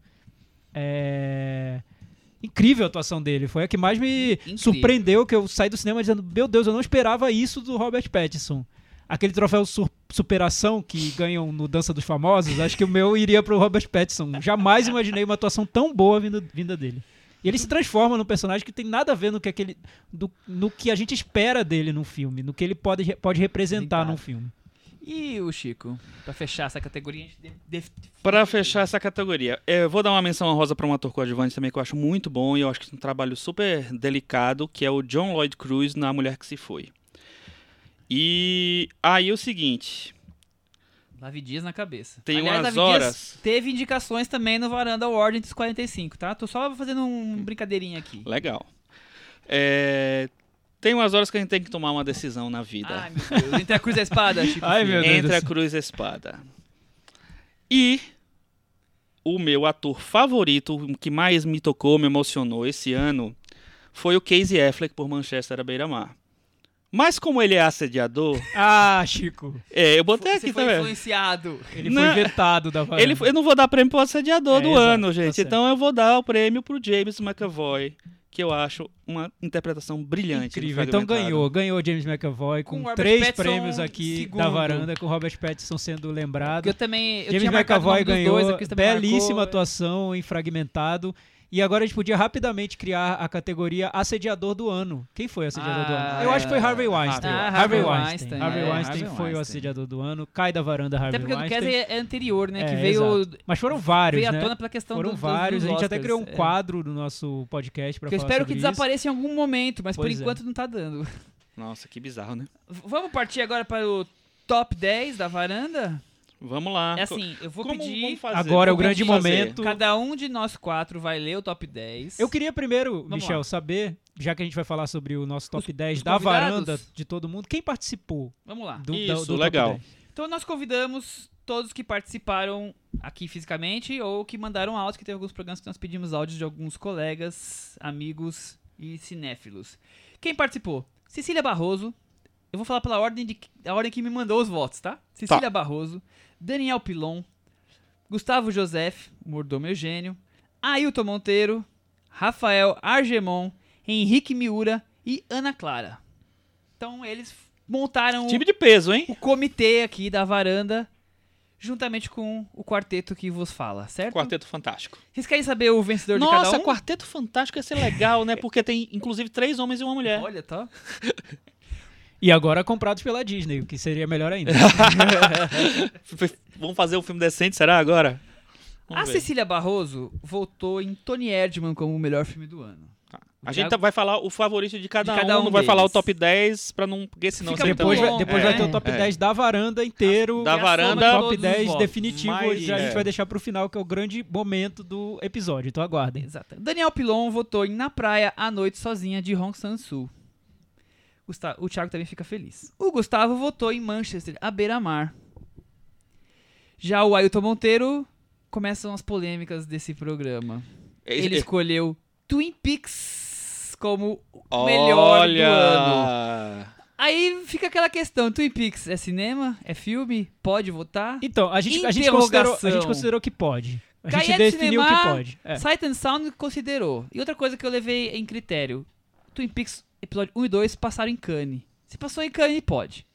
Speaker 3: É incrível a atuação dele. Foi a que mais me
Speaker 2: Incrível.
Speaker 3: surpreendeu, que eu saí do cinema dizendo, meu Deus, eu não esperava isso do Robert Pattinson. Aquele troféu sur- superação que ganham no Dança dos Famosos, acho que o meu iria pro Robert Pattinson. Jamais imaginei uma atuação tão boa vinda, vinda dele. E ele se transforma num personagem que tem nada a ver no que, aquele, do- no que a gente espera dele num filme, no que ele pode, re- pode representar num filme.
Speaker 2: E o Chico, pra fechar essa categoria, a gente deve- deve-
Speaker 4: Pra fechar essa categoria, é, eu vou dar uma menção honrosa pra um ator coadjuvante também que eu acho muito bom e eu acho que tem um trabalho super delicado, que é o John Lloyd Cruz na Mulher que se foi. E aí é o seguinte,
Speaker 2: Davi Dias na cabeça.
Speaker 4: Tem
Speaker 2: Aliás,
Speaker 4: umas
Speaker 2: Davi Dias
Speaker 4: horas.
Speaker 2: teve indicações também no Varanda Award entre os 45, tá? Tô só fazendo
Speaker 4: Hum.
Speaker 2: um brincadeirinha aqui.
Speaker 4: legal. É, tem umas horas que a gente tem que tomar uma decisão na vida.
Speaker 2: Ai, meu Deus. Entre a cruz e a espada, Chico.
Speaker 3: Ai,
Speaker 2: Filho.
Speaker 3: meu Deus
Speaker 4: entre
Speaker 3: do
Speaker 4: a
Speaker 3: céu.
Speaker 4: cruz e a espada. E o meu ator favorito, o que mais me tocou, me emocionou esse ano, foi o Casey Affleck por Manchester à beira-mar. Mas como ele
Speaker 3: [laughs]
Speaker 4: é assediador,
Speaker 3: Ah, Chico,
Speaker 4: é, eu botei
Speaker 2: Você
Speaker 4: aqui
Speaker 2: foi
Speaker 4: também.
Speaker 2: influenciado.
Speaker 3: ele
Speaker 4: Não.
Speaker 3: foi vetado da varanda.
Speaker 4: Ele, eu não vou dar prêmio pro assediador
Speaker 3: É,
Speaker 4: do
Speaker 3: exato,
Speaker 4: ano,
Speaker 3: tá
Speaker 4: gente.
Speaker 3: certo.
Speaker 4: então eu vou dar o prêmio pro James McAvoy, que eu acho uma interpretação brilhante. do
Speaker 3: Incrível. Então
Speaker 4: Fragmentado.
Speaker 3: ganhou, ganhou o James McAvoy com,
Speaker 2: Com Robert
Speaker 3: três
Speaker 2: Pattinson,
Speaker 3: prêmios aqui da
Speaker 2: segundo.
Speaker 3: varanda, com o Robert Pattinson sendo lembrado.
Speaker 2: Porque eu também. Eu
Speaker 3: James
Speaker 2: tinha marcado o nome
Speaker 3: McAvoy
Speaker 2: dos
Speaker 3: ganhou,
Speaker 2: dois, a Cris também
Speaker 3: belíssima
Speaker 2: marcou.
Speaker 3: atuação em Fragmentado. E agora a gente podia rapidamente criar a categoria Assediador do Ano. Quem foi o Assediador
Speaker 2: Ah,
Speaker 3: do Ano? Eu acho que foi Harvey Weinstein.
Speaker 2: Ah,
Speaker 3: Harvey
Speaker 2: Harvey
Speaker 3: Weinstein.
Speaker 2: Weinstein,
Speaker 3: Harvey
Speaker 2: é,
Speaker 3: Weinstein
Speaker 2: Harvey
Speaker 3: foi o
Speaker 2: Weinstein.
Speaker 3: Assediador do Ano. Cai da varanda Harvey
Speaker 2: Até porque o do
Speaker 3: Weinstein.
Speaker 2: Kessler é anterior, né? que
Speaker 3: É,
Speaker 2: veio.
Speaker 3: exato. Mas foram vários,
Speaker 2: veio à
Speaker 3: né?
Speaker 2: tona pela questão
Speaker 3: Foram
Speaker 2: do, do-
Speaker 3: vários.
Speaker 2: dos
Speaker 3: A gente até
Speaker 2: Oscars,
Speaker 3: criou um
Speaker 2: é.
Speaker 3: quadro no nosso podcast pra
Speaker 2: Que eu
Speaker 3: falar
Speaker 2: espero que
Speaker 3: sobre isso.
Speaker 2: desapareça em algum momento, mas
Speaker 3: Pois
Speaker 2: por
Speaker 3: é.
Speaker 2: enquanto não tá dando.
Speaker 4: Nossa, que bizarro, né?
Speaker 2: V- Vamos partir agora para o top 10 da varanda?
Speaker 4: Vamos lá.
Speaker 2: É assim, eu vou
Speaker 4: Como
Speaker 2: pedir.
Speaker 4: vamos fazer?
Speaker 3: Agora é o
Speaker 4: Como
Speaker 3: grande
Speaker 4: vamos fazer?
Speaker 3: momento.
Speaker 2: Cada um de nós quatro vai ler o top 10.
Speaker 3: Eu queria primeiro,
Speaker 2: Vamos
Speaker 3: Michel,
Speaker 2: lá.
Speaker 3: saber, já que a gente vai falar sobre o nosso top
Speaker 2: Os-
Speaker 3: 10
Speaker 2: os
Speaker 3: da
Speaker 2: convidados? Ah,
Speaker 3: varanda de todo mundo, quem participou
Speaker 2: Vamos lá.
Speaker 3: do, da-
Speaker 4: Isso,
Speaker 3: do top
Speaker 4: legal.
Speaker 3: 10?
Speaker 2: Então nós convidamos todos que participaram aqui fisicamente ou que mandaram áudios, que teve alguns programas que nós pedimos áudios de alguns colegas, amigos e cinéfilos. Quem participou? Cecília Barroso. Eu vou falar pela ordem, de, a ordem que me mandou os votos, tá? Cecília Barroso, Daniel Pilon, Gustavo Josef, Mordomo Eugênio, Ailton Monteiro, Rafael Argemon, Henrique Miura e Ana Clara. Então eles montaram o-
Speaker 4: Time de peso, hein?
Speaker 2: o comitê aqui da varanda, juntamente com o quarteto que vos fala, certo?
Speaker 4: Quarteto Fantástico.
Speaker 2: Vocês querem saber o vencedor de
Speaker 4: Nossa,
Speaker 2: cada um?
Speaker 4: Quarteto Fantástico ia ser legal, né? Porque tem, inclusive, três homens e uma mulher.
Speaker 2: Olha, tá.
Speaker 3: E agora comprados pela Disney, o que seria melhor
Speaker 4: [laughs]
Speaker 3: ainda.
Speaker 4: Então F- Vamos fazer um filme decente, será agora?
Speaker 2: A
Speaker 4: Vamos ver.
Speaker 2: Cecília Barroso votou em Tony Erdman como o melhor filme do ano.
Speaker 4: A gente tá- vai falar o favorito de cada,
Speaker 2: De cada
Speaker 4: um,
Speaker 2: um
Speaker 4: não vai falar o
Speaker 2: deles.
Speaker 4: top 10 pra não. Porque senão
Speaker 2: Fica
Speaker 4: você
Speaker 2: muito
Speaker 4: tá-
Speaker 3: depois vai,
Speaker 2: bom,
Speaker 3: depois
Speaker 4: é.
Speaker 3: vai ter o top
Speaker 4: É.
Speaker 3: 10 da varanda inteiro.
Speaker 4: Da
Speaker 2: E a
Speaker 4: varanda-
Speaker 2: soma de né?
Speaker 3: Top
Speaker 2: todos os
Speaker 3: 10
Speaker 2: votos.
Speaker 3: definitivo,
Speaker 4: Mas,
Speaker 3: já a gente
Speaker 4: é.
Speaker 3: vai deixar pro final, que é o grande momento do episódio. Então aguardem.
Speaker 2: Exato. Daniel Pilon votou em Na Praia, à Noite Sozinha, de Hong San-Soo. Gusta- O Thiago também fica feliz. O Gustavo votou em Manchester, à beira-mar. Já o Ailton Monteiro, começam as polêmicas desse programa.
Speaker 4: É,
Speaker 2: Ele [laughs]
Speaker 4: é-
Speaker 2: escolheu Twin Peaks como o
Speaker 4: Olha!
Speaker 2: melhor do ano. Aí fica aquela questão, Twin Peaks é cinema? É filme? Pode votar?
Speaker 3: Então, a gente, a gente, considerou, a gente
Speaker 2: Interrogação.
Speaker 3: considerou que pode. A gente
Speaker 2: Caiete
Speaker 3: definiu que
Speaker 2: Cinema-
Speaker 3: pode. É.
Speaker 2: Sight and Sound considerou. E outra coisa que eu levei em critério. Twin Peaks, episódio 1 e 2 passaram em Cannes. Se passou em Cannes, pode.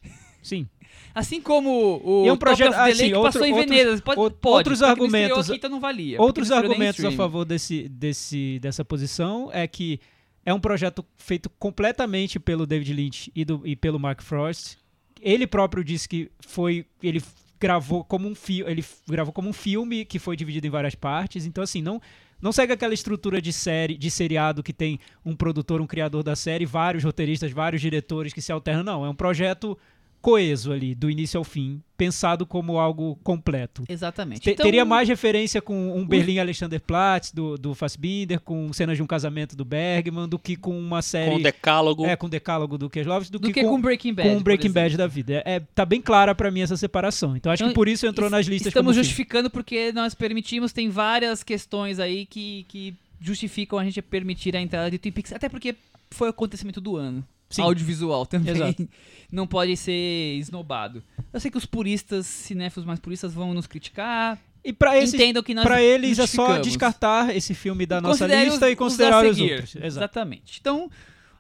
Speaker 3: Sim.
Speaker 2: Assim como o
Speaker 3: E é um
Speaker 2: Top
Speaker 3: projeto-
Speaker 2: of the
Speaker 3: assim,
Speaker 2: Lake
Speaker 3: outro-
Speaker 2: passou em
Speaker 3: outros-
Speaker 2: Veneza, pode,
Speaker 3: out-
Speaker 2: pode.
Speaker 3: outros
Speaker 2: só que não estreou
Speaker 3: argumentos-
Speaker 2: Aqui, então não valia, porque
Speaker 3: Outros
Speaker 2: não estreou nem em
Speaker 3: argumentos a
Speaker 2: streaming.
Speaker 3: favor desse, desse, dessa posição é que é um projeto feito completamente pelo David Lynch e, do- e pelo Mark Frost. Ele próprio disse que foi. Ele f- gravou como um filme. Ele f- gravou como um filme que foi dividido em várias partes. Então, assim, não. Não segue aquela estrutura de série, de seriado que tem um produtor, um criador da série, vários roteiristas, vários diretores que se alternam. Não, é um projeto coeso ali, do início ao fim, pensado como algo completo.
Speaker 2: Exatamente.
Speaker 3: Te-
Speaker 2: Então,
Speaker 3: teria mais referência com um Berlim Alexanderplatz do, do Fassbinder, com cenas de um casamento do Bergman, do que com uma
Speaker 4: Com o
Speaker 3: série
Speaker 4: decálogo.
Speaker 3: é, com decálogo do Keslovitz, do,
Speaker 2: do que com Breaking Bad.
Speaker 3: com um
Speaker 2: por
Speaker 3: Breaking
Speaker 2: exemplo.
Speaker 3: Bad da vida. É, tá bem clara pra mim essa separação. Então acho
Speaker 2: Então,
Speaker 3: que por isso entrou
Speaker 2: Es-
Speaker 3: nas listas
Speaker 2: Estamos
Speaker 3: como filme.
Speaker 2: justificando porque nós permitimos, tem várias questões aí que, que justificam a gente permitir a entrada de Twin Peaks, até porque foi o acontecimento do ano.
Speaker 3: Sim.
Speaker 2: Audiovisual também.
Speaker 3: Exato.
Speaker 2: [laughs] Não pode ser esnobado. Eu sei que os puristas, cinéfilos mais puristas, vão nos criticar.
Speaker 3: E pra esses,
Speaker 2: Entendam que nós
Speaker 3: pra eles é só
Speaker 2: justificamos.
Speaker 3: descartar esse filme da nossa
Speaker 2: Considere
Speaker 3: lista
Speaker 2: os-
Speaker 3: e
Speaker 2: os
Speaker 3: considerar
Speaker 2: a
Speaker 3: os,
Speaker 2: seguir.
Speaker 3: outros. Exato.
Speaker 2: Exatamente. Então,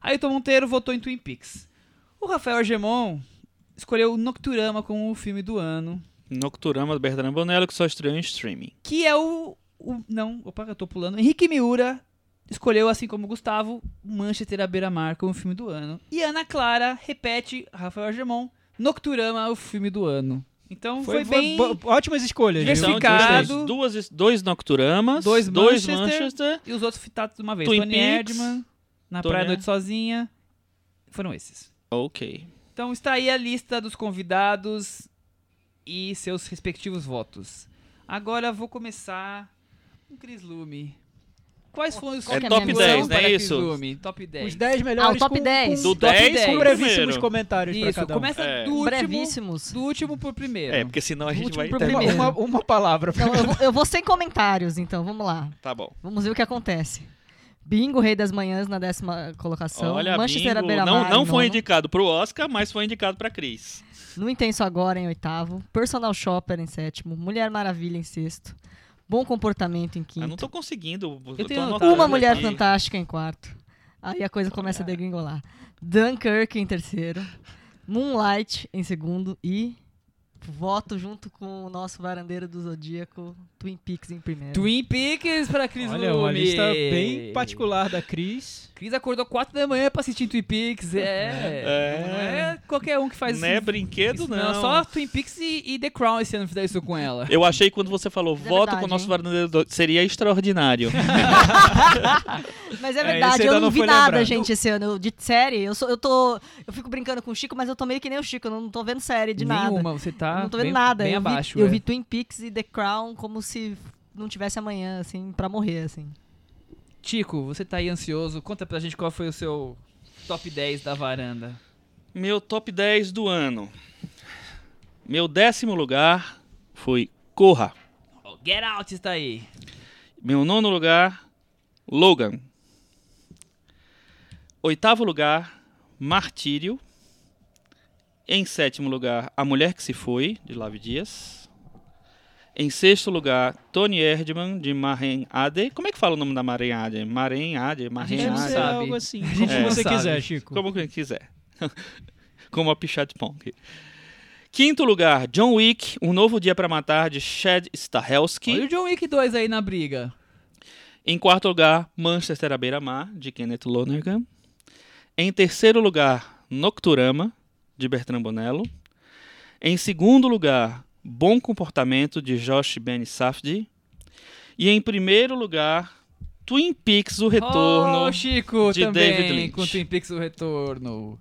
Speaker 2: Ailton Monteiro votou em Twin Peaks. O Rafael Argemon escolheu Nocturama como o filme do ano.
Speaker 4: Nocturama do Bertrand Bonello, que só estreou em streaming.
Speaker 2: que é o, o- não, opa, eu tô pulando. Henrique Miura escolheu, assim como o Gustavo, Manchester à beira-mar como filme do ano. E Ana Clara repete, Rafael Argemon, Nocturama, o filme do ano. Então foi, bem...
Speaker 3: bo- ótimas escolhas. viu?
Speaker 4: São
Speaker 2: Diversificado.
Speaker 4: dois, Então, duas- dois Nocturamas,
Speaker 2: Dois
Speaker 4: dois,
Speaker 2: Manchester.
Speaker 4: Manchester.
Speaker 2: E os outros fitados de uma vez.
Speaker 4: Twin
Speaker 2: Tony
Speaker 4: Peaks,
Speaker 2: Erdman, Na
Speaker 4: Tony-
Speaker 2: Praia à Noite Sozinha. Foram esses.
Speaker 4: Ok.
Speaker 2: Então está aí a lista dos convidados e seus respectivos votos. Agora vou começar com Cris Lume. Quais foram os
Speaker 4: É
Speaker 2: que
Speaker 4: top
Speaker 2: amigo
Speaker 4: 10,
Speaker 2: para
Speaker 4: né,
Speaker 2: Cris
Speaker 4: isso?
Speaker 2: Lume? Top 10.
Speaker 3: Os 10 melhores
Speaker 5: Ah, o top
Speaker 3: com- com
Speaker 5: 10.
Speaker 4: Do
Speaker 3: top
Speaker 4: 10
Speaker 2: 10,
Speaker 3: com
Speaker 2: o
Speaker 3: brevíssimos
Speaker 4: primeiro.
Speaker 3: comentários pra
Speaker 2: Isso,
Speaker 3: cada um.
Speaker 2: começa
Speaker 4: É.
Speaker 2: do, último,
Speaker 5: Brevíssimos.
Speaker 2: do último pro primeiro.
Speaker 4: É, porque senão a gente
Speaker 2: Último
Speaker 4: vai.
Speaker 2: pro
Speaker 4: ter-
Speaker 3: Uma,
Speaker 2: primeiro.
Speaker 3: uma, uma palavra.
Speaker 5: Então, eu, vou- eu vou sem comentários, então, vamos lá.
Speaker 4: Tá bom.
Speaker 5: Vamos ver o que acontece. Bingo, Rei das Manhãs, na décima colocação.
Speaker 4: Olha,
Speaker 5: Manchester à
Speaker 4: bingo,
Speaker 5: beira-mar,
Speaker 4: não, não
Speaker 5: em
Speaker 4: foi
Speaker 5: nono.
Speaker 4: indicado pro Oscar, mas foi indicado pra Cris.
Speaker 5: No Intenso Agora, em oitavo. Personal Shopper, em sétimo. Mulher Maravilha, em sexto. Bom Comportamento, em
Speaker 4: Eu
Speaker 5: quinto.
Speaker 4: não tô conseguindo. Eu
Speaker 2: tenho
Speaker 4: tô
Speaker 2: anotado
Speaker 5: Uma Mulher
Speaker 4: fantasma.
Speaker 5: Fantástica, em quarto. Aí a coisa começa a degringolar. Dunkirk, em terceiro. Moonlight, em segundo. E voto junto com o nosso varandeiro do Zodíaco, Twin Peaks, em primeiro.
Speaker 2: Twin Peaks para Cris
Speaker 3: Olha,
Speaker 2: Lume.
Speaker 3: uma lista bem particular da Cris.
Speaker 2: Cris acordou 4 da manhã pra assistir Twin Peaks. É.
Speaker 4: É.
Speaker 2: Não é qualquer um que faz
Speaker 4: Não é
Speaker 2: isso.
Speaker 4: brinquedo,
Speaker 2: Isso
Speaker 4: não.
Speaker 2: não, só Twin Peaks e, e The Crown esse ano fizeram isso com ela.
Speaker 4: Eu achei que quando você falou
Speaker 5: Mas é
Speaker 4: voto
Speaker 5: verdade,
Speaker 4: com o nosso
Speaker 5: hein?
Speaker 4: varandeiro do- seria
Speaker 5: [laughs]
Speaker 4: extraordinário.
Speaker 5: Mas é
Speaker 3: É, esse
Speaker 5: verdade,
Speaker 3: ainda
Speaker 5: eu não,
Speaker 3: não
Speaker 5: vi
Speaker 3: foi
Speaker 5: nada,
Speaker 3: lembrado.
Speaker 5: gente, esse ano. Eu- De série, eu, sou, eu tô. Eu fico brincando com o Chico, mas eu tô meio que nem o Chico, eu não tô vendo série de nada.
Speaker 2: Nenhuma, você tá
Speaker 5: Eu não tô vendo
Speaker 2: bem,
Speaker 5: nada.
Speaker 2: bem
Speaker 5: eu, vi-
Speaker 2: abaixo.
Speaker 5: eu vi,
Speaker 2: é.
Speaker 5: Twin Peaks e The Crown como se não tivesse amanhã, assim, pra morrer, assim.
Speaker 2: Tico, você tá aí ansioso. Conta pra gente qual foi o seu top 10 da varanda.
Speaker 4: Meu top 10 do ano. Meu décimo lugar foi Corra.
Speaker 2: Oh, Get Out está aí.
Speaker 4: Meu nono lugar, Logan. Oitavo lugar, Martírio. Em sétimo lugar, A Mulher que Se Foi, de Lave Dias. Em sexto lugar, Tony Erdman, de Maren Ade. Como é que fala o nome da Maren Ade? Maren Ade,
Speaker 2: A
Speaker 4: Maren
Speaker 2: gente não
Speaker 4: Ade.
Speaker 2: sabe.
Speaker 3: algo assim.
Speaker 2: A gente
Speaker 3: Como
Speaker 2: não
Speaker 3: você
Speaker 2: sabe.
Speaker 3: quiser, Chico.
Speaker 4: Como quem quiser. [laughs] Como a pichá de pong. Quinto lugar, John Wick, Um Novo Dia para Matar, de Chad
Speaker 2: Olha
Speaker 4: Stahelski.
Speaker 2: o John Wick 2 aí na briga.
Speaker 4: Em quarto lugar, Manchester à beira-mar, de Kenneth Lonergan. Em terceiro lugar, Nocturama, de Bertrand Bonello. Em segundo lugar, Bom Comportamento, de Josh Ben Safdie. E em primeiro lugar, Twin Peaks, O Retorno.
Speaker 2: Oh, Chico,
Speaker 4: de
Speaker 2: também,
Speaker 4: David Lynch.
Speaker 2: com Twin Peaks o retorno.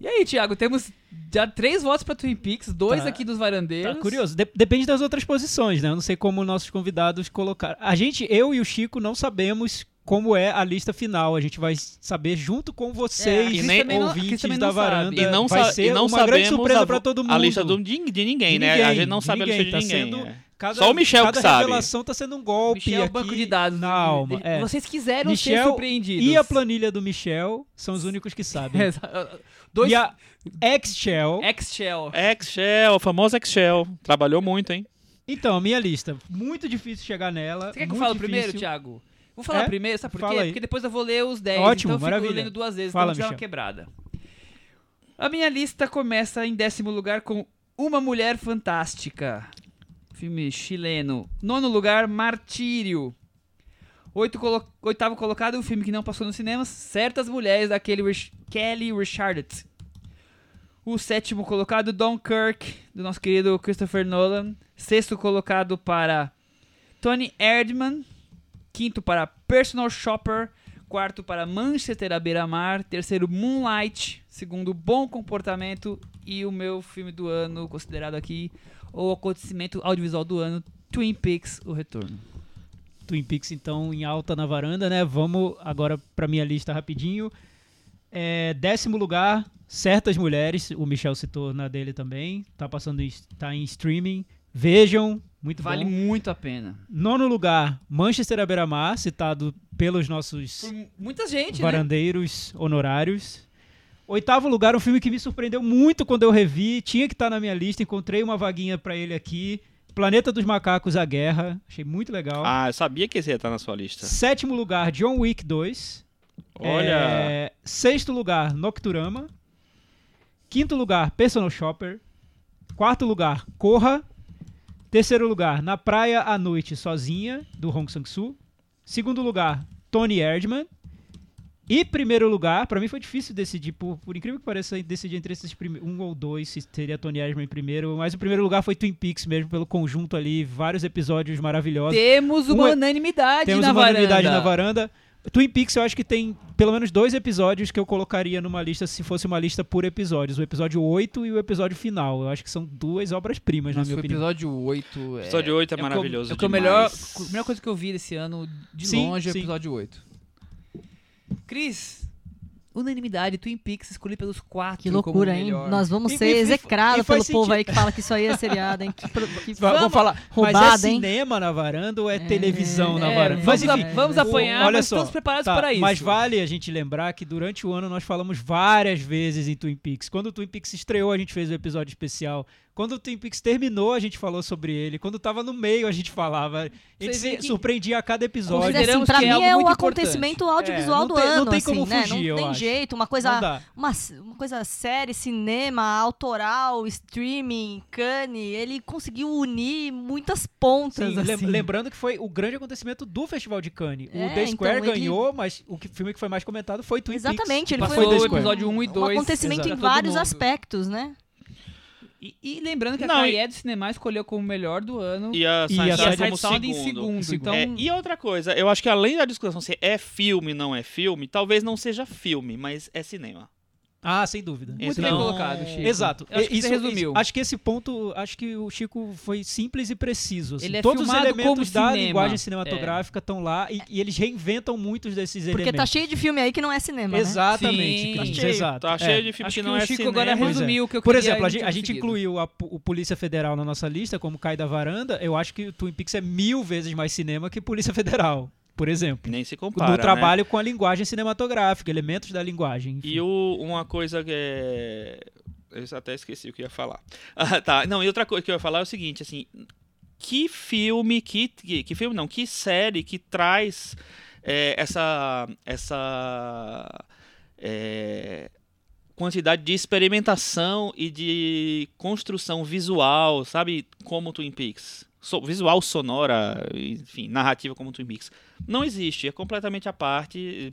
Speaker 2: E aí, Thiago, temos já três votos pra Twin Peaks, dois
Speaker 3: Tá-
Speaker 2: aqui dos
Speaker 3: Tá
Speaker 2: varandeiros.
Speaker 3: curioso. De- depende das outras posições, né? Eu não sei como nossos convidados colocaram. A gente, eu e o Chico, não sabemos como é a lista final. A gente vai saber junto com
Speaker 2: É, a
Speaker 3: vocês, né?
Speaker 2: Cris
Speaker 4: E nem-
Speaker 2: também não- a Cris
Speaker 3: ouvintes
Speaker 2: também
Speaker 3: da
Speaker 2: não sabe.
Speaker 3: varanda.
Speaker 4: E não,
Speaker 3: vai
Speaker 4: sa-
Speaker 3: ser
Speaker 4: e não
Speaker 3: uma
Speaker 4: sabemos
Speaker 3: grande surpresa
Speaker 4: a,
Speaker 3: pra todo mundo.
Speaker 4: a lista do, de, de ninguém,
Speaker 3: De
Speaker 4: né? A
Speaker 3: ninguém,
Speaker 4: gente não
Speaker 3: de
Speaker 4: sabe a
Speaker 3: ninguém,
Speaker 4: lista de
Speaker 3: tá
Speaker 4: ninguém.
Speaker 3: sendo-
Speaker 4: é.
Speaker 3: Cada,
Speaker 4: Só o Michel
Speaker 3: cada
Speaker 4: que sabe.
Speaker 3: revelação tá sendo um golpe
Speaker 2: Michel, é
Speaker 3: aqui
Speaker 2: banco de dados.
Speaker 3: na alma. É.
Speaker 2: Vocês quiseram ser
Speaker 3: Michel
Speaker 2: surpreendidos.
Speaker 3: E a planilha do Michel são os únicos que
Speaker 2: [laughs]
Speaker 3: sabem.
Speaker 2: Exa- É, Dois É,
Speaker 3: E a Excel.
Speaker 2: Excel.
Speaker 4: É. Excel, a famosa Excel. Trabalhou muito, hein?
Speaker 3: Então, a minha lista. Muito difícil chegar nela.
Speaker 2: Você quer que eu
Speaker 3: muito
Speaker 2: fale
Speaker 3: difícil.
Speaker 2: primeiro, Thiago? Vou falar
Speaker 3: É?
Speaker 2: primeiro, sabe por
Speaker 3: Fala
Speaker 2: quê?
Speaker 3: aí.
Speaker 2: Porque depois eu vou ler os 10.
Speaker 3: Ótimo,
Speaker 2: então eu
Speaker 3: maravilha.
Speaker 2: fico lendo duas vezes
Speaker 3: É.
Speaker 2: pra
Speaker 3: Fala,
Speaker 2: não tirar uma
Speaker 3: Michel.
Speaker 2: quebrada. A minha lista começa em décimo lugar com Uma Mulher Fantástica. Filme chileno. Nono lugar, Martírio. Oito colo- Oitavo colocado, um filme que não passou nos cinemas, Certas Mulheres, daquele Rich- Kelly Richards. O sétimo colocado, Dunkirk, do nosso querido Christopher Nolan. Sexto colocado para Tony Erdman. Quinto para Personal Shopper. Quarto para Manchester à beira-mar. Terceiro, Moonlight. Segundo, Bom Comportamento. E o meu filme do ano, considerado aqui o acontecimento audiovisual do ano, Twin Peaks, O Retorno.
Speaker 3: Twin Peaks, então, em alta na varanda, né? Vamos agora pra minha lista rapidinho. É, décimo lugar, Certas Mulheres. O Michel citou na dele também. Tá passando em, tá em streaming. Vejam, muito
Speaker 2: Vale
Speaker 3: bom.
Speaker 2: muito a pena.
Speaker 3: Nono lugar, Manchester à beira-mar, citado pelos nossos
Speaker 2: Por muita gente, né?
Speaker 3: varandeiros honorários. Oitavo lugar, um filme que me surpreendeu muito quando eu revi. Tinha que estar na minha lista, encontrei uma vaguinha pra ele aqui. Planeta dos Macacos, A Guerra. Achei muito legal.
Speaker 4: Ah, tá. eu sabia que esse ia estar na sua lista.
Speaker 3: Sétimo lugar, John Wick 2.
Speaker 4: Olha.
Speaker 3: É, Sexto lugar, Nocturama. Quinto lugar, Personal Shopper. Quarto lugar, Corra. Terceiro lugar, Na Praia à Noite Sozinha, do Hong Sang-soo. Segundo lugar, Tony Erdman. E primeiro lugar, pra mim foi difícil decidir, por, por incrível que pareça, decidir entre esses prime- um ou dois, se teria Tony Erdman em primeiro, mas o primeiro lugar foi Twin Peaks mesmo, pelo conjunto ali, vários episódios maravilhosos.
Speaker 2: Temos uma
Speaker 3: Uma-
Speaker 2: unanimidade
Speaker 3: Um Temos
Speaker 2: na
Speaker 3: uma
Speaker 2: varanda.
Speaker 3: unanimidade na varanda. Twin Peaks, eu acho que tem pelo menos dois episódios que eu colocaria numa lista se fosse uma lista por episódios. O episódio 8 e o episódio final. Eu acho que são duas obras-primas, na
Speaker 2: Nossa,
Speaker 3: minha
Speaker 2: o
Speaker 3: opinião.
Speaker 2: episódio 8 é...
Speaker 4: O episódio 8 é,
Speaker 2: o que eu-
Speaker 4: maravilhoso.
Speaker 2: É o que eu melhor,
Speaker 4: demais.
Speaker 2: a melhor coisa que eu vi desse ano, de
Speaker 3: Sim,
Speaker 2: longe, é o
Speaker 3: sim.
Speaker 2: episódio 8. Cris, unanimidade, Twin Peaks, escolhi pelos quatro
Speaker 5: Que
Speaker 2: como o
Speaker 5: loucura, hein?
Speaker 2: melhor.
Speaker 5: Nós vamos
Speaker 3: E-
Speaker 5: ser
Speaker 3: e- e-
Speaker 5: execrados
Speaker 3: e faz
Speaker 5: pelo povo
Speaker 3: sentido.
Speaker 5: aí que fala que isso aí é seriado, hein? Que, pro- que
Speaker 3: Va- [laughs] vamos falar, mas
Speaker 5: roubado,
Speaker 3: é
Speaker 5: hein?
Speaker 3: cinema na varanda ou é, televisão na
Speaker 2: É,
Speaker 3: varanda?
Speaker 2: vamos,
Speaker 3: Mas
Speaker 2: a-
Speaker 3: enfim,
Speaker 2: vamos
Speaker 5: o-
Speaker 2: apanhar,
Speaker 3: olha
Speaker 2: mas
Speaker 3: só,
Speaker 2: estamos preparados
Speaker 3: Tá,
Speaker 2: para isso.
Speaker 3: Mas vale a gente lembrar que durante o ano nós falamos várias vezes em Twin Peaks. Quando o Twin Peaks estreou, a gente fez o episódio especial. Quando o Twin Peaks terminou, a gente falou sobre ele. Quando tava no meio, a gente falava. A gente
Speaker 2: Vocês
Speaker 3: se
Speaker 2: veem que-
Speaker 3: surpreendia a cada episódio.
Speaker 5: Mas,
Speaker 2: Consideramos
Speaker 5: assim, pra
Speaker 2: que é
Speaker 5: mim
Speaker 2: algo
Speaker 5: é o
Speaker 2: muito
Speaker 5: acontecimento
Speaker 3: É,
Speaker 5: audiovisual
Speaker 3: não
Speaker 5: do
Speaker 3: tem- não
Speaker 5: ano,
Speaker 3: tem
Speaker 5: assim,
Speaker 3: como
Speaker 5: né?
Speaker 3: fugir, eu
Speaker 5: não tem
Speaker 3: acho.
Speaker 5: jeito, uma
Speaker 3: Não
Speaker 5: coisa,
Speaker 3: dá.
Speaker 5: uma, uma coisa série, cinema, autoral, streaming, Cane, ele conseguiu unir muitas pontas,
Speaker 3: Sim,
Speaker 5: assim.
Speaker 3: lem- Lembrando que foi o grande acontecimento do Festival de Cannes.
Speaker 5: É,
Speaker 3: o The Square
Speaker 5: então, ele-
Speaker 3: ganhou, mas o que- filme que foi mais comentado foi Twin Peaks.
Speaker 5: Exatamente, ele
Speaker 3: Mas
Speaker 5: foi
Speaker 2: Passou
Speaker 3: The
Speaker 2: o
Speaker 3: Square.
Speaker 2: episódio 1 e 2.
Speaker 5: um acontecimento
Speaker 2: pra
Speaker 5: em
Speaker 2: todo
Speaker 5: vários
Speaker 2: mundo.
Speaker 5: aspectos, né?
Speaker 2: E, e lembrando que a
Speaker 4: Não, e-
Speaker 2: Caia é do Cinema escolheu como o melhor do ano
Speaker 4: E a
Speaker 3: E a
Speaker 4: Side
Speaker 3: Side
Speaker 4: Sound como
Speaker 2: Sound em
Speaker 4: segundo.
Speaker 2: segundo.
Speaker 3: Segundo.
Speaker 2: Então,
Speaker 4: É, e outra coisa, eu acho que além da discussão se é filme não é filme, talvez não seja filme, mas é cinema.
Speaker 3: Ah, sem dúvida.
Speaker 2: muito bem
Speaker 4: Então-
Speaker 2: colocado, Chico.
Speaker 3: Exato.
Speaker 2: Tipo,
Speaker 3: É,
Speaker 2: Eu acho que
Speaker 3: isso,
Speaker 2: você resumiu.
Speaker 3: isso- acho que esse ponto, acho que o Chico foi simples e preciso. assim.
Speaker 2: Ele é
Speaker 3: Todos os
Speaker 2: filmado
Speaker 3: elementos
Speaker 2: como
Speaker 3: da
Speaker 2: cinema. É.
Speaker 3: linguagem cinematográfica estão lá e, e eles reinventam muitos desses
Speaker 5: Porque tá
Speaker 3: elementos.
Speaker 5: cheio de filme aí que não é cinema, né?
Speaker 3: Exatamente,
Speaker 2: Sim.
Speaker 3: Cris,
Speaker 2: Tá cheio.
Speaker 3: exato.
Speaker 4: Tá
Speaker 3: É.
Speaker 4: cheio de filme
Speaker 2: Acho
Speaker 4: que
Speaker 2: que,
Speaker 4: não
Speaker 2: o
Speaker 4: é
Speaker 2: Chico
Speaker 4: cinema.
Speaker 2: agora
Speaker 3: Pois é.
Speaker 2: resumiu o que eu
Speaker 3: Por
Speaker 2: queria
Speaker 3: exemplo,
Speaker 2: e
Speaker 3: a
Speaker 2: não
Speaker 3: gente,
Speaker 2: tinha
Speaker 3: a gente
Speaker 2: conseguido.
Speaker 3: incluiu a, po- o Polícia Federal na nossa lista, como cai da varanda. Eu acho que o Twin Peaks é mil vezes mais cinema que Polícia Federal, por exemplo.
Speaker 4: Nem se
Speaker 3: No
Speaker 4: compara, né?
Speaker 3: trabalho com a linguagem cinematográfica, elementos da linguagem. enfim.
Speaker 4: E o- uma coisa que [laughs] é... Eu até esqueci o que eu ia falar. Ah, tá. Não, e outra coisa que eu ia falar é o seguinte, assim, que filme, que, que, que filme não, que série que traz é, essa, essa é, quantidade de experimentação e de construção visual, sabe? Como Twin Peaks. So- visual, sonora, enfim, narrativa como Twin Peaks. Não existe, é completamente à parte,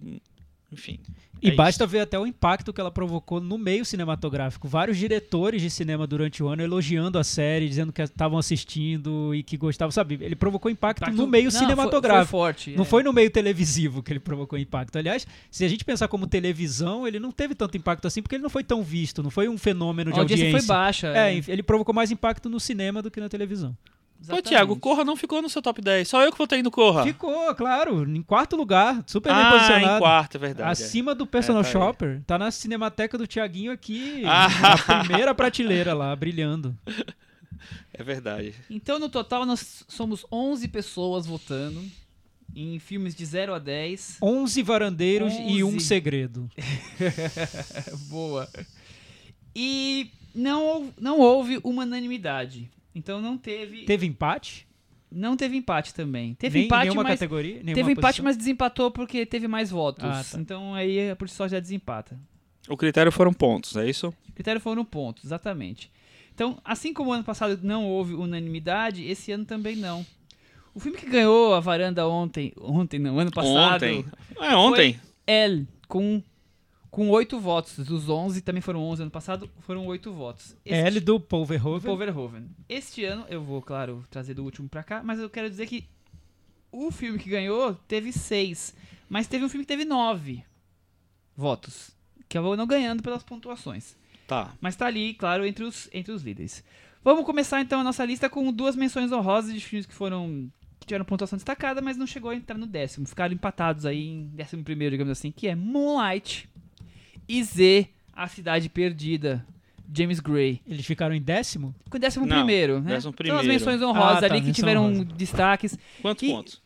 Speaker 4: enfim.
Speaker 3: E
Speaker 4: é
Speaker 3: basta ver até o impacto que ela provocou no meio cinematográfico. Vários diretores de cinema durante o ano elogiando a série, dizendo que estavam assistindo e que gostavam, sabe? Ele provocou impacto, no meio
Speaker 2: Tá Não, foi-
Speaker 3: cinematográfico.
Speaker 2: Foi, forte.
Speaker 3: Não
Speaker 2: é.
Speaker 3: foi no meio televisivo que ele provocou impacto. Aliás, se a gente pensar como televisão, ele não teve tanto impacto assim porque ele não foi tão visto, não foi um fenômeno
Speaker 2: A
Speaker 3: de
Speaker 2: audiência,
Speaker 3: audiência.
Speaker 2: foi baixa. né?
Speaker 3: É, enf- ele provocou mais impacto no cinema do que na televisão.
Speaker 4: Ô,
Speaker 2: exatamente.
Speaker 4: Thiago, Corra não ficou no seu top 10. Só eu que votei no Corra.
Speaker 3: Ficou, claro, em quarto lugar, super bem
Speaker 4: ah, em
Speaker 3: posicionado. Assim-
Speaker 4: quarto, é verdade. é.
Speaker 3: Acima do Personal
Speaker 4: É, tá aí.
Speaker 3: Shopper, tá na Cinemateca do Tiaguinho aqui,
Speaker 4: Ah.
Speaker 3: na primeira prateleira lá, brilhando.
Speaker 4: É verdade.
Speaker 2: Então, no total, nós somos 11 pessoas votando em filmes de 0 a
Speaker 3: [laughs]
Speaker 2: 10.
Speaker 3: 11 varandeiros e um
Speaker 2: 11.
Speaker 3: segredo. É,
Speaker 2: Boa. E não, hou- não houve unanimidade. Então não teve,
Speaker 3: Teve empate?
Speaker 2: Não teve empate também. Teve
Speaker 3: Nem-
Speaker 2: empate,
Speaker 3: nenhuma
Speaker 2: mas.
Speaker 3: categoria? Nenhuma
Speaker 2: Teve empate,
Speaker 3: posição?
Speaker 2: mas desempatou porque teve mais votos.
Speaker 3: Ah, tá.
Speaker 2: Então aí por só já desempata.
Speaker 4: O critério foram pontos, é isso?
Speaker 2: O critério foram pontos, exatamente. Então, assim como ano passado não houve unanimidade, esse ano também não. O filme que ganhou a varanda ontem, ontem não, ano passado,
Speaker 4: Ontem. É, ontem.
Speaker 2: L, com, com 8 votos. Dos 11, também foram 11 ano passado, foram 8 votos.
Speaker 3: É L do Paul
Speaker 2: do
Speaker 3: Verhoeven.
Speaker 2: Poverhoven. Este ano, eu vou, claro, trazer do último pra cá, mas eu quero dizer que o filme que ganhou teve 6, mas teve um filme que teve 9 votos, que eu vou não ganhando pelas pontuações.
Speaker 4: Tá.
Speaker 2: Mas tá ali, claro, entre os, entre os líderes. Vamos começar então a nossa lista com duas menções honrosas de filmes que foram. que tiveram pontuação destacada, mas não chegou a entrar no décimo. Ficaram empatados aí em décimo primeiro, digamos assim, que é Moonlight e Z, A Cidade Perdida. James Gray.
Speaker 3: Eles ficaram em décimo?
Speaker 2: Com décimo
Speaker 4: Não,
Speaker 2: primeiro, né?
Speaker 4: décimo
Speaker 2: Então, as
Speaker 4: primeiro.
Speaker 2: menções honrosas
Speaker 3: Ah, tá,
Speaker 2: ali que
Speaker 3: menção
Speaker 2: tiveram
Speaker 3: honrosa.
Speaker 2: destaques.
Speaker 4: Quantos
Speaker 2: Que-
Speaker 4: pontos?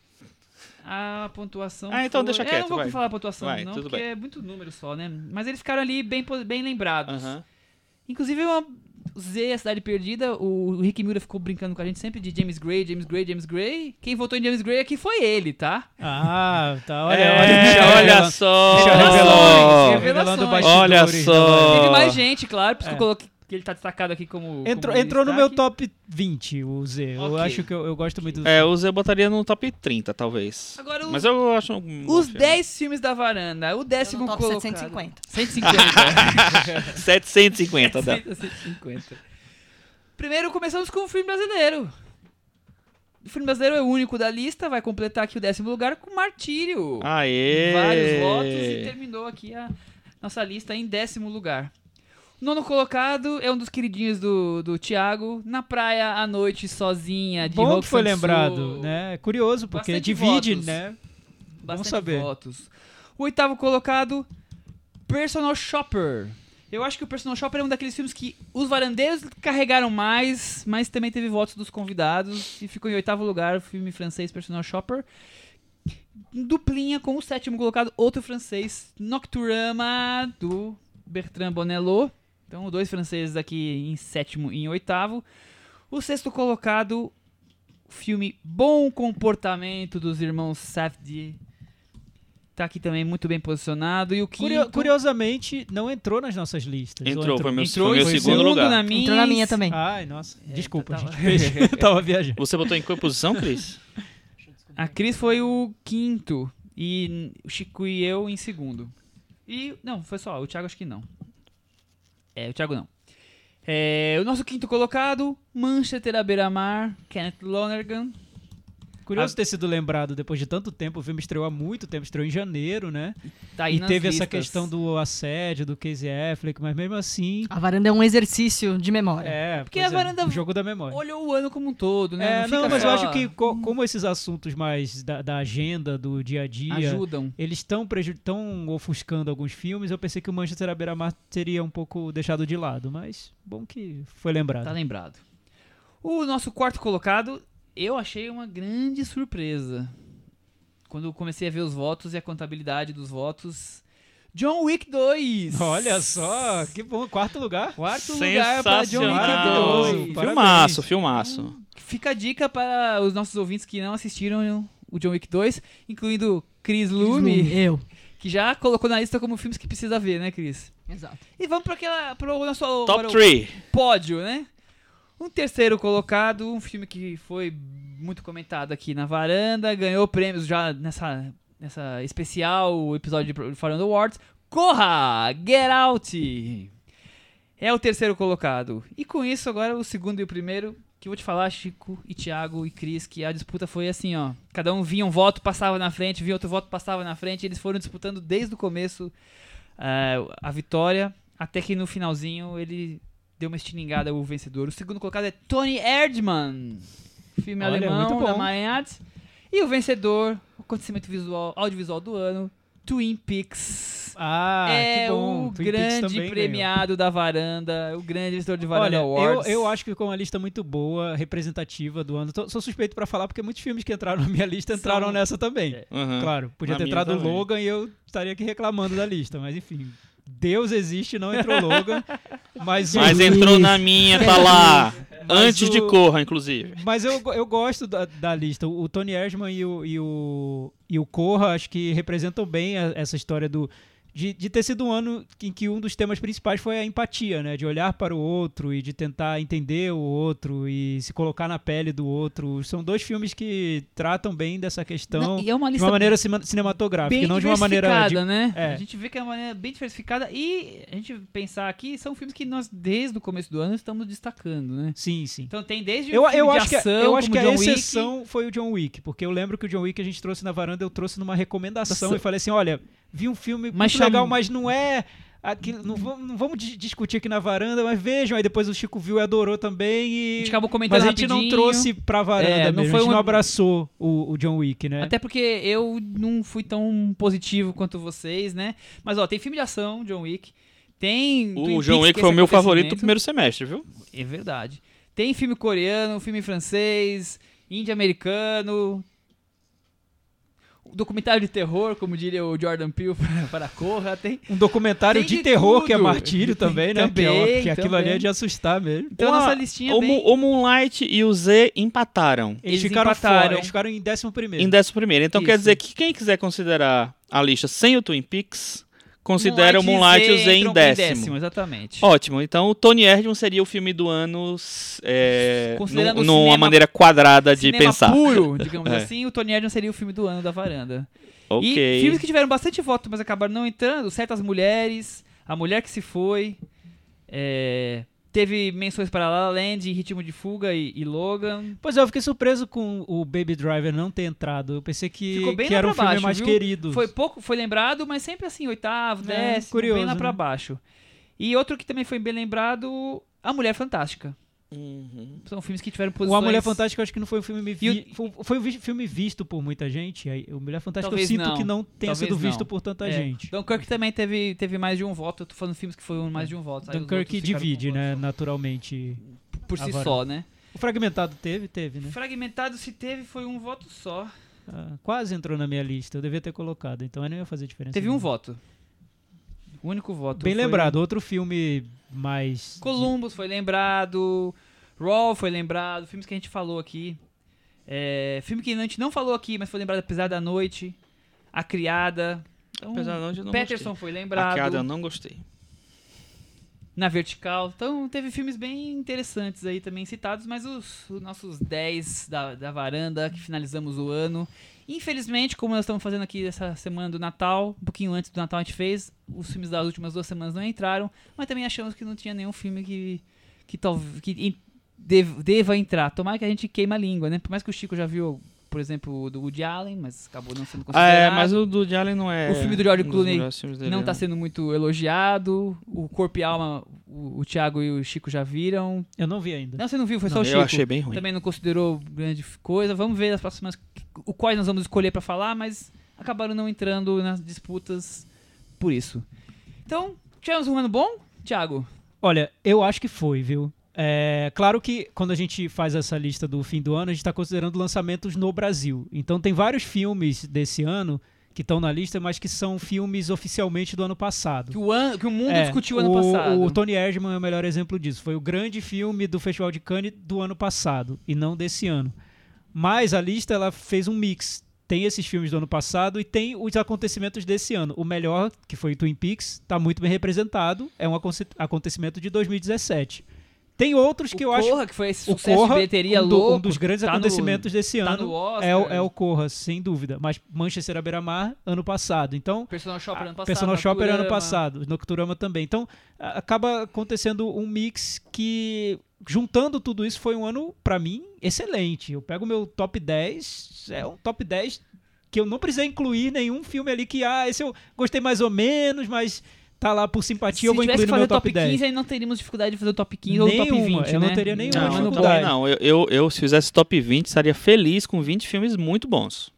Speaker 2: A pontuação.
Speaker 4: Ah, então
Speaker 2: foi- É,
Speaker 4: deixa quieto,
Speaker 2: não vou
Speaker 4: vai.
Speaker 2: falar a pontuação,
Speaker 4: Vai,
Speaker 2: não,
Speaker 4: tudo
Speaker 2: porque
Speaker 4: bem.
Speaker 2: é muito número só, né? Mas eles ficaram ali bem, po- bem lembrados.
Speaker 4: Aham.
Speaker 2: Inclusive, uma Z, A Cidade Perdida, o Rick Miura ficou brincando com a gente sempre de James Gray, James Gray, James Gray. Quem votou em James Gray aqui foi ele, tá?
Speaker 3: Ah, tá, olha,
Speaker 4: É,
Speaker 3: olha.
Speaker 4: olha só.
Speaker 3: Deixa eu
Speaker 2: revelar.
Speaker 4: Olha
Speaker 3: Revelando
Speaker 2: Revelações.
Speaker 3: bastidores
Speaker 4: Olha
Speaker 3: da
Speaker 4: só.
Speaker 2: Teve
Speaker 4: Oh.
Speaker 2: mais gente, claro, por isso que
Speaker 3: Ah. É.
Speaker 2: eu coloquei que ele tá destacado aqui como.
Speaker 3: Entrou,
Speaker 2: como
Speaker 3: entrou no meu
Speaker 2: destaque.
Speaker 3: top 20, o Z. Eu
Speaker 2: Ok.
Speaker 3: acho que eu, eu gosto muito do
Speaker 4: É, o Zé botaria no top 30, talvez.
Speaker 2: Agora, os,
Speaker 4: Mas eu acho. um bom
Speaker 2: os
Speaker 4: filme.
Speaker 2: 10 filmes da varanda. O décimo
Speaker 5: top
Speaker 2: colocado.
Speaker 5: 750.
Speaker 2: 150. [laughs]
Speaker 4: [laughs] 750 dá.
Speaker 2: 750. Primeiro começamos com o filme brasileiro. O filme brasileiro é o único da lista, vai completar aqui o décimo lugar com Martírio.
Speaker 4: Aê!
Speaker 2: Vários votos e terminou aqui a nossa lista em décimo lugar. Nono colocado é um dos queridinhos do, do Thiago. Na praia, à noite, sozinha, É, de
Speaker 3: Bom
Speaker 2: Rock
Speaker 3: que foi
Speaker 2: Sansu.
Speaker 3: lembrado, né? É Curioso, porque
Speaker 2: Bastante
Speaker 3: divide,
Speaker 2: votos.
Speaker 3: né?
Speaker 2: Bastante
Speaker 3: saber.
Speaker 2: votos. O oitavo colocado, Personal Shopper. Eu acho que o Personal Shopper é um daqueles filmes que os varandeiros carregaram mais, mas também teve votos dos convidados e ficou em oitavo lugar o filme francês Personal Shopper. Duplinha com o sétimo colocado, outro francês, Nocturama, do Bertrand Bonello. Então, dois franceses aqui em sétimo e em oitavo. O sexto colocado, o filme Bom Comportamento dos Irmãos Safdie. Tá aqui também muito bem posicionado. E o quinto...
Speaker 3: Curio- curiosamente, não não entrou nas nossas listas. Ou
Speaker 4: Entrou, foi meu,
Speaker 2: Entrou
Speaker 4: foi meu
Speaker 2: em
Speaker 3: Foi
Speaker 4: segundo lugar.
Speaker 2: na minha.
Speaker 5: Entrou na minha
Speaker 2: e-
Speaker 5: também.
Speaker 3: Ai, nossa. Desculpa,
Speaker 2: tá-
Speaker 3: gente. [laughs] Eu tava
Speaker 4: [laughs]
Speaker 3: viajando.
Speaker 4: Você botou em qual posição, Cris?
Speaker 2: A Cris foi o quinto. E o Chico e eu em segundo. E. Não, foi só. O Thiago acho que não. É, o Thiago não. É, o nosso quinto colocado, Manchester à beira-mar, Kenneth Lonergan.
Speaker 3: Curioso
Speaker 4: Ah.
Speaker 3: ter sido lembrado depois de tanto tempo. O filme estreou há muito tempo, estreou em janeiro, né?
Speaker 2: Tá aí
Speaker 3: E
Speaker 2: nas
Speaker 3: teve essa
Speaker 2: listas.
Speaker 3: questão do assédio, do Casey Affleck, mas mesmo assim.
Speaker 5: A varanda é um exercício de memória.
Speaker 3: É,
Speaker 2: Porque
Speaker 3: pois
Speaker 2: a
Speaker 3: é,
Speaker 2: varanda-
Speaker 3: o jogo da memória.
Speaker 2: Olhou o ano como um todo, né?
Speaker 3: É,
Speaker 2: fica
Speaker 3: não, mas
Speaker 2: só-
Speaker 3: eu
Speaker 2: um
Speaker 3: acho que co- como esses assuntos mais da, da agenda, do dia a dia,
Speaker 2: Ajudam.
Speaker 3: eles estão tão ofuscando alguns filmes, eu pensei que o Manchester à beira-mar teria um pouco deixado de lado, mas bom que foi lembrado.
Speaker 2: Tá lembrado. O nosso quarto colocado, eu achei uma grande surpresa. Quando eu comecei a ver os votos e a contabilidade dos votos. John Wick 2!
Speaker 3: [laughs] Olha só, que bom, [laughs] quarto lugar.
Speaker 2: Quarto lugar pra John
Speaker 4: Sensacional.
Speaker 2: Wick 2.
Speaker 3: Parabéns.
Speaker 4: Filmaço, filmaço.
Speaker 2: Fica a dica para os nossos ouvintes que não assistiram o John Wick 2, incluindo Chris Lume,
Speaker 5: Eu.
Speaker 2: que já colocou na lista como filmes que precisa ver, né, Chris?
Speaker 5: Exato.
Speaker 2: E vamos para aquela pro nosso para
Speaker 4: Top
Speaker 2: o
Speaker 4: 3.
Speaker 2: pódio, né? Um terceiro colocado, um filme que foi muito comentado aqui na varanda, ganhou prêmios já nessa nessa especial o episódio de Falando Awards. Corra, Get Out. É o terceiro colocado. E com isso agora o segundo e o primeiro que eu vou te falar, Chico e Thiago e Cris, que a disputa foi assim, ó. Cada um vinha um voto, passava na frente, vinha outro voto, passava na frente. Eles foram disputando desde o começo ah, a vitória, até que no finalzinho ele deu uma estilingada o vencedor. O segundo colocado é Tony Erdmann, filme
Speaker 3: Olha, é
Speaker 2: alemão
Speaker 3: muito bom.
Speaker 2: da Mayat. E o vencedor, o acontecimento visual, audiovisual do ano, Twin Peaks.
Speaker 3: Ah,
Speaker 2: é
Speaker 3: que bom.
Speaker 2: o
Speaker 3: Twin Peaks também
Speaker 2: grande
Speaker 3: ganhou.
Speaker 2: premiado da varanda, o grande vencedor de
Speaker 3: Olha,
Speaker 2: varanda
Speaker 3: eu,
Speaker 2: Awards.
Speaker 3: eu acho que ficou uma lista muito boa, representativa do ano. Tô- sou suspeito pra falar, porque muitos filmes que entraram na minha lista entraram
Speaker 2: São-
Speaker 3: nessa também.
Speaker 2: É.
Speaker 4: Uhum.
Speaker 3: Claro, podia
Speaker 4: Na
Speaker 3: ter
Speaker 4: minha
Speaker 3: entrado
Speaker 4: também.
Speaker 3: Logan e eu estaria aqui reclamando da lista, mas enfim. Deus existe, não entrou Logan. Mas, o-
Speaker 4: Mas entrou na minha, tá
Speaker 2: [laughs]
Speaker 4: lá. Antes de
Speaker 3: o-
Speaker 4: Corra, inclusive.
Speaker 3: Mas eu, go- eu gosto da, da lista. O Tony Erdman e o, e o, e o Corra, acho que representam bem a- essa história do. De, de ter sido um ano em que um dos temas principais foi a empatia, né? De olhar para o outro e de tentar entender o outro e se colocar na pele do outro. São dois filmes que tratam bem dessa questão
Speaker 2: Não, e é uma
Speaker 3: então, de
Speaker 2: lista
Speaker 3: uma maneira cima- cinematográfica,
Speaker 2: bem
Speaker 3: e não de uma maneira de
Speaker 2: diversificada, né?
Speaker 3: é.
Speaker 2: A gente vê que é uma maneira bem diversificada e a gente pensar aqui, são filmes que nós desde o começo do ano estamos destacando, né?
Speaker 3: Sim, sim.
Speaker 2: Então tem desde
Speaker 3: Eu,
Speaker 2: o filme
Speaker 3: eu
Speaker 2: de
Speaker 3: acho que, é-
Speaker 2: ação,
Speaker 3: eu acho
Speaker 2: como
Speaker 3: que a
Speaker 2: John Wick.
Speaker 3: exceção foi o John Wick, porque eu lembro que o John Wick a gente trouxe na varanda, eu trouxe numa recomendação
Speaker 2: Nossa.
Speaker 3: e falei assim: olha, vi um filme
Speaker 2: Mas
Speaker 3: muito legal,
Speaker 2: chama-
Speaker 3: mas não é. aquilo- não, vamos, não vamos di- discutir aqui na varanda, mas vejam. Aí depois o Chico viu e adorou também.
Speaker 2: A
Speaker 3: E...
Speaker 2: gente acabou comentando
Speaker 3: Mas a gente não
Speaker 2: rapidinho.
Speaker 3: trouxe pra varanda,
Speaker 2: É, não
Speaker 3: mesmo,
Speaker 2: foi
Speaker 3: a gente
Speaker 2: um-
Speaker 3: não abraçou o, o John Wick, né?
Speaker 2: Até porque eu não fui tão positivo quanto vocês, né? Mas ó, tem filme de ação, John Wick. Tem. Twin
Speaker 4: O John
Speaker 2: Peaks,
Speaker 4: Wick
Speaker 2: que
Speaker 4: foi o
Speaker 2: esse
Speaker 4: meu favorito do
Speaker 2: acontecimento.
Speaker 4: primeiro semestre, viu?
Speaker 2: É verdade. Tem filme coreano, filme francês, índio-americano. Documentário de terror, como diria o Jordan Peele [laughs] para- para a Corra. Tem,
Speaker 3: Um documentário
Speaker 2: Tem
Speaker 3: de,
Speaker 2: de
Speaker 3: terror que é
Speaker 2: tudo.
Speaker 3: martírio também, né? que é uma-
Speaker 2: Também,
Speaker 3: que aquilo ali é
Speaker 2: também.
Speaker 3: de assustar mesmo.
Speaker 2: então
Speaker 4: Uma-
Speaker 2: a nossa listinha é
Speaker 4: o,
Speaker 2: bem...
Speaker 4: Mo- o Moonlight e o Z empataram
Speaker 3: Eles,
Speaker 2: Eles
Speaker 3: ficaram fora,
Speaker 2: empataram.
Speaker 3: eles ficaram em décimo primeiro.
Speaker 4: em 11 primeiro. Então
Speaker 2: Isso.
Speaker 4: quer dizer que quem quiser considerar a lista sem o Twin Peaks, considera o Moonlight e o Z em
Speaker 2: entrou bem
Speaker 4: décimo.
Speaker 2: Exatamente.
Speaker 4: Ótimo, então o Tony Erdman seria o filme do ano é,
Speaker 2: Considerando
Speaker 4: num-
Speaker 2: o
Speaker 4: numa
Speaker 2: cinema-
Speaker 4: maneira quadrada de
Speaker 2: Cinema
Speaker 4: pensar. [laughs]
Speaker 2: puro, digamos
Speaker 4: É.
Speaker 2: assim, o Tony Erdmann seria o filme do ano da varanda. E
Speaker 4: Ok.
Speaker 2: filmes que tiveram bastante voto, mas acabaram não entrando, Certas Mulheres, A Mulher Que Se Foi, é, teve menções para La La Land, Ritmo de Fuga e, e Logan.
Speaker 3: Pois é, eu fiquei surpreso com o Baby Driver não ter entrado. Eu pensei que,
Speaker 2: Ficou bem
Speaker 3: que
Speaker 2: lá
Speaker 3: era um
Speaker 2: pra
Speaker 3: filme
Speaker 2: baixo,
Speaker 3: mais
Speaker 2: viu?
Speaker 3: querido.
Speaker 2: Foi pouco, foi lembrado, mas sempre assim, oitavo,
Speaker 3: É,
Speaker 2: décimo,
Speaker 3: curioso,
Speaker 2: bem lá pra
Speaker 3: né?
Speaker 2: baixo. E outro que também foi bem lembrado, A Mulher Fantástica.
Speaker 4: Uhum.
Speaker 2: São filmes que tiveram
Speaker 3: O
Speaker 2: posições...
Speaker 3: A Mulher Fantástica eu acho que não foi um filme
Speaker 2: E o-
Speaker 3: vi... foi, foi um vi- filme visto por muita gente. Aí, O Mulher Fantástica eu
Speaker 2: Talvez
Speaker 3: sinto
Speaker 2: não.
Speaker 3: que não tenha
Speaker 2: Talvez
Speaker 3: sido
Speaker 2: não.
Speaker 3: visto por tanta
Speaker 2: É.
Speaker 3: gente.
Speaker 2: Dunkirk também teve, teve mais de um voto, eu tô falando filmes que foram mais de um voto. aí os
Speaker 3: Dunkirk
Speaker 2: outros ficaram com um
Speaker 3: divide,
Speaker 2: voto
Speaker 3: né, naturalmente.
Speaker 2: Por si
Speaker 3: Agora-
Speaker 2: só, né?
Speaker 3: O Fragmentado teve, teve, né?
Speaker 2: Fragmentado se teve foi um voto só.
Speaker 3: Ah, quase entrou na minha lista, eu devia ter colocado, então aí não ia fazer diferença.
Speaker 2: Teve um
Speaker 3: nenhuma.
Speaker 2: voto. O único voto.
Speaker 3: Bem
Speaker 2: foi-
Speaker 3: lembrado, outro filme mais
Speaker 2: Uhum. Columbus foi lembrado. Raw foi lembrado. Filmes que a gente falou aqui. É, filme que a gente não falou aqui, mas foi lembrado apesar da noite. A Criada. Então,
Speaker 4: Apesar de não
Speaker 2: Peterson foi
Speaker 4: gostei. A piada eu
Speaker 2: lembrado.
Speaker 4: não gostei.
Speaker 2: Na Vertical. Então teve filmes bem interessantes aí também citados, mas os, os nossos 10 da, da varanda que finalizamos o ano. Infelizmente, como nós estamos fazendo aqui essa semana do Natal, um pouquinho antes do Natal a gente fez, os filmes das últimas duas semanas não entraram, mas também achamos que não tinha nenhum filme que, que, tal, que in- dev- deva entrar. Tomara que a gente queima a língua, né? Por mais que o Chico já viu, por exemplo, o do Woody Allen, mas acabou não sendo
Speaker 4: Ah,
Speaker 2: considerado.
Speaker 4: é, mas o do Jalen não é.
Speaker 2: O filme do George
Speaker 4: um dos
Speaker 2: Clooney
Speaker 4: melhores filmes dele,
Speaker 2: não tá
Speaker 4: né?
Speaker 2: sendo muito elogiado. O Corpo e Alma, o, o Thiago e o Chico já viram.
Speaker 3: Eu Né? não vi ainda.
Speaker 2: Não, você não viu, foi só
Speaker 4: Eu
Speaker 2: o Chico.
Speaker 4: achei bem ruim.
Speaker 2: Também não considerou grande coisa. Vamos ver as próximas. O quais nós vamos escolher pra falar, mas acabaram não entrando nas disputas por isso. Então, tivemos um ano bom, Thiago?
Speaker 3: Olha, eu acho que foi, viu? É, claro que quando a gente faz essa tá lista do fim do ano, a gente está considerando lançamentos no Brasil. Então tem vários filmes desse ano que estão na lista, mas que são filmes oficialmente do ano passado.
Speaker 2: Que o, an- que o mundo
Speaker 3: É,
Speaker 2: Um discutiu ano
Speaker 3: o-
Speaker 2: passado.
Speaker 3: O Tony Erdman é o melhor exemplo disso. Foi o grande filme do Festival de Cannes do ano passado e não desse ano. Mas a lista ela fez um mix. Tem esses filmes do ano passado e tem os acontecimentos desse ano. O melhor, que foi Twin Peaks, está muito bem representado. É um aconse- acontecimento de 2017. Tem outros que
Speaker 2: o
Speaker 3: eu
Speaker 2: Corra,
Speaker 3: acho
Speaker 2: que foi esse
Speaker 3: o
Speaker 2: sucesso
Speaker 3: Corra,
Speaker 2: de bilheteria
Speaker 3: um, do-
Speaker 2: louco.
Speaker 3: um dos grandes
Speaker 2: tá no-
Speaker 3: acontecimentos desse
Speaker 2: tá
Speaker 3: ano
Speaker 2: no Oscar.
Speaker 3: é, o, é o Corra, sem dúvida. Mas Manchester à beira-mar, ano passado. Então,
Speaker 2: Personal Shopper ano passado.
Speaker 3: Personal Shopper ano
Speaker 2: Naturama.
Speaker 3: passado, Nocturama também. Então, a- acaba acontecendo um mix que, juntando tudo isso, foi um ano, pra mim, excelente. Eu pego meu top 10, é um top 10 que eu não precisei incluir nenhum filme ali que, ah, esse eu gostei mais ou menos, mas tá lá por simpatia,
Speaker 2: Se
Speaker 3: eu vou
Speaker 2: tivesse
Speaker 3: incluir
Speaker 2: que
Speaker 3: no
Speaker 2: fazer
Speaker 3: meu
Speaker 2: top,
Speaker 3: top 10.
Speaker 2: 15, aí não teríamos dificuldade de fazer o top 15 ou o top
Speaker 3: Nenhuma,
Speaker 2: 20,
Speaker 3: eu não
Speaker 2: né?
Speaker 3: teria nenhuma
Speaker 2: Não,
Speaker 4: Não,
Speaker 3: mas
Speaker 4: não,
Speaker 3: não
Speaker 4: também
Speaker 3: dá.
Speaker 4: não. Eu, eu, eu, se fizesse top 20, estaria feliz com 20 filmes muito bons.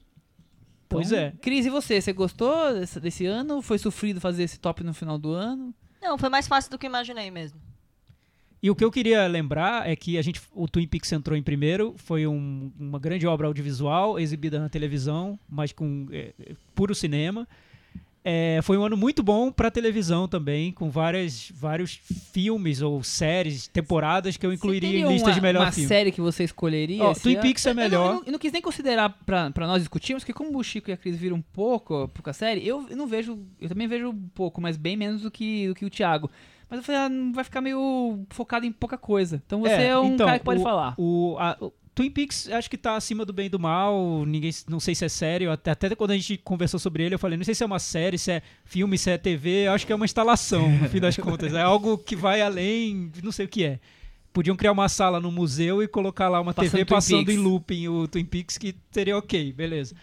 Speaker 3: Pois é.
Speaker 2: Então, Cris, e você? Você gostou desse, desse ano? Foi sofrido fazer esse top no final do ano?
Speaker 5: Não, foi mais fácil do que eu imaginei mesmo.
Speaker 3: E o que eu queria lembrar é que a gente, o Twin Peaks entrou em primeiro, foi um- uma grande obra audiovisual, exibida na televisão, mas com é, é, puro cinema. É, foi um ano muito bom para televisão também, com várias, vários filmes ou séries, temporadas que eu incluiria
Speaker 2: Você
Speaker 3: em
Speaker 2: teria
Speaker 3: lista
Speaker 2: uma,
Speaker 3: de melhor
Speaker 2: uma
Speaker 3: filme.
Speaker 2: série que você escolheria?
Speaker 3: Ó,
Speaker 2: esse
Speaker 3: Twin
Speaker 2: ano?
Speaker 3: Peaks é
Speaker 2: Eu não- Eu,
Speaker 3: melhor.
Speaker 2: não, eu não quis nem considerar pra, pra nós discutirmos, porque como o Chico e a Cris viram um pouco por causa da série, eu eu não vejo. Eu também vejo um pouco, mas bem menos do que, do que o Thiago. Mas eu falei, ah, não vai ficar meio focado em pouca coisa. Então você é,
Speaker 3: É,
Speaker 2: um
Speaker 3: então,
Speaker 2: cara que pode
Speaker 3: o-
Speaker 2: falar.
Speaker 3: O, a- o Twin Peaks acho que tá acima do bem e do mal. Ninguém, não sei se é sério. Até, até quando a gente conversou sobre ele, eu falei, não sei se é uma série, se é filme, se é TV. Eu acho que é uma instalação, no fim das contas. É algo que vai além, não sei o que é. Podiam criar uma sala no museu e colocar lá uma
Speaker 2: Passando
Speaker 3: TV
Speaker 2: Twin
Speaker 3: passando
Speaker 2: Peaks.
Speaker 3: em looping o Twin Peaks, que seria ok, beleza.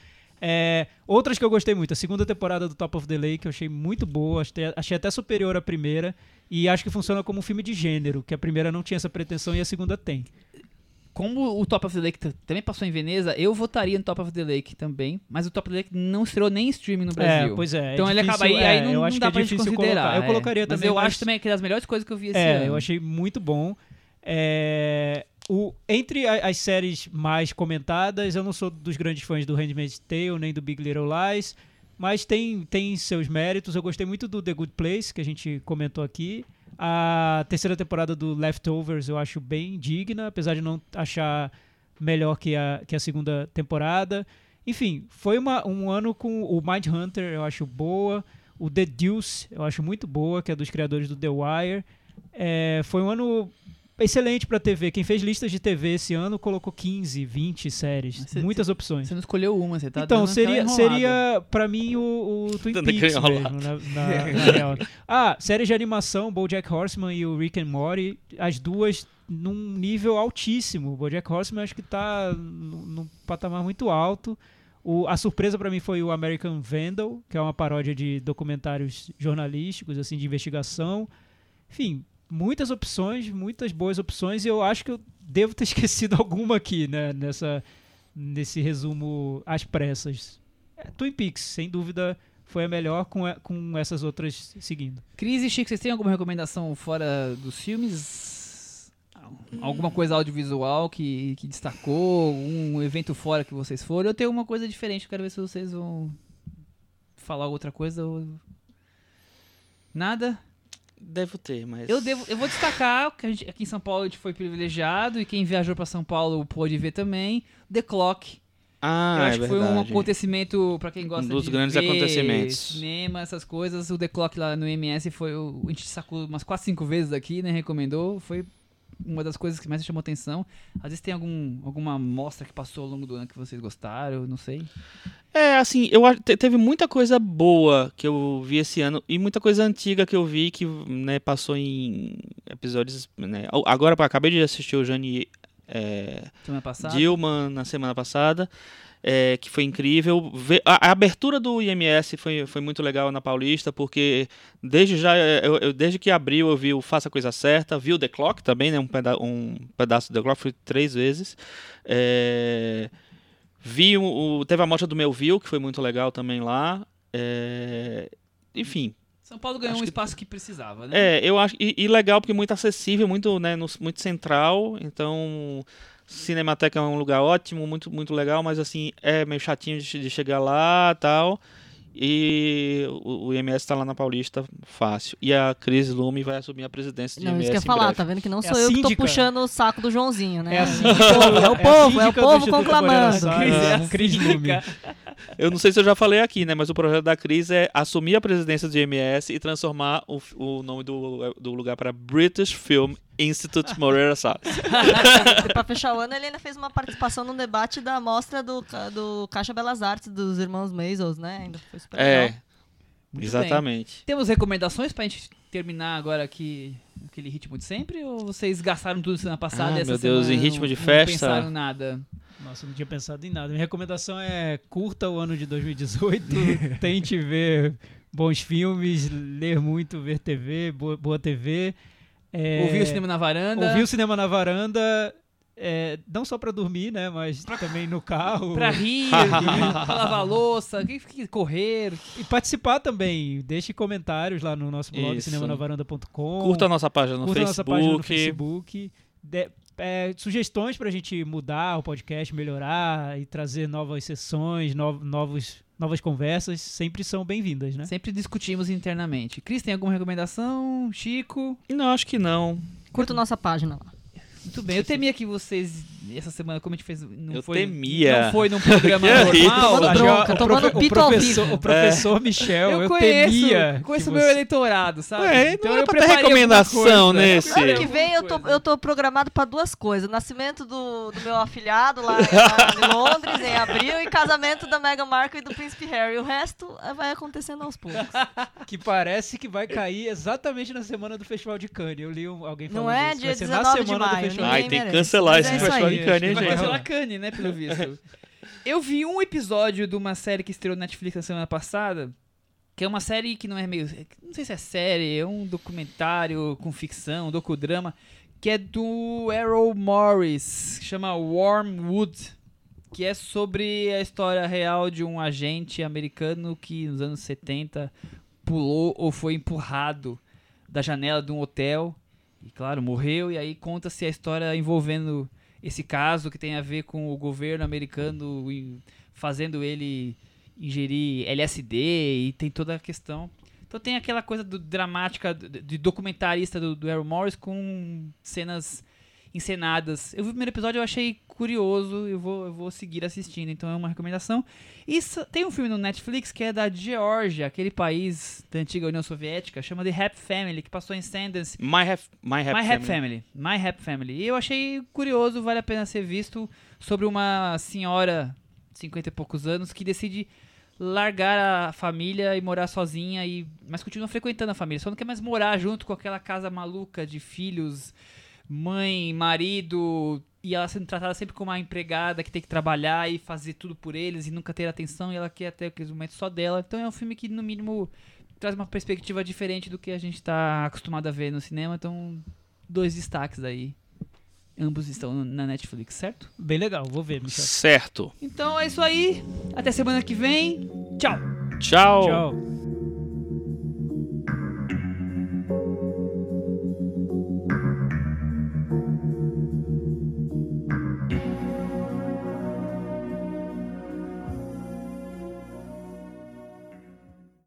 Speaker 3: É, outras que eu gostei muito, a segunda temporada do Top of the Lake eu achei muito boa, achei, achei até superior à primeira, e acho que funciona como um filme de gênero, que a primeira não tinha essa pretensão e a segunda tem.
Speaker 2: Como o Top of the Lake t- também passou em Veneza, eu votaria no Top of the Lake também, mas o Top of the Lake não estreou nem em streaming no Brasil.
Speaker 3: É, pois é. é
Speaker 2: Então ele acaba
Speaker 3: difícil,
Speaker 2: aí,
Speaker 3: é,
Speaker 2: aí não,
Speaker 3: eu
Speaker 2: não
Speaker 3: acho
Speaker 2: dá
Speaker 3: que é
Speaker 2: pra gente
Speaker 3: difícil
Speaker 2: considerar.
Speaker 3: colocar. Eu
Speaker 2: é.
Speaker 3: colocaria
Speaker 2: mas
Speaker 3: também.
Speaker 2: eu
Speaker 3: mas-
Speaker 2: acho também assim. que é das melhores coisas que eu vi esse
Speaker 3: É,
Speaker 2: ano.
Speaker 3: eu achei muito bom. É, o, entre a- as séries mais comentadas, eu não sou dos grandes fãs do Handmaid's Tale nem do Big Little Lies, mas tem, tem seus méritos. Eu gostei muito do The Good Place, que a gente comentou aqui. A terceira temporada do Leftovers eu acho bem digna, apesar de não achar melhor que a, que a segunda temporada. Enfim, foi uma, um ano com o Mind Hunter, eu acho boa. O The Deuce, eu acho muito boa, que é dos criadores do The Wire. É, foi um ano excelente pra TV. Quem fez listas de TV esse ano colocou 15, 20 séries.
Speaker 2: Mas cê-
Speaker 3: muitas opções.
Speaker 2: Você não escolheu uma, você tá
Speaker 3: então,
Speaker 2: dando
Speaker 3: seria,
Speaker 2: aquela enrolada.
Speaker 3: seria pra mim o, o Twin
Speaker 4: Tá Dando
Speaker 3: Peaks né?
Speaker 4: aquela
Speaker 3: mesmo, na, na- na real. Ah, séries de animação, BoJack Horseman e o Rick and Morty, as duas num nível altíssimo. O BoJack Horseman acho que tá num, num patamar muito alto. O- a surpresa pra mim foi o American Vandal, que é uma paródia de documentários jornalísticos, assim, de investigação. Enfim, muitas opções, muitas boas opções, e eu acho que eu devo ter [laughs] esquecido alguma aqui, né, nessa, nesse resumo às pressas. É, Twin Peaks, sem dúvida, foi a melhor com, a- com essas outras seguindo.
Speaker 2: Cris e Chico, vocês têm alguma recomendação fora dos filmes? Alguma coisa audiovisual que, que destacou? Um evento fora que vocês foram? Eu tenho uma coisa diferente, eu quero ver se vocês vão falar outra coisa ou. Nada?
Speaker 4: Devo ter, mas.
Speaker 2: Eu, devo, eu vou destacar que a gente- aqui em São Paulo a gente foi privilegiado e quem viajou pra São Paulo pôde ver também. The Clock.
Speaker 4: Ah,
Speaker 2: eu acho
Speaker 4: é
Speaker 2: que foi
Speaker 4: verdade.
Speaker 2: um acontecimento pra quem gosta
Speaker 4: Um dos
Speaker 2: de
Speaker 4: grandes
Speaker 2: ver
Speaker 4: acontecimentos.
Speaker 2: cinema, essas coisas. O The Clock lá no MS foi o a gente sacou umas 4, 5 vezes aqui, né? Recomendou, foi uma das coisas que mais me chamou atenção. Às vezes tem algum alguma mostra que passou ao longo do ano que vocês gostaram, não sei.
Speaker 4: É, assim, eu acho- te- teve muita coisa boa que eu vi esse ano e muita coisa antiga que eu vi que né, passou em episódios. Né, Ao- agora, pá, acabei de assistir o Jane é,
Speaker 2: Semana passada.
Speaker 4: Dilma na semana passada, é, que foi incrível. Ve- A, a abertura do IMS foi, foi muito legal na Paulista, porque desde já é, eu, eu- desde que abriu eu vi o Faça a Coisa Certa, vi o The Clock também, né, um, peda- um pedaço do The Clock, fui três vezes. É, vi o, o- teve a mostra do meu View, que foi muito legal também lá. É, enfim,
Speaker 2: São Paulo ganhou
Speaker 4: Acho
Speaker 2: um
Speaker 4: que-
Speaker 2: espaço que precisava, né?
Speaker 5: Uhum.
Speaker 4: é, eu acho. E, e legal, porque é muito acessível, muito, né, no- muito central. Então, Cinemateca é um lugar ótimo, muito, muito legal, mas assim, é meio chatinho de, che- de chegar lá tal. E o, o IMS está tá lá na Paulista, fácil. E a Cris Lume vai assumir a presidência do
Speaker 5: Não,
Speaker 4: IMS
Speaker 5: isso que eu ia
Speaker 4: em
Speaker 5: falar,
Speaker 4: assim, breve.
Speaker 5: tá vendo que não
Speaker 3: É
Speaker 5: sou
Speaker 3: a
Speaker 5: eu que tô
Speaker 3: síndica.
Speaker 5: puxando o saco do Joãozinho, né?
Speaker 3: É a síndica.
Speaker 5: É o povo, é o
Speaker 3: síndica do
Speaker 5: povo
Speaker 3: Instituto
Speaker 5: conclamando.
Speaker 2: Cris-
Speaker 3: Guararapes.
Speaker 2: Cris
Speaker 3: Cris Lume.
Speaker 2: Lume.
Speaker 4: Eu não sei se eu já falei aqui, né? Mas o projeto da Cris é assumir a presidência do IMS e transformar o, f- o nome do, do lugar para British Film Institute Moreira
Speaker 5: [laughs]
Speaker 4: Salles.
Speaker 5: E pra fechar o ano, ele ainda fez uma participação num debate da mostra do, ca- do Caixa Belas Artes dos irmãos Maisels, né? Ainda foi super legal.
Speaker 4: É,
Speaker 2: Muito
Speaker 4: exatamente.
Speaker 2: Temos recomendações pra gente terminar agora aqui aquele ritmo de sempre? Ou vocês gastaram tudo semana passada
Speaker 4: Ah,
Speaker 2: e essa
Speaker 4: meu Deus,
Speaker 2: semana
Speaker 4: em ritmo de
Speaker 2: não,
Speaker 4: festa?
Speaker 2: Não pensaram nada.
Speaker 3: Nossa, eu não tinha pensado em nada. Minha recomendação é curta o ano de 2018, tente ver bons filmes, ler muito, ver TV, boa, boa TV. É,
Speaker 2: Ouviu o cinema na varanda?
Speaker 3: ouvir o cinema na varanda, é, não só pra dormir, né, mas também no carro.
Speaker 2: Pra rir,
Speaker 3: [laughs]
Speaker 2: pra lavar a louça, que- que- correr.
Speaker 3: E participar também, deixe comentários lá no nosso blog,
Speaker 4: Isso.
Speaker 3: cinemanavaranda.com.
Speaker 4: Curta a nossa página no
Speaker 3: Curta a nossa
Speaker 4: Facebook.
Speaker 3: página no Facebook. De- é, sugestões pra gente mudar o podcast, melhorar e trazer novas sessões, no- novos, novas conversas, sempre são bem-vindas, né?
Speaker 2: Sempre discutimos internamente. Cris, tem alguma recomendação? Chico?
Speaker 4: Não, acho que não.
Speaker 5: Curta nossa página lá.
Speaker 2: Muito bem. Eu temia que vocês, essa semana, como a gente fez. Não
Speaker 4: Eu
Speaker 2: foi,
Speaker 4: temia.
Speaker 2: Não foi num
Speaker 4: [laughs]
Speaker 2: programa
Speaker 4: Que isso?
Speaker 2: normal.
Speaker 5: Tomando bronca,
Speaker 3: o
Speaker 5: tomando
Speaker 3: profe- o
Speaker 5: pito ao
Speaker 3: professor,
Speaker 5: vivo. É.
Speaker 3: o professor Michel, eu,
Speaker 2: eu, conheço,
Speaker 3: temia
Speaker 2: conheço
Speaker 3: que
Speaker 2: o meu
Speaker 3: você-
Speaker 2: eleitorado, sabe? Então
Speaker 4: Ué, É, não era
Speaker 2: eu
Speaker 4: pra ter
Speaker 2: preparei alguma
Speaker 4: recomendação
Speaker 2: coisa.
Speaker 4: nesse.
Speaker 2: Eu preparei
Speaker 5: Ano que vem eu
Speaker 2: alguma
Speaker 5: tô,
Speaker 2: coisa.
Speaker 5: eu tô programado pra duas coisas: nascimento do, do meu afilhado lá, em- lá em Londres, em abril, e casamento da Meghan Markle e do Príncipe Harry. O resto eh, vai acontecendo aos poucos.
Speaker 3: que parece que vai cair exatamente na semana do Festival de Cannes. Eu li um- alguém falando
Speaker 5: Não é?
Speaker 3: isso.
Speaker 5: Dia
Speaker 3: vai ser na
Speaker 5: 19
Speaker 3: semana
Speaker 5: de
Speaker 3: do
Speaker 5: maio,
Speaker 3: Festival
Speaker 5: ninguém
Speaker 4: Ai, tem que
Speaker 5: merece.
Speaker 4: cancelar
Speaker 5: Mas
Speaker 4: esse
Speaker 5: é isso
Speaker 4: festival
Speaker 3: aí,
Speaker 4: de Cannes, hein,
Speaker 3: acho que
Speaker 2: Vai
Speaker 4: gente?
Speaker 3: rolar.
Speaker 2: cancelar Cane, né, pelo visto. [laughs] Eu vi um episódio de uma série que estreou na Netflix na semana passada, que é uma série que não é meio... Não sei se é série, é um documentário com ficção, um docudrama, que é do Errol Morris, chama Wormwood, que é sobre a história real de um agente americano que nos anos 70 pulou ou foi empurrado da janela de um hotel e claro, morreu e aí conta-se a história envolvendo esse caso que tem a ver com o governo americano em- fazendo ele ingerir LSD e tem toda a questão. Então tem aquela coisa do- dramática do- de documentarista do, do Errol Morris com cenas encenadas. Eu vi o primeiro episódio, eu achei curioso, eu vou, eu vou seguir assistindo, então é uma recomendação. E s- tem um filme no Netflix que é da Geórgia, aquele país da antiga União Soviética, chama The Happy Family, que passou em Sundance
Speaker 4: My Rap, My Rap
Speaker 2: My Happy
Speaker 4: Family.
Speaker 2: Family. My Happy Family. E eu achei curioso, vale a pena ser visto, sobre uma senhora, 50 e poucos anos, que decide largar a família e morar sozinha, e mas continua frequentando a família. Só não quer mais morar junto com aquela casa maluca de filhos, mãe, marido, e ela sendo tratada sempre como uma empregada que tem que trabalhar e fazer tudo por eles e nunca ter atenção, e ela quer ter aqueles momentos só dela. Então é um filme que, no mínimo, traz uma perspectiva diferente do que a gente tá acostumado a ver no cinema. Então, dois destaques aí. Ambos estão no- na Netflix, certo?
Speaker 3: Bem legal, vou ver, Michel.
Speaker 4: Certo.
Speaker 2: Então é isso aí. Até semana que vem. Tchau!
Speaker 4: Tchau.
Speaker 3: Tchau.